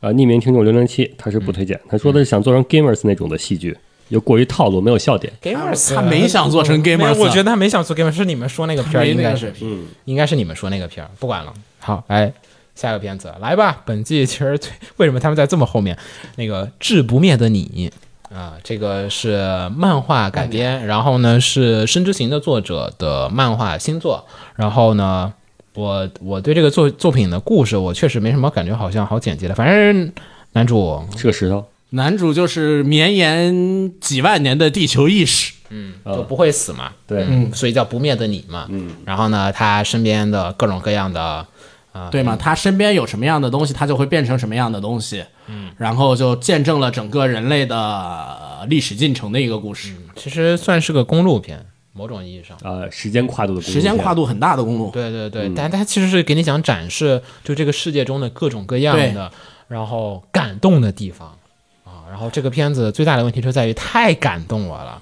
Speaker 3: 嗯啊，匿名听众零零七他是不推荐，他说的是想做成 gamers 那种的戏剧，又过于套路，没有笑点。
Speaker 2: Gamers，啊
Speaker 4: 他没想做成 Gamers
Speaker 2: 没有我觉得他没想做 Gamers，是你们说那个片儿，
Speaker 4: 没
Speaker 2: 应
Speaker 4: 那
Speaker 2: 该
Speaker 4: 个
Speaker 2: 是
Speaker 4: 水平，
Speaker 2: 应该是你们说那个片儿，不管了。好，哎，下个片子来吧。 <laughs> 本季其实最为什么他们在这么后面？那个《致不灭的你》啊、这个是漫画改编，然后呢是《深之行》的作者的漫画新作，然后呢。我我对这个作作品的故事，我确实没什么感觉，好像好剪辑的。反正男主
Speaker 3: 是个石头，
Speaker 4: 男主就是绵延几万年的地球意识，
Speaker 2: 嗯，
Speaker 3: 啊
Speaker 2: 就不会死嘛，
Speaker 3: 对，
Speaker 4: 嗯
Speaker 2: 所以叫不灭的你嘛。
Speaker 3: 嗯，
Speaker 2: 然后呢，他身边的各种各样的，呃，
Speaker 4: 对吗？他身边有什么样的东西，他就会变成什么样的东西。嗯，然后就见证了整个人类的呃历史进程的一个故事，
Speaker 2: 其实算是个公路片，某种意义上。
Speaker 3: 呃，时间跨度的
Speaker 4: 时间跨度很大的公路。
Speaker 2: 对对
Speaker 4: 嗯
Speaker 2: 对，但他其实是给你想展示就这个世界中的各种各样的，然后感动的地方啊。然后这个片子最大的问题就在于太感动我了，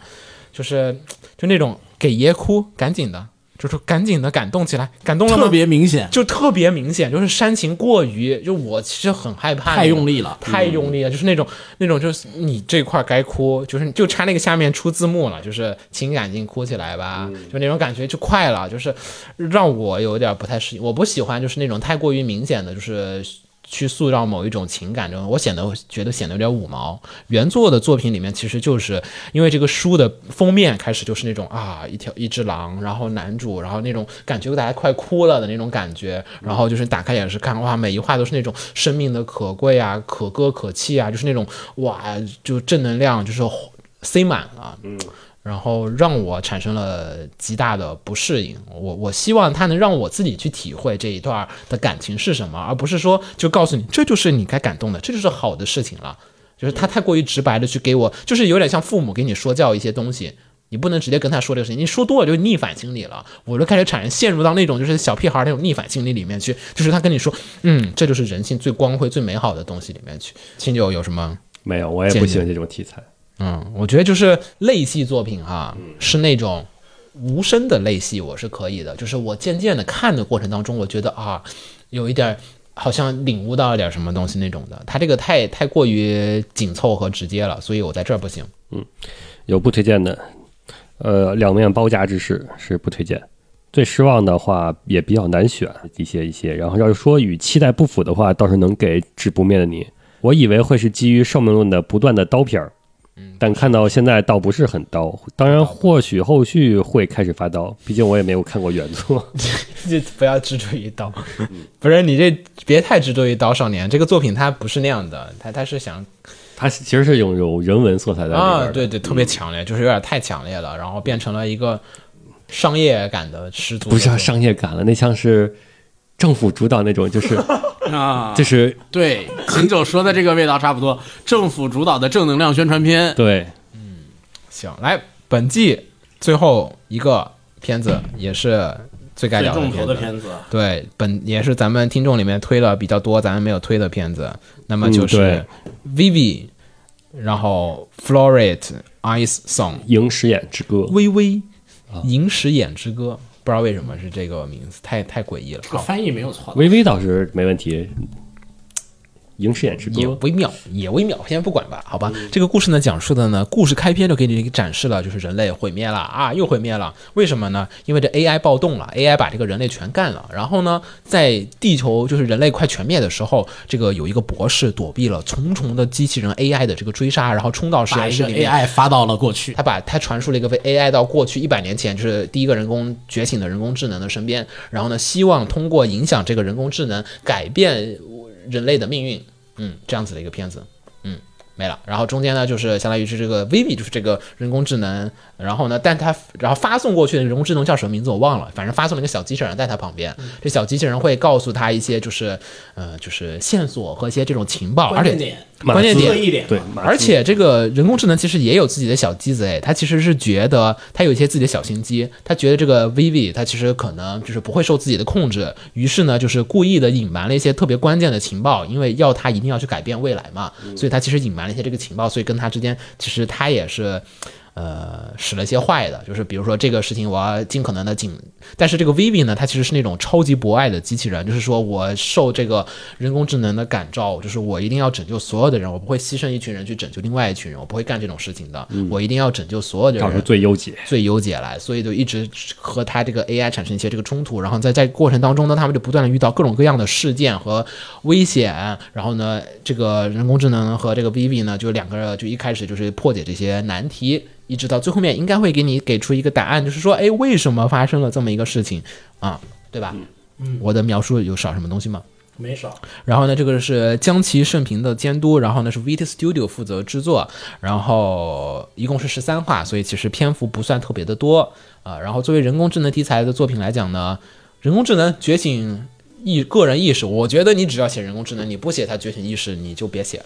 Speaker 2: 就是就那种给爷哭，赶紧的，就是赶紧的感动起来，感动了吗
Speaker 4: 特？别明显，
Speaker 2: 就特别明显，就是煽情过于，就我其实很害怕，
Speaker 4: 太用力了
Speaker 2: 太用力了，就是那种那种就是你这块该哭，就是就差那个下面出字幕了，就是请赶紧哭起来吧，
Speaker 4: 嗯
Speaker 2: 就那种感觉就快了，就是让我有点不太适应，我不喜欢就是那种太过于明显的，就是去塑造某一种情感中，我显得觉得显得有点五毛。原作的作品里面，其实就是因为这个书的封面开始就是那种啊，一条一只狼，然后男主，然后那种感觉大家快哭了的那种感觉，然后就是打开也是看哇，每一画都是那种生命的可贵啊、可歌可泣啊，就是那种哇，就正能量就是塞满了，啊然后让我产生了极大的不适应。我我希望他能让我自己去体会这一段的感情是什么，而不是说就告诉你这就是你该感动的，这就是好的事情了。就是他太过于直白的去给我，就是有点像父母给你说教一些东西。你不能直接跟他说这个事情，你说多了就逆反心理了。我就开始产生陷入到那种就是小屁孩那种逆反心理里面去，就是他跟你说，嗯，这就是人性最光辉、最美好的东西里面去。清酒有什么？
Speaker 3: 没有，我也不喜欢这种题材。
Speaker 2: 嗯，我觉得就是类系作品哈、
Speaker 3: 嗯
Speaker 2: 是那种无声的类系，我是可以的。就是我渐渐的看的过程当中，我觉得啊，有一点儿好像领悟到了点什么东西那种的。他这个太太过于紧凑和直接了，所以我在这儿不行。 <laughs>
Speaker 3: 有不推荐的，呃，两面包夹之势是不推荐。最失望的话也比较难选一些一些，然后要是说与期待不符的话，倒是能给《致不灭的你》。我以为会是基于寿命论的不断的刀片儿，
Speaker 2: 嗯
Speaker 3: 但看到现在倒不是很刀。当然，或许后续会开始发刀，毕竟我也没有看过原作。 <laughs>
Speaker 2: 就不要执着于刀，
Speaker 3: 嗯
Speaker 2: 不是你这别太执着于刀少年。这个作品它不是那样的，它它是想
Speaker 3: 它是其实是有有人文色彩在里边
Speaker 2: 啊，
Speaker 3: 的。嗯
Speaker 2: 对对，特别强烈，就是有点太强烈了，然后变成了一个商业感的十足的
Speaker 3: 不是
Speaker 2: 作
Speaker 3: 要
Speaker 2: 品
Speaker 3: 商业感了，那像是政府主导那种，就是
Speaker 2: <laughs>
Speaker 4: 啊，
Speaker 3: 就是
Speaker 4: 对，秦九说的这个味道差不多。政府主导的正能量宣传片，
Speaker 3: 对
Speaker 2: 行，来本季最后一个片子也是最该
Speaker 4: 最
Speaker 2: 聊
Speaker 4: 重
Speaker 2: 片
Speaker 4: 头
Speaker 2: 子。哦
Speaker 4: 的片子，
Speaker 2: 对，本也是咱们听众里面推了比较多，咱们没有推的片子，那么
Speaker 3: 嗯
Speaker 2: 就是、Vivi，然后 Floret Ice Song，
Speaker 3: 《萤石眼之歌》。
Speaker 2: 微微，银石眼之歌，不知道为什么是这个名字，太太诡异了，
Speaker 4: 这个翻译没有错的。
Speaker 3: 微微倒是没问题，影视演之
Speaker 2: 也
Speaker 3: 歌，
Speaker 2: 微妙，也微妙，先不管吧，好吧。
Speaker 4: 嗯
Speaker 2: 这个故事呢，讲述的呢，故事开篇就给你展示了，就是人类毁灭了啊，又毁灭了，为什么呢？因为这 AI 暴动了，AI 把这个人类全干了。然后呢，在地球就是人类快全灭的时候，这个有一个博士躲避了重重的机器人 AI 的这个追杀，然后冲到实
Speaker 4: 把
Speaker 2: 验
Speaker 4: 一
Speaker 2: 室
Speaker 4: 个
Speaker 2: 里面
Speaker 4: AI 发到了过去，
Speaker 2: 他把他传输了一个 AI 到过去一百年前，就是第一个人工觉醒的人工智能的身边，然后呢，希望通过影响这个人工智能改变人类的命运，嗯，这样子的一个片子，嗯，没了。然后中间呢，就是相当于是这个 Vivi，就是这个人工智能，然后呢，但它然后发送过去的人工智能叫什么名字我忘了，反正发送了一个小机器人在他旁边，这小机器人会告诉他一些就是呃就是线索和一些这种情报，而
Speaker 4: 关
Speaker 2: 且
Speaker 4: 键点
Speaker 3: 马
Speaker 2: 关键
Speaker 3: 斯
Speaker 2: 点
Speaker 4: 特意点，
Speaker 3: 对，马斯
Speaker 2: 而且这个人工智能其实也有自己的小机子，哎，它其实是觉得它有一些自己的小心机，它觉得这个 Vivi 它其实可能就是不会受自己的控制，于是呢就是故意的隐瞒了一些特别关键的情报，因为要它一定要去改变未来嘛，所以它其实隐瞒了一些这个情报，所以跟它之间其实它也是。呃，使了一些坏的，就是比如说这个事情，我要尽可能的紧。但是这个 Vivi 呢，它其实是那种超级博爱的机器人，就是说我受这个人工智能的感召，就是我一定要拯救所有的人，我不会牺牲一群人去拯救另外一群人，我不会干这种事情的，我一定要拯救所有的
Speaker 3: 嗯找出
Speaker 2: 人。
Speaker 3: 最优解。
Speaker 2: 最优解来，所以就一直和他这个 AI 产生一些这个冲突，然后在在过程当中呢，他们就不断的遇到各种各样的事件和危险，然后呢，这个人工智能和这个 Vivi 呢，就两个人就一开始就是破解这些难题，一直到最后面应该会给你给出一个答案，就是说，哎，为什么发生了这么一个事情啊，对吧？我的描述有少什么东西吗？
Speaker 5: 没少。
Speaker 2: 然后呢，这个是江崎胜平的监督，然后呢是 VT Studio 负责制作，然后一共是十三话，所以其实篇幅不算特别的多啊、然后作为人工智能题材的作品来讲呢，人工智能觉醒意个人意识，我觉得你只要写人工智能，你不写它觉醒意识，你就别写了。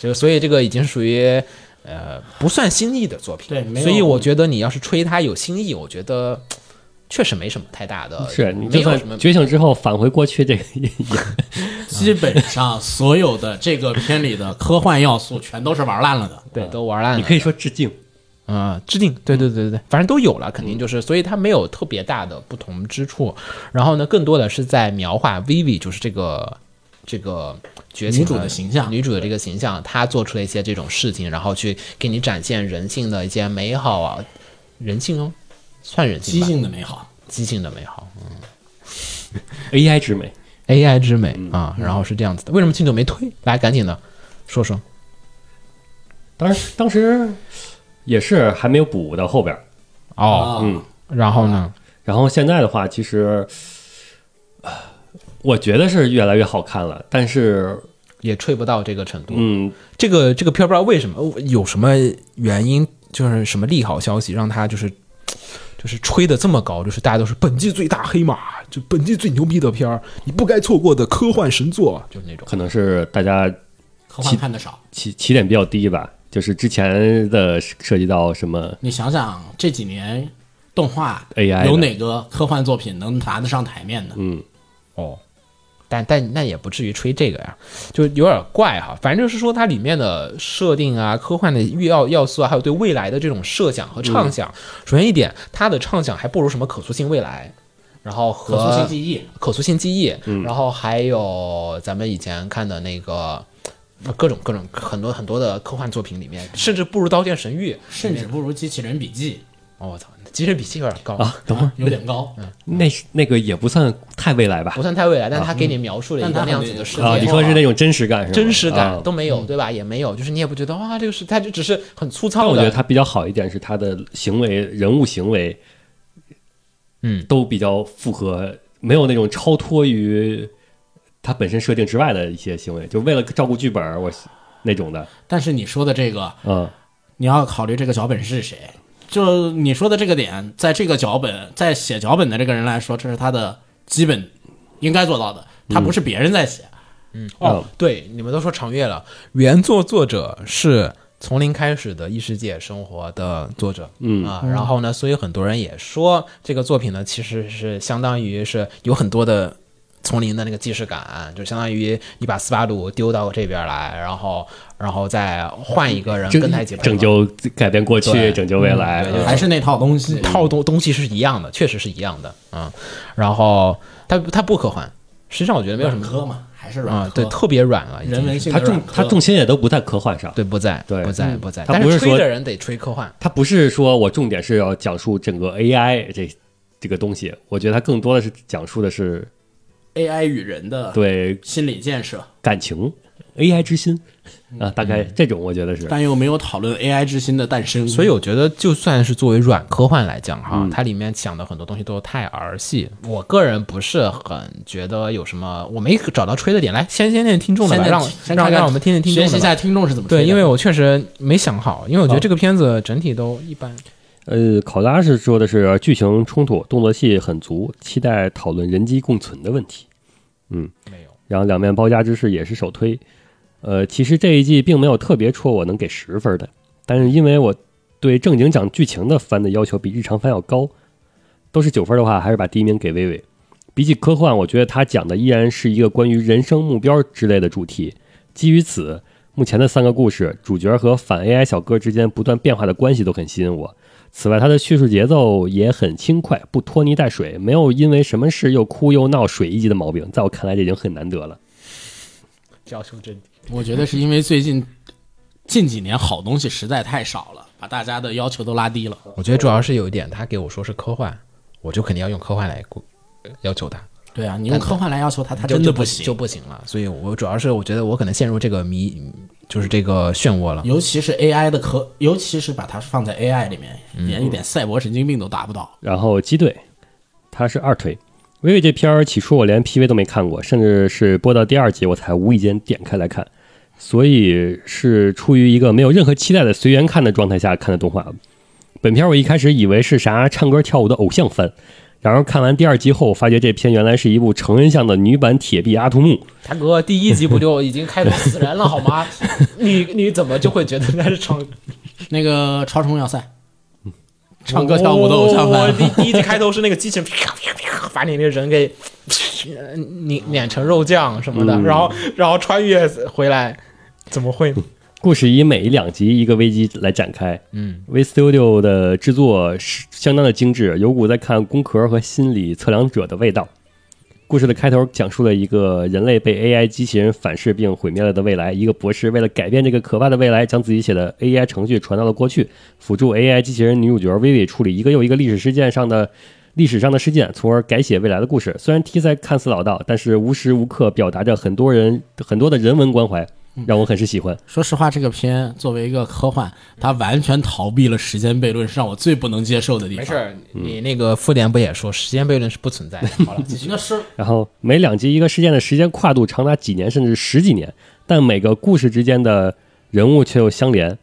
Speaker 2: 就所以这个已经属于。呃，不算新意的作品，
Speaker 5: 对没有
Speaker 2: 所以我觉得你要是吹它有新意，我觉得嘖确实没什么太大的，
Speaker 3: 是你
Speaker 2: 没
Speaker 3: 就
Speaker 2: 有什么
Speaker 3: 算觉醒之后返回过去，这
Speaker 2: <laughs>
Speaker 3: 个也
Speaker 2: 嗯
Speaker 4: 基本上所有的这个片里的科幻要素全都是玩烂
Speaker 2: <laughs>
Speaker 4: 了的。
Speaker 2: 对，都玩烂了。
Speaker 3: 你可以说致敬。
Speaker 2: 啊，致敬，对对对对对，反正都有了，肯
Speaker 4: 嗯
Speaker 2: 定就是，所以它没有特别大的不同之处。然后呢，更多的是在描画 Vivi，就是这个这个觉醒
Speaker 4: 女主的形象
Speaker 2: 女主的这个形象，她做出了一些这种事情，然后去给你展现人性的一些美好啊，人性哦，算人性
Speaker 4: 激
Speaker 2: 吧，
Speaker 4: 进的美好，
Speaker 2: 激进的美好。
Speaker 3: AI 之美，
Speaker 2: AI 之美
Speaker 4: 嗯
Speaker 2: 啊，然后是这样子的。为什么庆九没推？来，赶紧的说说。
Speaker 3: 当时当时也是还没有补到后边儿，
Speaker 4: 啊
Speaker 2: 哦，
Speaker 3: 嗯，
Speaker 2: 然后呢？
Speaker 3: 然后现在的话，其实呃我觉得是越来越好看了，但是
Speaker 2: 也吹不到这个程度。
Speaker 3: 嗯，
Speaker 2: 这个这个片儿不知道为什么有什么原因，就是什么利好消息让他就是就是吹的这么高，就是大家都是本季最大黑马，就本季最牛逼的片儿，你不该错过的科幻神作，就是那种
Speaker 3: 可能是大家
Speaker 4: 科幻看的少。
Speaker 3: 起起点比较低吧，就是之前的涉及到什么
Speaker 4: 你想想这几年动画
Speaker 3: AI
Speaker 4: 有
Speaker 3: 的
Speaker 4: 哪个科幻作品能拿得上台面的？
Speaker 3: 嗯。
Speaker 2: 哦。但但那也不至于吹这个呀，就有点怪哈。反正就是说，它里面的设定啊、科幻的要要素啊，还有对未来的这种设想和畅想。首先一点，它的畅想还不如什么可塑性未来，然后和
Speaker 4: 可塑性记忆，
Speaker 2: 可塑性记忆，然后还有咱们以前看的那个呃各种各种很多很多的科幻作品里面，甚至不如《刀剑神域》。
Speaker 4: 甚至不如《机器人笔记
Speaker 2: 哦，我操，即使比这有点高，
Speaker 3: 啊，等会》儿，嗯
Speaker 4: 有点高。
Speaker 3: 那是那个也不算太未来吧
Speaker 2: 不？算太未来，但他给你描述了一
Speaker 4: 但
Speaker 2: 个
Speaker 4: 它
Speaker 2: 那样
Speaker 4: 很
Speaker 2: 子的世界。
Speaker 3: 啊啊，你说是那种真实感是吗？
Speaker 2: 真实
Speaker 3: 啊
Speaker 2: 感都没有，对吧？也没有，就是你也不觉得哇，这个是，它就只是很粗糙
Speaker 3: 但
Speaker 2: 的。
Speaker 3: 我觉得他比较好一点是他的行为、人物行为，
Speaker 2: 嗯
Speaker 3: 都比较符合，没有那种超脱于他本身设定之外的一些行为，就为了照顾剧本儿我那种的，
Speaker 4: 但是你说的这个，
Speaker 3: 嗯，
Speaker 4: 你要考虑这个脚本是谁。就你说的这个点，在这个脚本，在写脚本的这个人来说，这是他的基本应该做到的。他不是别人在写，
Speaker 2: 哦，对，你们都说长月了，原作作者是从零开始的异世界生活的作者，嗯啊，然后呢，所以很多人也说这个作品呢，其实是相当于是有很多的。从零的那个既视感，就相当于你把斯巴鲁丢到这边来，然后，然后再换一个人跟他一起配合
Speaker 3: 拯救改变过去，
Speaker 2: 对
Speaker 3: 拯救未来，
Speaker 2: 对就
Speaker 4: 还是那套东
Speaker 3: 嗯
Speaker 4: 西。
Speaker 2: 套东东西是一样的，确实是一样的啊、然后它它不科幻，实际上我觉得没有什
Speaker 4: 软
Speaker 2: 么
Speaker 4: 科嘛，还是
Speaker 2: 啊、
Speaker 4: 软科。
Speaker 2: 对，特别软了，已经
Speaker 4: 人
Speaker 2: 是
Speaker 4: 文性
Speaker 3: 他
Speaker 4: 的
Speaker 3: 重
Speaker 4: 软科。
Speaker 3: 他重心也都不在科幻上，
Speaker 2: 对，不在，
Speaker 3: 对
Speaker 2: 不在，不在。
Speaker 3: 他
Speaker 2: 但
Speaker 3: 不是
Speaker 2: 吹
Speaker 3: 说
Speaker 2: 的人得吹科幻，
Speaker 3: 他不是说我重点是要讲述整个 AI 这这个东西，我觉得他更多的是讲述的是
Speaker 4: AI 与人的
Speaker 3: 对
Speaker 4: 心理建设，
Speaker 3: 感情，AI 之心啊，大概这种我觉得是。
Speaker 4: 但又没有讨论 AI 之心的诞生。
Speaker 2: 所以我觉得就算是作为软科幻来讲哈，它里面讲的很多东西都太儿戏，我个人不是很觉得有什么，我没找到吹的点。来，先先念听众的
Speaker 4: 现
Speaker 2: 吧，
Speaker 4: 在
Speaker 2: 让
Speaker 4: 先
Speaker 2: 让
Speaker 4: 看看
Speaker 2: 让我们听听听
Speaker 4: 学
Speaker 2: 众
Speaker 4: 习
Speaker 2: 的
Speaker 4: 一
Speaker 2: 吧。哦
Speaker 4: 下听众是怎么
Speaker 2: 对，
Speaker 4: 说的
Speaker 2: 因为我确实没想好，因为我觉得
Speaker 3: 好
Speaker 2: 这个片子整体都一般。
Speaker 3: 呃，考拉是说的是剧情冲突，动作戏很足，期待讨论人机共存的问题。嗯
Speaker 2: 没有，
Speaker 3: 然后两面包夹之势也是首推。呃，其实这一季并没有特别戳我能给十分的，但是因为我对正经讲剧情的番的要求比日常番要高，都是九分的话，还是把第一名给薇薇。比起科幻，我觉得他讲的依然是一个关于人生目标之类的主题。基于此，目前的三个故事，主角和反 AI 小哥之间不断变化的关系都很吸引我。此外，它的叙事节奏也很轻快，不拖泥带水，没有因为什么事又哭又闹水一集的毛病，在我看来这已经很难得了。
Speaker 2: 教授真
Speaker 4: 我觉得是因为最近近几年好东西实在太少了，把大家的要求都拉低了。
Speaker 2: 我觉得主要是有一点，他给我说是科幻，我就肯定要用科幻来估要求他。
Speaker 4: 对啊，你用科幻来要求他，他真
Speaker 2: 就
Speaker 4: 的
Speaker 2: 不
Speaker 4: 行。
Speaker 2: 就不行了。所以我主要是我觉得我可能陷入这个迷，就是这个漩涡了。
Speaker 4: 尤其是 AI 的科，尤其是把它放在
Speaker 2: 嗯
Speaker 4: AI 里面，连一点赛博神经病都达不到。
Speaker 3: 然后鸡队，他是二推，微微这片儿起初我连 PV 都没看过，甚至是播到第二集我才无意间点开来看，所以是出于一个没有任何期待的随缘看的状态下看的动画。本片我一开始以为是啥唱歌跳舞的偶像番，然而看完第二集后，我发觉这片原来是一部成人向的女版《铁臂阿童木》。
Speaker 2: 大哥，第一集不就已经开头死人了好
Speaker 4: <laughs>
Speaker 2: 吗？你你怎么就会觉得那是成
Speaker 4: 那个超虫要塞，
Speaker 2: 嗯
Speaker 4: 唱歌跳舞的偶像
Speaker 2: 我我
Speaker 4: 番，
Speaker 2: 第第哦一集开头是那个机器人啪啪啪把你那人给呃碾碾成肉酱什么
Speaker 4: 嗯
Speaker 2: 的，然后然后穿越回来，怎么会？
Speaker 3: 故事以每两集一个危机来展开。
Speaker 2: 嗯
Speaker 3: ，V Studio 的制作是相当的精致，有股在看《工壳》和《心理测量者》的味道。故事的开头讲述了一个人类被 AI 机器人反噬并毁灭了的未来，一个博士为了改变这个可怕的未来，将自己写的 AI 程序传到了过去，辅助 AI 机器人女主角薇薇处理一个又一个历史事件上的历史上的事件，从而改写未来的故事。虽然题材看似老道，但是无时无刻表达着很多人很多的人文关怀，让我很是喜欢。
Speaker 4: 说实话，这个片作为一个科幻，它完全逃避了时间悖论，是让我最不能接受的地方。
Speaker 2: 没事，儿，你那个复联不也说时间悖论是不存在的？
Speaker 4: <laughs>
Speaker 2: 好了，继续。
Speaker 4: 那是
Speaker 3: 然后每两集一个事件的时间跨度长达几年甚至十几年，但每个故事之间的人物却又相连。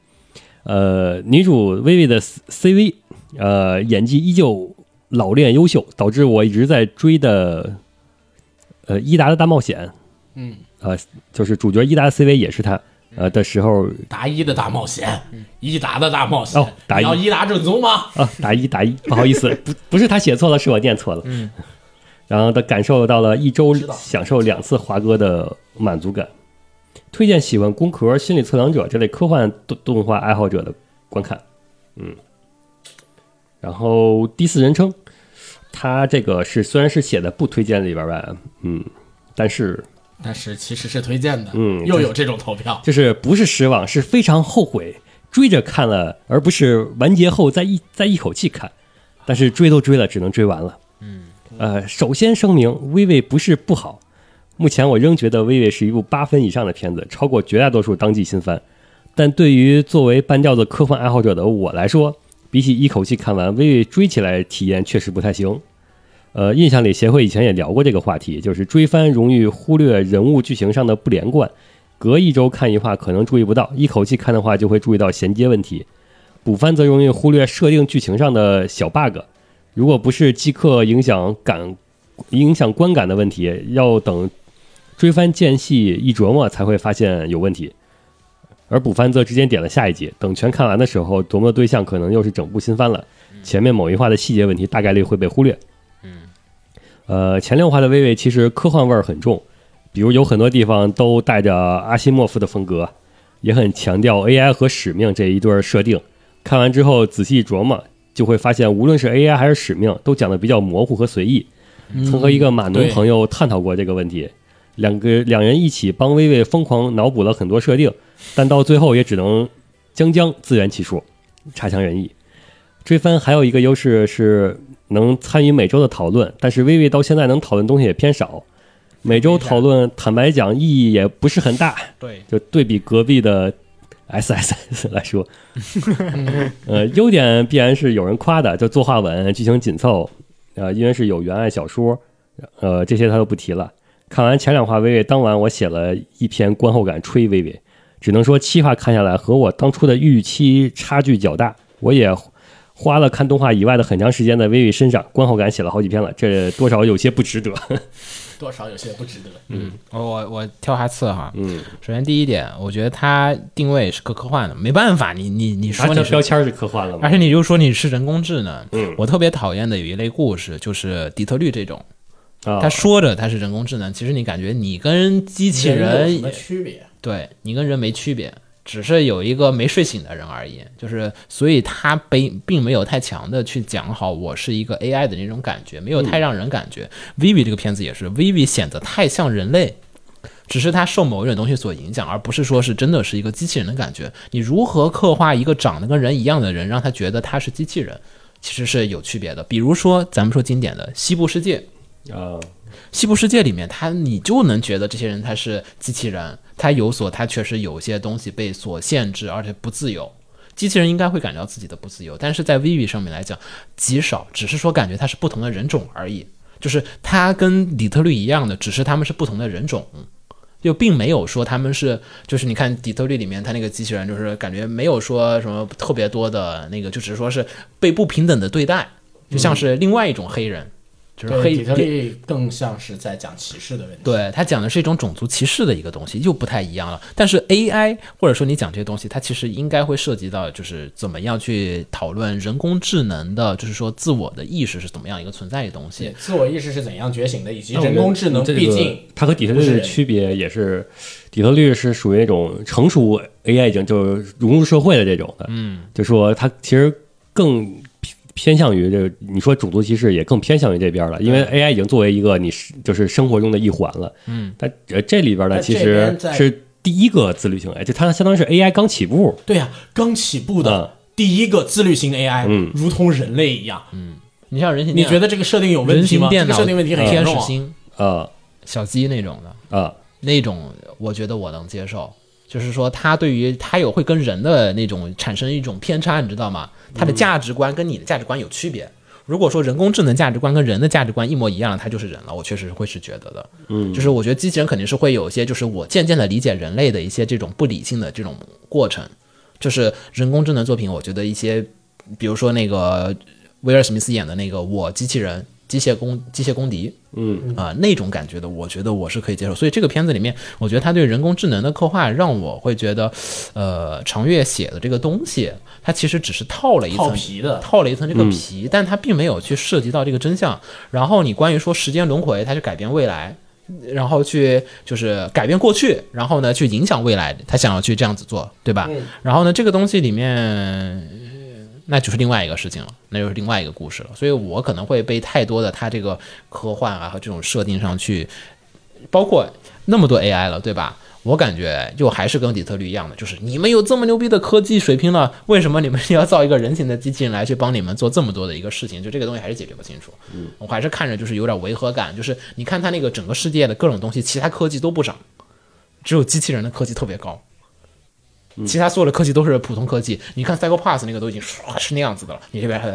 Speaker 3: 呃，女主薇薇的 C- CV，呃，演技依旧老练优秀，导致我一直在追的，呃，伊达的大冒险，嗯，呃，就是主角伊达的 CV 也是她，呃的时候
Speaker 4: 达伊的大冒险，伊达的大冒险。
Speaker 3: 哦达伊
Speaker 4: 你要伊达正宗吗？
Speaker 3: 啊，打一打一，不好意思，不不是他写错了，是我念错了。嗯，然后他感受到了一周享受两次华哥的满足感，推荐喜欢《工壳》《心理测量者》这类科幻动动画爱好者的观看。嗯，然后第四人称，他这个是虽然是写的不推荐里边儿吧，嗯，但是
Speaker 4: 但是其实是推荐的，
Speaker 3: 嗯
Speaker 4: 又有这种投票。
Speaker 3: 就是不是失望，是非常后悔追着看了，而不是完结后再一再一口气看。但是追都追了，只能追完了。嗯，呃，首先声明，薇薇不是不好，目前我仍觉得薇薇是一部八分以上的片子，超过绝大多数当季新番。但对于作为半吊子科幻爱好者的我来说，比起一口气看完，薇薇追起来体验确实不太行。呃，印象里协会以前也聊过这个话题，就是追番容易忽略人物剧情上的不连贯，隔一周看一话可能注意不到，一口气看的话就会注意到衔接问题。补番则容易忽略设定剧情上的小 bug，如果不是即刻影响感、影响观感的问题，要等追番间隙一琢磨才会发现有问题。而补番则直接点了下一集，等全看完的时候，琢磨对象可能又是整部新番了，前面某一话的细节问题大概率会被忽略。嗯，呃，前六话的微微其实科幻味儿很重，比如有很多地方都带着阿西莫夫的风格，也很强调 AI 和使命这一对儿设定。看完之后仔细琢磨，就会发现，无论是 AI 还是使命，都讲得比较模糊和随意。曾和一个码农
Speaker 4: 对
Speaker 3: 朋友探讨过这个问题，两个两人一起帮薇薇疯狂脑补了很多设定，但到最后也只能将将自圆其说，差强人意。追番还有一个优势是能参与每周的讨论，但是薇薇到现在能讨论东西也偏少，每周讨论坦白讲意义也不是很大，
Speaker 2: 对，
Speaker 3: 就对比隔壁的 SSS 来说，呃，优点必然是有人夸的，就作画稳，剧情紧凑，呃，因为是有原案小说，呃，这些他都不提了。看完前两话《微微》，当晚我写了一篇观后感吹微微，只能说七话看下来和我当初的预期差距较大，我也花了看动画以外的很长时间在微微身上，观后感写了好几篇了，这多少有些不值得。
Speaker 4: 多少有些不值得。
Speaker 2: 我我我挑哈刺哈。
Speaker 3: 嗯，
Speaker 2: 首先第一点，我觉得它定位是个科幻的，没办法，你你你说你
Speaker 3: 这
Speaker 2: 是
Speaker 3: 标签是科幻了
Speaker 2: 而
Speaker 3: 吗？
Speaker 2: 且你就说你是人工智能，
Speaker 3: 嗯
Speaker 2: 我特别讨厌的有一类故事，就是底特律这种，
Speaker 3: 啊
Speaker 2: 他，说着他是人工智能，其实你感觉你跟机器
Speaker 4: 人有
Speaker 2: 人
Speaker 4: 什么区别？
Speaker 2: 对你跟人没区别，只是有一个没睡醒的人而已。就是，所以他被并没有太强的去讲好我是一个 AI 的那种感觉，没有太让人感觉。Vivi 这个片子也是，Vivi 显得太像人类。只是它受某一种东西所影响，而不是说是真的是一个机器人的感觉。你如何刻画一个长得跟人一样的人，让他觉得他是机器人，其实是有区别的。比如说，咱们说经典的《西部世界》，
Speaker 3: 啊，
Speaker 2: 西部世界里面，他你就能觉得这些人他是机器人，他有所他确实有些东西被所限制，而且不自由。机器人应该会感觉到自己的不自由，但是在 Vivi 上面来讲极少，只是说感觉他是不同的人种而已。就是他跟底特律一样的，只是他们是不同的人种。就并没有说他们是，就是你看底特律里面他那个机器人，就是感觉没有说什么特别多的那个，就只是说是被不平等的对待，就像是另外一种黑人，就是
Speaker 4: 嗯对，
Speaker 2: 黑
Speaker 4: 底特律更像是在讲歧视的问题。
Speaker 2: 对，它讲的是一种种族歧视的一个东西，又不太一样了。但是 AI 或者说你讲这些东西，它其实应该会涉及到，就是怎么样去讨论人工智能的，就是说自我的意识是怎么样一个存在的东西。
Speaker 4: 自我意识是怎样觉醒的，以及人工智能，
Speaker 3: 这个
Speaker 4: 毕竟
Speaker 3: 它和底特
Speaker 4: 不是
Speaker 3: 律的
Speaker 4: 人
Speaker 3: 区别也是，底特律是属于那种成熟 AI 已经就是融入社会的这种的，嗯，就说它其实更偏偏向于这个，你说种族歧视也更偏向于这边了，因为 AI 已经作为一个你是就是生活中的一环了，嗯，但呃这里边呢
Speaker 4: 但
Speaker 3: 其
Speaker 4: 这边
Speaker 3: 实
Speaker 4: 在
Speaker 3: 是第一个自律性 AI，就它相当于是 AI 刚起步，
Speaker 4: 对啊，刚起步
Speaker 3: 嗯
Speaker 4: 的第一个自律型 AI，、如
Speaker 2: 嗯
Speaker 4: 同人类一样。
Speaker 2: 你像人形
Speaker 4: 你
Speaker 2: 电脑，
Speaker 4: 觉得这个设定有问
Speaker 2: 人
Speaker 4: 题
Speaker 2: 形
Speaker 4: 吗？这
Speaker 2: 电
Speaker 4: 个
Speaker 2: 脑
Speaker 4: 设定问题很严
Speaker 2: 天使
Speaker 4: 重啊。
Speaker 2: 星
Speaker 3: 呃
Speaker 2: 小鸡那种的，
Speaker 3: 呃，
Speaker 2: 那种我觉得我能接受。就是说，他对于他有会跟人的那种产生一种偏差，你知道吗？他的价值观跟你的价值观有区别。如果说人工智能价值观跟人的价值观一模一样，它就是人了。我确实会是觉得的，嗯，就是我觉得机器人肯定是会有一些，就是我渐渐的理解人类的一些这种不理性的这种过程，就是人工智能作品，我觉得一些，比如说那个威尔史密斯演的那个《我机器人》。机械公机械公敌，嗯啊、那种感觉的，我觉得我是可以接受。所以这个片子里面，我觉得他对人工智能的刻画，让我会觉得，呃，长月写的这个东西，它其实只是套了一层
Speaker 4: 套皮的
Speaker 2: 套了一层这个皮，但它并没有去涉及到这个真相。然后你关于说时间轮回，它去改变未来，然后去就是改变过去，然后呢去影响未来，他想要去这样子做，对吧？然后呢，这个东西里面，呃那就是另外一个事情了，那就是另外一个故事了。所以我可能会被太多的它这个科幻啊和这种设定上去，包括那么多 AI 了，对吧？我感觉就还是跟底特律一样的，就是你们有这么牛逼的科技水平了，为什么你们要造一个人形的机器人来去帮你们做这么多的一个事情？就这个东西还是解决不清楚。嗯，我还是看着就是有点违和感，就是你看它那个整个世界的各种东西，其他科技都不涨，只有机器人的科技特别高。其他所有的科技都是普通科技，你看 Psycho Pass 那个都已经唰是那样子的了，你这边还，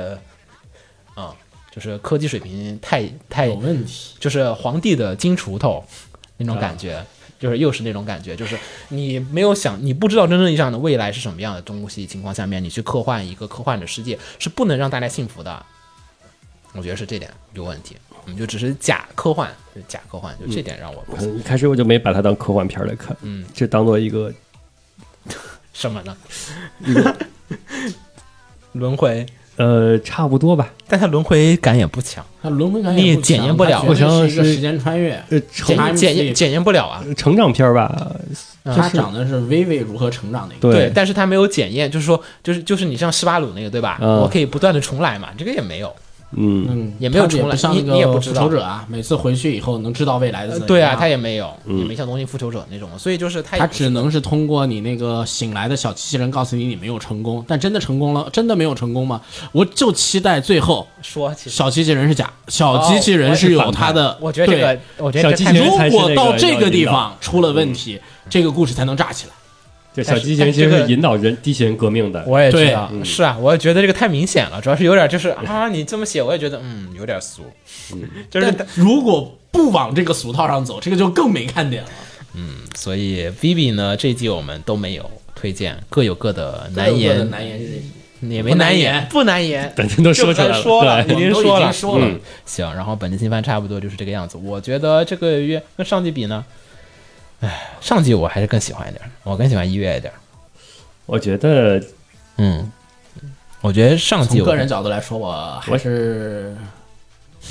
Speaker 2: 啊、就是科技水平太太
Speaker 4: 有问题，
Speaker 2: 就是皇帝的金锄头那种感觉，就是又是那种感觉，就是你没有想，你不知道真正意义上的未来是什么样的东西情况下面，你去刻画一个科幻的世界是不能让大家幸福的。我觉得是这点有问题，我们就只是假科幻，就假科幻，就这点让我不行、
Speaker 3: 嗯一开始我就没把它当科幻片儿来看，嗯，这当做一个
Speaker 2: 什么呢？嗯轮回，
Speaker 3: 呃差不多吧，
Speaker 2: 但它轮回感也不强，
Speaker 4: 它轮回感
Speaker 2: 你也
Speaker 4: 不
Speaker 2: 检
Speaker 4: 强啊
Speaker 2: 验不
Speaker 4: 它
Speaker 2: 了
Speaker 4: 绝
Speaker 3: 我
Speaker 4: 对
Speaker 3: 想想
Speaker 4: 是一个
Speaker 3: 是
Speaker 4: 时间穿越。
Speaker 3: 呃成
Speaker 2: 检
Speaker 4: Time
Speaker 2: 检
Speaker 4: sleep
Speaker 2: 验检验不了啊。
Speaker 3: 成长片儿吧，
Speaker 2: 嗯
Speaker 4: 它讲的是薇薇如何成长的一个。
Speaker 2: 对，但是它没有检验，就是说，就是就是你像斯巴鲁那个对吧？
Speaker 3: 嗯
Speaker 2: 我可以不断的重来嘛，这个也没有。
Speaker 3: 嗯，
Speaker 4: 嗯，
Speaker 2: 也没有
Speaker 4: 它
Speaker 2: 重来
Speaker 4: 不像
Speaker 2: 你
Speaker 4: 那个
Speaker 2: 你也不知
Speaker 4: 复
Speaker 2: 道
Speaker 4: 仇者啊，每次回去以后能知道未来
Speaker 2: 呃
Speaker 4: 的怎样。
Speaker 2: 对啊，他也没有，也没像《东京复仇者》那种，所以就是他
Speaker 4: 它只能是通过你那个醒来的小机器人告诉你你没有成功，但真的成功了，真的没有成功吗？我就期待最后
Speaker 2: 说，其实
Speaker 4: 小机器人是假，小机器人是有它的。
Speaker 2: 哦我觉得这个，我觉得
Speaker 3: 小
Speaker 2: 这
Speaker 3: 机
Speaker 2: 太
Speaker 3: 器人
Speaker 4: 对，
Speaker 3: 才
Speaker 4: 如
Speaker 3: 是那
Speaker 4: 果
Speaker 3: 个
Speaker 4: 到
Speaker 3: 要
Speaker 4: 这
Speaker 3: 引导
Speaker 4: 个地方出了问题，
Speaker 2: 嗯
Speaker 4: 这个故事才能炸起来。
Speaker 3: 这小机器人其实是引导人机器人革命的，
Speaker 2: 我也知
Speaker 4: 对嗯
Speaker 2: 道，是啊，我也觉得这个太明显了，主要是有点就是啊，你这么写，我也觉得嗯有点俗，就是
Speaker 4: 但如果不往这个俗套上走，这个就更没看点了。
Speaker 2: 所以 Vivi 呢这一季我们都没有推荐，各有各的难
Speaker 4: 各有各的
Speaker 2: 言，
Speaker 4: 难言是
Speaker 2: 也没
Speaker 4: 不难
Speaker 2: 难
Speaker 4: 言
Speaker 2: <laughs> 不难言，
Speaker 3: 本身都说
Speaker 2: 就
Speaker 3: 出来
Speaker 2: 咱说了，
Speaker 3: 了，
Speaker 2: 已
Speaker 3: 对，
Speaker 2: 经
Speaker 4: 我们都已
Speaker 2: 说
Speaker 4: 经
Speaker 2: 了，
Speaker 4: 说了
Speaker 3: 嗯
Speaker 2: 行，然后本期新番差不多就是这个样子。我觉得这个月跟上季比呢，唉，上季我还是更喜欢一点儿，我更喜欢一月一点儿。
Speaker 3: 我觉得
Speaker 2: 嗯，我觉得上季
Speaker 4: 从
Speaker 2: 我
Speaker 4: 个人角度来说，我还是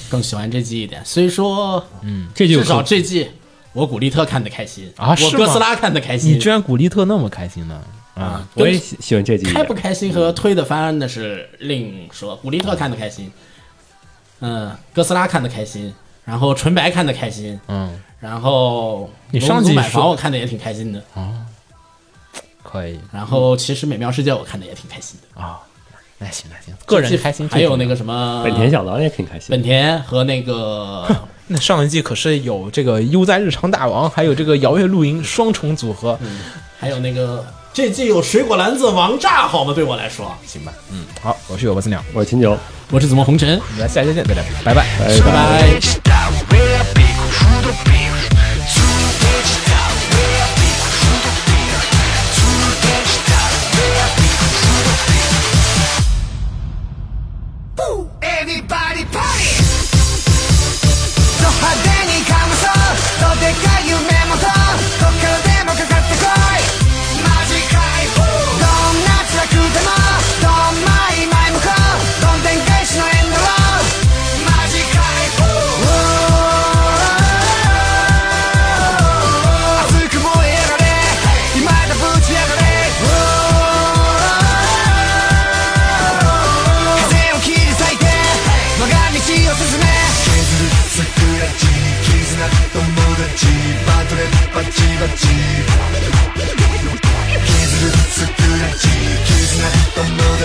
Speaker 4: 更喜欢这季一点。虽说，
Speaker 2: 嗯
Speaker 3: 这就
Speaker 4: 至少这季我古力特看得开心
Speaker 2: 啊是
Speaker 4: 我
Speaker 2: 吗
Speaker 4: 哥斯拉看得开
Speaker 2: 你
Speaker 4: 心
Speaker 2: 居然古力特那么开心呢？啊，
Speaker 3: 我也喜喜欢这集一
Speaker 4: 开不
Speaker 3: 点，
Speaker 4: 开心和推的方案那是另说。古力特看得开心，嗯，哥斯拉看得开心，然后纯白看得开心，
Speaker 2: 嗯，
Speaker 4: 然后
Speaker 2: 你
Speaker 4: 龙
Speaker 2: 上集
Speaker 4: 族买
Speaker 2: 说
Speaker 4: 房我看的也挺开心的，
Speaker 2: 可以
Speaker 4: 然后其实美妙世界我看的也挺开心的，
Speaker 2: 啊，那行那行，个人开心
Speaker 4: 还
Speaker 2: 最重要。
Speaker 4: 有那个什么
Speaker 3: 本田小狼也挺开心
Speaker 4: 本。田和那个
Speaker 2: 那上一季可是嗯有这个悠哉日常大王，还有这个摇曳露营双重组合，
Speaker 4: 还有那个
Speaker 5: 这季有水果篮子王炸，好吗？对我来说，
Speaker 2: 行吧，嗯，好，我是有波斯鸟，
Speaker 3: 我是秦九，
Speaker 4: 我是紫陌红尘，
Speaker 2: 我们下期见，大家拜拜。
Speaker 3: 拜拜。
Speaker 4: 拜。
Speaker 6: Digital, we are big, through the beer. Through digital, we are big, through the beer. Through digital, we are big, through the beer. Woo! Everybody party! ド派手にかむぞどでかい夢もとどっからでもかかってこいマジかいどんな辛くてもどんまい前向こうどんでん返しのエンドロールマジかい熱く燃え上がれ今だぶち上がれ風を切り裂いて我が道を進め
Speaker 7: 削る桜地に絆友達バトルバチバチ削る桜地に絆友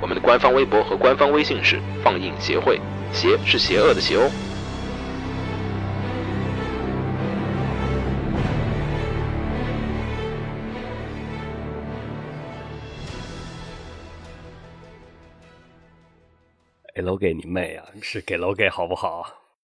Speaker 8: 我们的官方微博和官方微信是放映协会，邪是邪恶的邪哦。
Speaker 3: 给楼给你妹啊！是给楼给好不好？